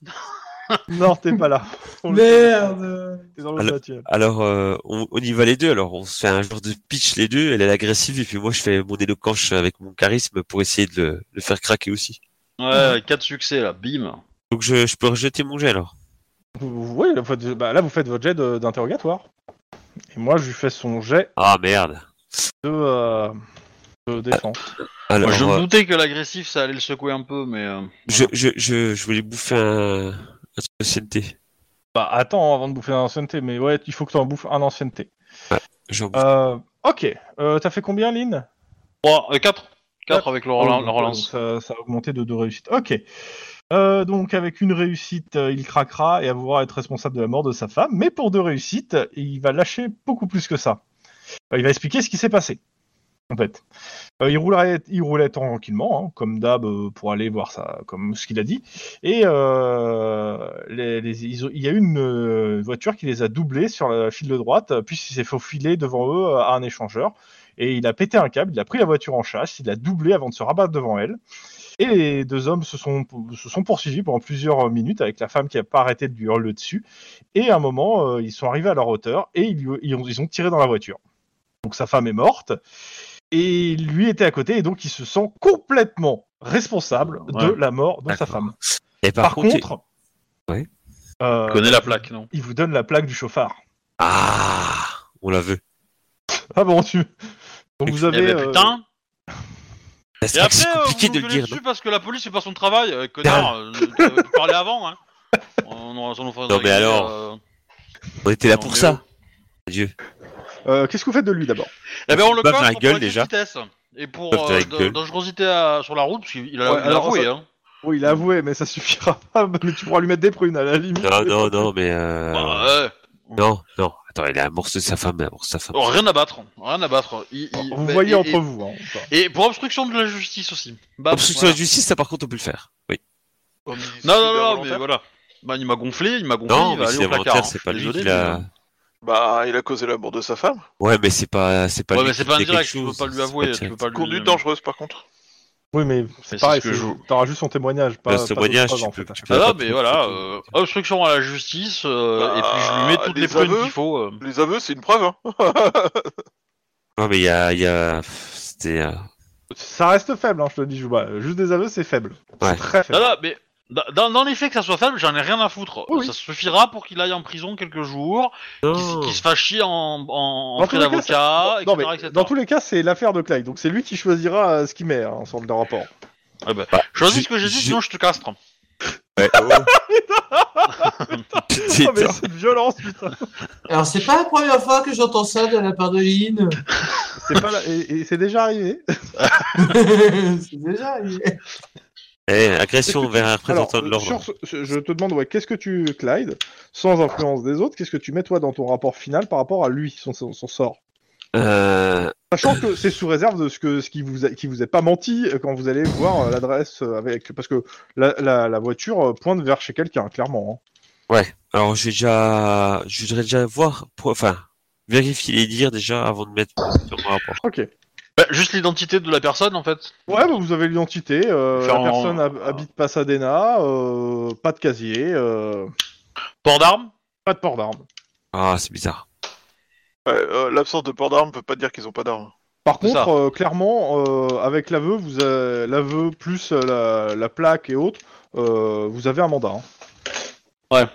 Speaker 1: Non, t'es pas là. Pour le-
Speaker 4: Merde.
Speaker 1: t'es dans le
Speaker 5: Alors-
Speaker 1: bâtiment.
Speaker 5: Alors, euh, on, on y va les deux. Alors, on se fait un genre de pitch les deux. Elle est agressive et puis moi, je fais mon éloquence avec mon charisme pour essayer de le, le faire craquer aussi. Ah,
Speaker 2: Ouais, 4 succès là, bim.
Speaker 5: Donc, je, je peux rejeter mon jet alors.
Speaker 1: Vous- vous- Oui, là, vous faites- bah, là, vous faites votre jet de- d'interrogatoire. Et moi, je lui fais son jet
Speaker 5: Ah merde.
Speaker 1: de, euh, de défense.
Speaker 5: Alors,
Speaker 2: Moi, je me
Speaker 5: euh,
Speaker 2: doutais que l'agressif ça allait le secouer un peu, mais. euh,
Speaker 5: je, je, je, je voulais bouffer un, un truc de CNT.
Speaker 1: Bah, attends avant de bouffer un ancienneté, mais ouais, il faut que tu en bouffes un ancienneté.
Speaker 5: J'en bouffe.
Speaker 1: Euh, ok, Euh, t'as fait combien, Lynn
Speaker 2: 3, 4 4 avec le relan- la
Speaker 1: Donc,
Speaker 2: relance.
Speaker 1: Oh, Ça, ça a augmenté de deux réussites. Ok. Euh, donc avec une réussite, euh, il craquera et avouera être responsable de la mort de sa femme. Mais pour deux réussites, il va lâcher beaucoup plus que ça. Enfin, il va expliquer ce qui s'est passé. En fait, Euh, il, roulait, il roulait tranquillement, hein, comme d'hab, euh, pour aller voir ça, comme ce qu'il a dit. Et euh, les- les- ils ont- il y a une euh, voiture qui les a doublés sur la file de droite, euh, puis il s'est faufilé devant eux euh, à un échangeur et il a pété un câble, il a pris la voiture en chasse, il a doublé avant de se rabattre devant elle. Et les deux hommes se sont, se sont poursuivis pendant plusieurs minutes avec la femme qui n'a pas arrêté de lui hurler dessus. Et à un moment, euh, ils sont arrivés à leur hauteur et ils, lui- ils ont, ils ont tiré dans la voiture. Donc sa femme est morte et lui était à côté et donc il se sent complètement responsable de
Speaker 2: Ouais.
Speaker 1: la mort de sa
Speaker 5: D'accord.
Speaker 1: femme.
Speaker 5: Et par,
Speaker 1: Par,
Speaker 5: contre,
Speaker 1: contre,
Speaker 5: Ouais.
Speaker 1: euh,
Speaker 2: Je connais la plaque, non
Speaker 1: il vous donne la plaque du chauffard.
Speaker 5: ah, on la veut.
Speaker 1: Ah bon, tu... Donc vous avez...
Speaker 2: Eh ben,
Speaker 1: euh,
Speaker 2: putain Et
Speaker 5: C'est
Speaker 2: après, euh,
Speaker 5: compliqué
Speaker 2: vous
Speaker 5: de
Speaker 2: nous
Speaker 5: le
Speaker 2: gueulez
Speaker 5: dire.
Speaker 2: dessus parce que la police c'est pas son travail, euh, connard, euh, euh, tu parlais avant, hein. On aura sans nous faire
Speaker 5: Non,
Speaker 2: régler,
Speaker 5: mais alors.
Speaker 2: euh,
Speaker 5: non On était là
Speaker 2: Non,
Speaker 5: pour
Speaker 2: mais oh.
Speaker 5: ça. Adieu.
Speaker 1: euh, Qu'est-ce que vous faites de lui d'abord
Speaker 2: Eh ben on le
Speaker 5: Bave
Speaker 2: colle
Speaker 5: dans la
Speaker 2: pour
Speaker 5: gueule,
Speaker 2: excès de
Speaker 5: déjà.
Speaker 2: vitesse et pour
Speaker 5: Bave dans la
Speaker 2: euh, da-
Speaker 5: gueule.
Speaker 2: dangerosité à- sur la route parce qu'il a,
Speaker 1: Ouais,
Speaker 2: il a
Speaker 1: alors,
Speaker 2: avoué.
Speaker 1: ça-
Speaker 2: Hein.
Speaker 1: Oui, il a avoué, mais ça suffira pas. Mais tu pourras lui mettre des prunes à la limite.
Speaker 5: Non, non, non, mais euh,
Speaker 2: Bah, ouais.
Speaker 5: non, non. Attends, il a amorcé sa femme, il a amorcé sa femme.
Speaker 2: Oh, rien à battre, rien à battre. Il- il-
Speaker 1: Vous
Speaker 2: bah,
Speaker 1: voyez
Speaker 2: et,
Speaker 1: entre
Speaker 2: et,
Speaker 1: vous. Hein, ça.
Speaker 2: et pour obstruction de la justice aussi. Bam,
Speaker 5: Obstruction
Speaker 2: voilà.
Speaker 5: à la justice, ça par contre, on peut le faire. Oui.
Speaker 2: Non non non mais voilà. Bah, il m'a gonflé, il m'a gonflé,
Speaker 5: non,
Speaker 2: il va
Speaker 5: mais
Speaker 2: aller
Speaker 5: c'est
Speaker 2: au placard.
Speaker 5: volontaire,
Speaker 2: hein.
Speaker 5: c'est pas lui
Speaker 2: Désolé,
Speaker 5: qui l'a.
Speaker 2: mais-
Speaker 6: Bah, il a causé la mort de sa femme.
Speaker 5: Ouais, mais c'est pas, c'est pas.
Speaker 2: hein. Ouais
Speaker 5: lui
Speaker 2: mais
Speaker 5: qui
Speaker 2: c'est pas
Speaker 5: fait
Speaker 2: indirect,
Speaker 5: quelque
Speaker 2: tu peux
Speaker 5: chose,
Speaker 2: pas lui
Speaker 5: c'est
Speaker 2: avouer, hein, tu
Speaker 5: direct.
Speaker 2: peux pas lui.
Speaker 6: Conduite dangereuse, par contre.
Speaker 1: Oui, mais c'est
Speaker 2: c'est
Speaker 1: pareil.
Speaker 2: ce que
Speaker 1: c'est-
Speaker 2: je- Bah,
Speaker 1: T'auras juste son témoignage. Pas,
Speaker 5: ce
Speaker 1: pas d'autres
Speaker 5: témoignage,
Speaker 1: preuves,
Speaker 5: tu
Speaker 1: en
Speaker 5: peux-
Speaker 1: fait.
Speaker 5: tu peux-
Speaker 2: Ah
Speaker 5: pas
Speaker 2: non,
Speaker 5: de
Speaker 2: mais
Speaker 5: truc,
Speaker 2: voilà,
Speaker 5: c'est tout.
Speaker 2: euh, obstruction à la justice,
Speaker 1: Bah,
Speaker 2: euh, et puis je lui mets toutes
Speaker 6: les
Speaker 2: les preuves
Speaker 6: aveux.
Speaker 2: qu'il faut. euh.
Speaker 6: Les aveux, c'est une preuve, hein.
Speaker 5: Non, mais il y a, il y a, pff, c'était. euh,
Speaker 1: Ça reste faible, hein, je te le dis. Jouba. Juste des aveux, c'est faible.
Speaker 5: Ouais.
Speaker 1: C'est très
Speaker 2: Non,
Speaker 1: faible.
Speaker 2: non, mais dans- dans, dans les faits que ça soit faible, j'en ai rien à foutre.
Speaker 1: Oui, oui.
Speaker 2: Ça suffira pour qu'il aille en prison quelques jours, qu'il s- qu'il se fasse chier en, en, en
Speaker 1: Dans
Speaker 2: frais
Speaker 1: tous les cas,
Speaker 2: d'avocat,
Speaker 1: ça- non,
Speaker 2: etc.
Speaker 1: mais
Speaker 2: etc.
Speaker 1: dans tous les cas, c'est l'affaire de Clyde. Donc c'est lui qui choisira euh, ce qu'il met hein, sur le rapport.
Speaker 2: Ah bah,
Speaker 5: bah,
Speaker 2: Choisis
Speaker 5: j'ai-
Speaker 2: ce que j'ai dit,
Speaker 5: j'ai-
Speaker 2: sinon je te castre.
Speaker 5: Ouais.
Speaker 1: Oh,
Speaker 5: Putain,
Speaker 1: Ah, mais c'est une violence, putain.
Speaker 4: Alors c'est pas la première fois que j'entends ça de la part de Lynn.
Speaker 1: C'est pas la- Et, et c'est déjà arrivé.
Speaker 4: c'est déjà arrivé.
Speaker 5: Eh, agression envers un
Speaker 1: Alors,
Speaker 5: représentant de
Speaker 1: euh, sur
Speaker 5: l'ordre.
Speaker 1: ce- ce- je te demande, ouais, qu'est-ce que tu, Clyde, sans influence des autres, qu'est-ce que tu mets toi dans ton rapport final par rapport à lui, son- son- son sort
Speaker 5: Euh,
Speaker 1: Sachant que c'est sous réserve de ce que ce qui vous a, qui vous est pas menti euh, quand vous allez voir euh, l'adresse euh, avec parce que la, la, la voiture euh, pointe vers chez quelqu'un clairement. hein.
Speaker 5: alors j'ai déjà, je voudrais déjà voir, pour- enfin, vérifier les dires déjà avant de mettre sur mon rapport.
Speaker 1: Ok. Ouais,
Speaker 2: Bah, juste l'identité de la personne en fait.
Speaker 1: bah, vous avez l'identité. euh,
Speaker 2: Faire
Speaker 1: la
Speaker 2: en-
Speaker 1: personne hab- habite Pasadena, euh, pas de casier, euh,
Speaker 2: Port d'armes
Speaker 1: pas de port d'armes.
Speaker 5: Ah, c'est bizarre.
Speaker 6: Ouais, euh, L'absence de port d'armes peut pas dire qu'ils ont pas d'armes.
Speaker 1: Par
Speaker 2: C'est
Speaker 1: contre,
Speaker 2: ça.
Speaker 1: euh, clairement, euh, avec l'aveu, vous avez- l'aveu plus euh, la, la plaque et autres, euh, vous avez un mandat. hein.
Speaker 2: Ouais.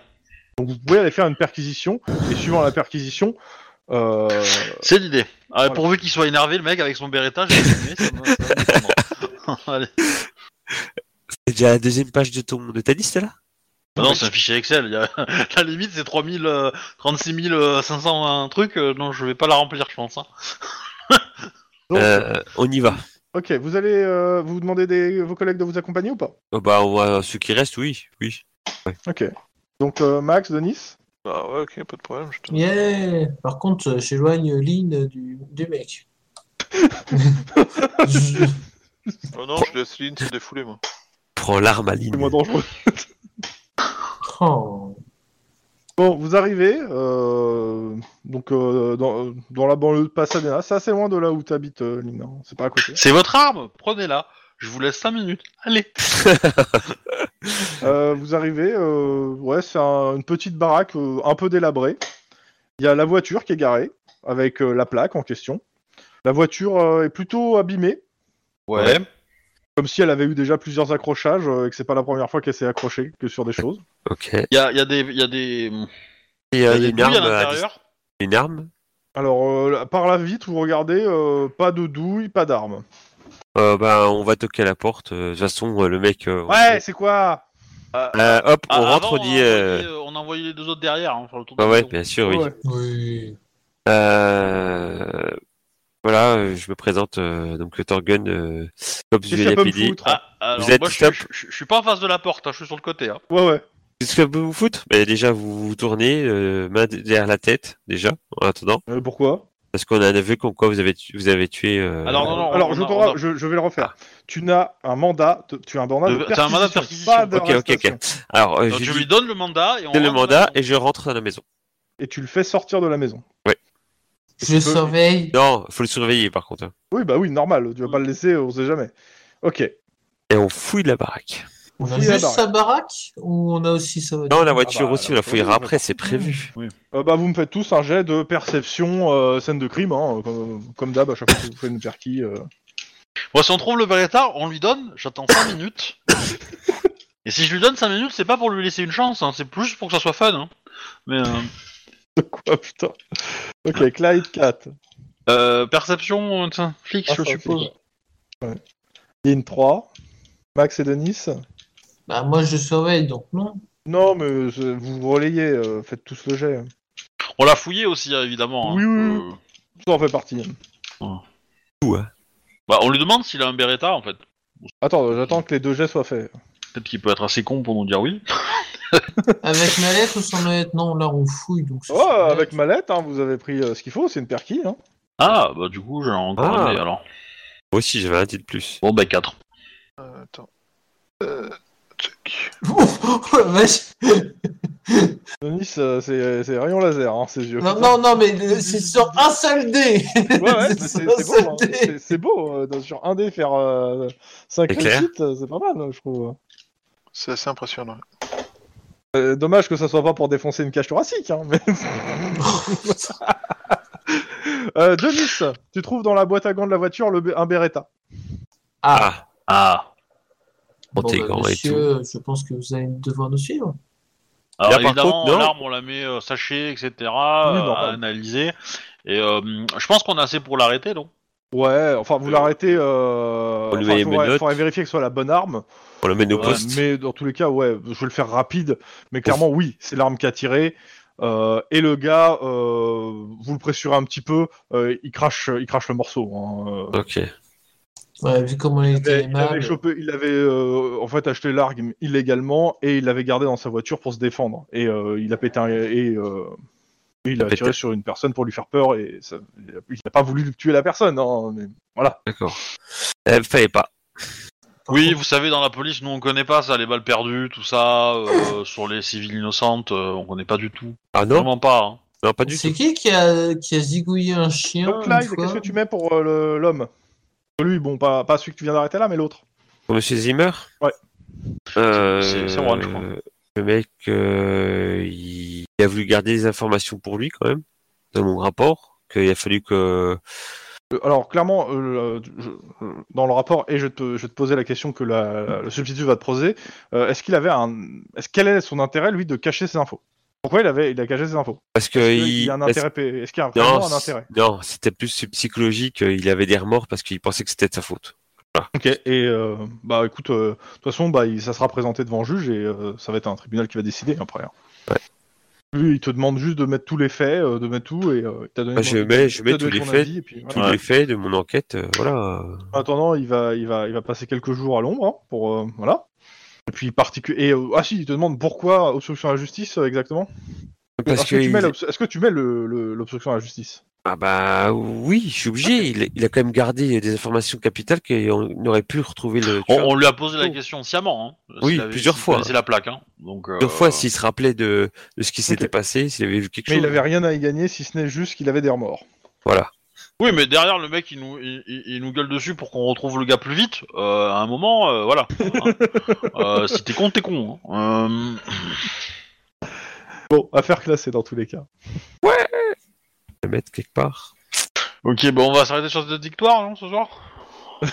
Speaker 1: Donc vous pouvez aller faire une perquisition et suivant la perquisition. euh,
Speaker 2: C'est l'idée. Ah,
Speaker 1: Voilà.
Speaker 2: Pourvu qu'il soit énervé, le mec, avec son beretta, je vais l'allumer, ça me- ça va me détendre. Allez.
Speaker 5: C'est déjà la deuxième page de ton, de ta liste là
Speaker 2: Bah non, c'est un fichier Excel. il y a- La limite, c'est 3000, euh, 36 500 trucs. euh, Non, je vais pas la remplir, je pense. hein.
Speaker 1: donc,
Speaker 5: euh, On y va.
Speaker 1: Ok, vous allez euh, vous demander des, vos collègues de vous accompagner ou pas
Speaker 5: Oh, bah, on va, ceux qui restent, oui, oui.
Speaker 1: Ok. Donc euh, Max, Denis
Speaker 6: Bah ouais, ok, pas de problème. Je te...
Speaker 4: Yeah Par contre, euh, j'éloigne Lynn du, du mec. Je-
Speaker 6: Oh non, je laisse Lynn se défouler, moi.
Speaker 5: Prends l'arme à
Speaker 1: C'est
Speaker 5: Lynn.
Speaker 1: moins dangereux.
Speaker 4: Oh.
Speaker 1: Bon, vous arrivez euh, donc euh, dans, euh, dans la banlieue de Pasadena. C'est assez loin de là où t'habites, euh, Lynn, hein. C'est pas à côté.
Speaker 3: C'est votre arme, prenez-la. Je vous laisse 5 minutes. Allez.
Speaker 1: Euh, vous arrivez, euh, ouais, c'est un- une petite baraque euh, un peu délabrée. Il y a la voiture qui est garée avec euh, la plaque en question. La voiture euh, est plutôt abîmée,
Speaker 3: Ouais.
Speaker 1: comme si elle avait eu déjà plusieurs accrochages euh, et que c'est pas la première fois qu'elle s'est accrochée que sur des choses.
Speaker 5: Ok. Et
Speaker 3: Il y a, y a des, y a des,
Speaker 5: Il y
Speaker 3: y
Speaker 5: a
Speaker 3: a des
Speaker 5: une
Speaker 3: douilles
Speaker 5: arme,
Speaker 3: à
Speaker 5: à
Speaker 3: l'intérieur.
Speaker 5: dis- une arme.
Speaker 1: Alors, euh, là, par la vitre, vous regardez, euh, pas de douille, pas d'arme.
Speaker 5: Euh, bah, on va toquer à la porte. euh, De toute façon, euh, le mec. euh, on-
Speaker 1: Ouais, c'est quoi
Speaker 5: Euh, hop, on
Speaker 3: Ah,
Speaker 5: rentre,
Speaker 3: avant,
Speaker 5: on dit. euh,
Speaker 3: envoyé, euh, on a envoyé les deux autres derrière. hein, faire le tour de
Speaker 5: Bah
Speaker 3: la
Speaker 5: ouais,
Speaker 3: maison.
Speaker 5: bien sûr, oui.
Speaker 1: Ouais.
Speaker 4: Oui.
Speaker 5: Euh, Voilà, euh, je me présente euh, donc Torgun, euh, Cops
Speaker 1: Qu'est-ce
Speaker 5: du
Speaker 1: qu'il y a pas me
Speaker 5: LAPD.
Speaker 1: foutre
Speaker 3: Ah, alors,
Speaker 5: Vous êtes
Speaker 3: moi, je,
Speaker 5: stop.
Speaker 3: suis- je- je- je suis pas en face de la porte, hein, je suis sur le côté. Hein.
Speaker 1: Ouais, ouais.
Speaker 5: Qu'est-ce que vous vous foutre bah, Déjà, vous vous tournez, euh, main de- derrière la tête, déjà, en attendant.
Speaker 1: Euh, pourquoi
Speaker 5: Parce qu'on a vu comme quoi vous avez, tu- vous avez tué. euh,
Speaker 3: Alors, non, non,
Speaker 1: Alors,
Speaker 3: on
Speaker 1: je,
Speaker 3: a-
Speaker 1: t'aurai-
Speaker 3: on a-
Speaker 1: je, je vais le refaire. Tu n'as un mandat, de- tu as un mandat de
Speaker 3: Euh, t'as un mandat de
Speaker 1: perquisition, pas
Speaker 5: Ok, ok, ok.
Speaker 1: d'arrestation.
Speaker 5: Alors, euh,
Speaker 3: Donc,
Speaker 5: je
Speaker 3: je
Speaker 5: dis-
Speaker 3: lui euh, donne le mandat et on
Speaker 5: donne le
Speaker 3: rentre
Speaker 5: mandat
Speaker 3: dans la
Speaker 5: et je rentre dans la maison.
Speaker 1: Et tu le fais sortir de la maison.
Speaker 4: Je surveille.
Speaker 5: Non, faut le surveiller par contre. hein.
Speaker 1: Oui, bah oui, normal, tu vas pas le laisser, on sait jamais. Ok.
Speaker 5: Et on fouille la baraque.
Speaker 4: On a
Speaker 1: fouille la
Speaker 4: juste
Speaker 1: baraque.
Speaker 4: sa baraque ou on a aussi sa voiture
Speaker 5: Non, la voiture
Speaker 1: Ah bah,
Speaker 5: aussi, on la
Speaker 1: oui,
Speaker 5: fouillera
Speaker 1: oui,
Speaker 5: après, c'est prévu.
Speaker 1: Euh, bah, vous me faites tous un jet de perception, euh, scène de crime, hein, comme, comme d'hab, à chaque fois que vous faites une perquis. euh.
Speaker 3: maison. Moi, si on trouve le bâtard, on lui donne, j'attends 5 minutes. Et si je lui donne 5 minutes, c'est pas pour lui laisser une chance, hein, c'est plus pour que ça soit fun. hein. Mais, euh,
Speaker 1: Quoi, putain Ok, Clyde 4.
Speaker 3: euh, perception, euh, tiens, fixe,
Speaker 1: Ah,
Speaker 3: je suppose.
Speaker 1: Ouais. Lynn 3. Max et Denis
Speaker 4: Bah, moi, je surveille, donc non.
Speaker 1: Non, mais euh, vous relayez, euh, faites tous le jet.
Speaker 3: On l'a fouillé aussi, hein, évidemment. hein.
Speaker 1: Oui, oui,
Speaker 3: Euh,
Speaker 1: Ça en fait partie.
Speaker 3: bah, on lui demande s'il a un Beretta, en fait.
Speaker 1: Attends, j'attends que les deux jets soient faits.
Speaker 3: Peut-être qu'il peut être assez con pour nous dire oui.
Speaker 4: Avec mallette ou sans mallette Non, là, on fouille, donc c'est
Speaker 1: Oh,
Speaker 4: sans mallette.
Speaker 1: avec mallette, hein, vous avez pris euh, ce qu'il faut, c'est une perquis. Hein.
Speaker 3: Ah, bah du coup, j'en ai encore
Speaker 5: Ah.
Speaker 3: un dé, alors.
Speaker 5: Moi aussi, j'avais un titre de plus.
Speaker 3: Bon, bah 4.
Speaker 6: Euh, attends. Euh, check.
Speaker 4: Oh la vache
Speaker 1: Denis, euh, c'est c'est rayon laser, hein, ses yeux.
Speaker 4: Non, non, non, mais euh, c'est sur un seul dé
Speaker 1: Ouais, ouais, mais c'est
Speaker 4: C'est
Speaker 1: c'est
Speaker 4: ça,
Speaker 1: beau, hein.
Speaker 4: c'est-
Speaker 1: C'est- c'est beau euh, dans- sur un dé faire 5
Speaker 5: C'est clair.
Speaker 1: réussites, euh, c'est pas mal, je trouve.
Speaker 6: C'est assez impressionnant.
Speaker 1: Euh, dommage que ça soit pas pour défoncer une cage thoracique. Hein, mais... Euh, Denis, tu trouves dans la boîte à gants de la voiture le, b- un Beretta.
Speaker 4: Ah,
Speaker 5: Ah,
Speaker 3: Ah.
Speaker 5: bon,
Speaker 4: bon,
Speaker 5: t'es
Speaker 4: bah,
Speaker 5: grand et tout.
Speaker 4: monsieur, je pense que vous allez devoir nous suivre.
Speaker 3: Alors
Speaker 5: Là, par
Speaker 3: évidemment,
Speaker 5: contre, non.
Speaker 3: l'arme, on la met euh, sachet, etc., à
Speaker 1: normal.
Speaker 3: analyser. euh, Et euh, je pense qu'on a assez pour l'arrêter, non
Speaker 1: Ouais, enfin, vous
Speaker 3: Euh,
Speaker 1: l'arrêtez. Euh...
Speaker 5: on lui
Speaker 1: Il
Speaker 5: met les
Speaker 1: faudrait,
Speaker 5: menottes.
Speaker 1: faudrait vérifier que ce soit la bonne arme. Euh,
Speaker 5: On le met nos
Speaker 3: Ouais,
Speaker 5: postes.
Speaker 1: Mais dans tous les cas, ouais, je vais le faire rapide. Mais clairement, oui, c'est l'arme qui a tiré. Euh, et le gars, euh, vous le pressurez un petit peu, euh, il crache, il crache le morceau. hein, euh,
Speaker 5: Ok.
Speaker 4: Ouais, vu comment il était
Speaker 1: Mais il avait,
Speaker 4: aimable.
Speaker 1: chopé, il avait euh, en fait acheté l'arme illégalement et il l'avait gardé dans sa voiture pour se défendre. Et euh, il a pété un- et euh, il a
Speaker 5: Pété.
Speaker 1: tiré sur une personne pour lui faire peur et ça- il n'a pas voulu tuer la personne. hein, mais voilà.
Speaker 5: D'accord. Euh, fallait pas.
Speaker 4: Par
Speaker 3: Oui,
Speaker 4: contre,
Speaker 3: vous savez, dans la police, nous, on connaît pas ça, les balles perdues, tout ça, euh, sur les civils innocentes, euh, on connaît pas du tout.
Speaker 5: Ah non,
Speaker 3: Vraiment pas. hein.
Speaker 5: non, pas du
Speaker 4: C'est
Speaker 5: tout.
Speaker 4: qui qui a, qui a zigouillé un chien
Speaker 1: Donc
Speaker 4: une
Speaker 1: Clyde,
Speaker 4: fois
Speaker 1: qu'est-ce que tu mets pour euh, le- l'homme Celui, bon, pas, pas celui que tu viens d'arrêter là, mais l'autre.
Speaker 5: Pour Monsieur Zimmer
Speaker 1: Ouais.
Speaker 5: Euh,
Speaker 3: C'est- c'est Juan, je crois.
Speaker 5: Le mec, euh, il il a voulu garder les informations pour lui quand même, dans mon rapport, qu'il a fallu que...
Speaker 1: Euh, Alors clairement, euh, le- je- euh, dans le rapport, et je te, je vais te posais la question que la- le substitut va te poser, euh, est-ce qu'il avait un, est-ce quel est son intérêt lui de cacher ses infos Pourquoi il avait, il a caché ses infos
Speaker 5: Parce que
Speaker 1: Euh, Est-ce qu'il y a un
Speaker 5: parce-
Speaker 1: intérêt, p- est-ce qu'il y a
Speaker 5: Non,
Speaker 1: vraiment un intérêt
Speaker 5: c- non, c'était plus psychologique, euh, il avait des remords parce qu'il pensait que c'était de sa faute.
Speaker 1: Ok. Et euh, bah écoute, euh, de toute façon, bah il- ça sera présenté devant le juge et euh, ça va être un tribunal qui va décider après. hein. Lui, il te demande juste de mettre tous les faits, euh, de mettre tout et euh, il t'a donné.
Speaker 5: Bah,
Speaker 1: ton-
Speaker 5: je mets- je
Speaker 1: il
Speaker 5: mets
Speaker 1: t'a
Speaker 5: tous
Speaker 1: donné
Speaker 5: les
Speaker 1: ton
Speaker 5: faits,
Speaker 1: avis, et puis voilà.
Speaker 5: Tous les faits de mon enquête, euh, voilà.
Speaker 1: En attendant, il va, il va, il va passer quelques jours à l'ombre hein, pour euh, voilà. Et puis particu- et euh, ah si, il te demande pourquoi obstruction à la justice euh, exactement.
Speaker 5: Parce
Speaker 1: Est-ce que, tu
Speaker 5: il-
Speaker 1: mets l'obs- est-ce que tu mets le- le- l'obstruction à la justice
Speaker 5: Ah bah oui, je suis obligé. Il, il a quand même gardé des informations capitales qu'on aurait pu retrouver le
Speaker 2: On,
Speaker 5: tueur.
Speaker 2: on lui a posé la
Speaker 5: Oh.
Speaker 2: question sciemment. Hein,
Speaker 5: Oui,
Speaker 2: S'il avait-
Speaker 5: plusieurs
Speaker 2: s'il
Speaker 5: fois.
Speaker 2: connaissait la plaque. Hein. Donc, euh,
Speaker 5: Deux fois s'il se rappelait de, de ce qui s'était
Speaker 1: Ok.
Speaker 5: passé, s'il avait vu quelque
Speaker 1: Mais
Speaker 5: chose.
Speaker 1: il avait rien à y gagner si ce n'est juste qu'il avait des remords.
Speaker 5: Voilà.
Speaker 2: Oui, mais derrière, le mec, il nous, il, il- il nous gueule dessus pour qu'on retrouve le gars plus vite. Euh, à un moment, euh, voilà. Hein. Euh, si t'es con, t'es con. hein. Euh,
Speaker 1: Bon, affaire classée dans tous les cas.
Speaker 5: Le mettre quelque part.
Speaker 2: Ok, bon, on va s'arrêter sur cette victoire non, ce soir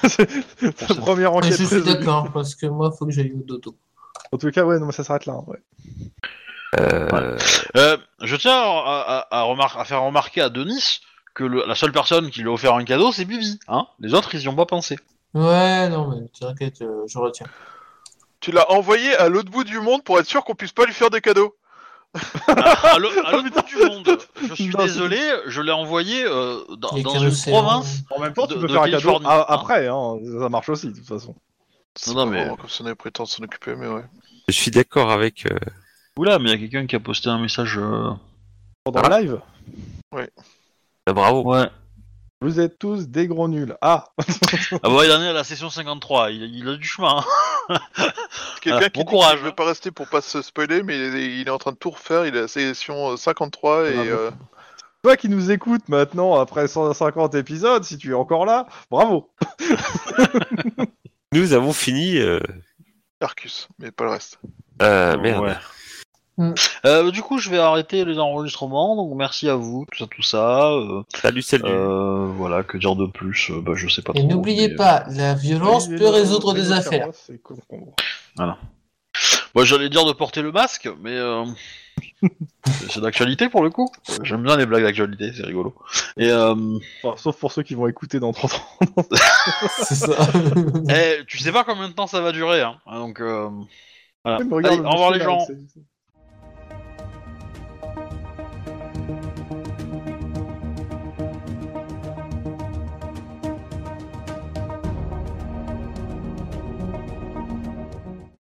Speaker 1: C'est- c'est la première
Speaker 4: Mais
Speaker 1: enquête.
Speaker 4: je suis
Speaker 1: résolue.
Speaker 4: d'accord, parce que moi, faut que j'aille au dodo.
Speaker 1: En tout cas, ouais, non, mais ça s'arrête là. hein, ouais.
Speaker 5: Euh,
Speaker 2: Euh, je tiens à, à- à remar- à faire remarquer à Denis que le- la seule personne qui lui a offert un cadeau, c'est Bibi. Hein Les autres, ils y ont pas pensé.
Speaker 4: Ouais, non, mais t'inquiète, euh, je retiens.
Speaker 6: Tu l'as envoyé à l'autre bout du monde pour être sûr qu'on puisse pas lui faire des cadeaux.
Speaker 2: Ah, à l'au- à l'autre bout du monde, je suis
Speaker 1: Non,
Speaker 2: désolé, je l'ai envoyé euh, dans,
Speaker 4: Les
Speaker 2: dans une
Speaker 4: carousels.
Speaker 2: province.
Speaker 1: En même temps, tu
Speaker 2: De-
Speaker 1: peux
Speaker 2: de
Speaker 1: faire un cadeau
Speaker 2: Californie,
Speaker 1: à-
Speaker 2: hein.
Speaker 1: après, hein, ça marche aussi de toute façon.
Speaker 6: C'est
Speaker 2: non,
Speaker 6: pas
Speaker 2: mais-
Speaker 6: vraiment Comme si on avait prétendu s'en occuper, mais ouais.
Speaker 5: je suis d'accord avec. euh,
Speaker 2: Oula, mais il y a quelqu'un qui a posté un message. euh,
Speaker 1: Pendant le live,
Speaker 5: ah, bravo.
Speaker 2: Ouais.
Speaker 1: vous êtes tous des gros nuls. Ah
Speaker 2: Ah bah, il en est à la session 53, il, il a du chemin. hein.
Speaker 6: Quelqu'un
Speaker 2: Ah,
Speaker 6: qui
Speaker 2: bon
Speaker 6: dit
Speaker 2: courage,
Speaker 6: qu'il veut
Speaker 2: hein.
Speaker 6: pas rester pour pas se spoiler, mais il est, il est en train de tout refaire. Il est à la sélection euh,
Speaker 2: Ah,
Speaker 6: 53 et
Speaker 1: Bravo.
Speaker 6: euh,
Speaker 1: Toi qui nous écoutes maintenant après 150 épisodes, si tu es encore là, bravo
Speaker 5: Nous avons fini. Euh,
Speaker 6: Arcus, mais pas le reste.
Speaker 2: Ah,
Speaker 5: euh, merde.
Speaker 2: Ouais.
Speaker 4: Mm.
Speaker 2: Euh, du coup, je vais arrêter les enregistrements, donc merci à vous, tout ça, tout ça. euh,
Speaker 5: Salut, salut.
Speaker 2: euh, voilà, que dire de plus euh, bah, Je sais pas
Speaker 4: Et
Speaker 2: trop,
Speaker 4: n'oubliez
Speaker 2: mais, euh,
Speaker 4: pas, la violence peut résoudre des affaires.
Speaker 1: C'est con- con-
Speaker 2: Moi, j'allais dire de porter le masque, mais euh, c'est d'actualité pour le coup. Euh, J'aime bien les blagues d'actualité, c'est rigolo. Et euh,
Speaker 1: Enfin, sauf pour ceux qui vont écouter dans 30 ans.
Speaker 4: C'est ça.
Speaker 2: eh, tu sais pas combien de temps ça va durer, hein. hein, donc. euh, voilà.
Speaker 1: Mais regarde,
Speaker 2: Allez, au revoir
Speaker 1: monsieur,
Speaker 2: les
Speaker 1: là,
Speaker 2: gens.
Speaker 1: c'est- c'est-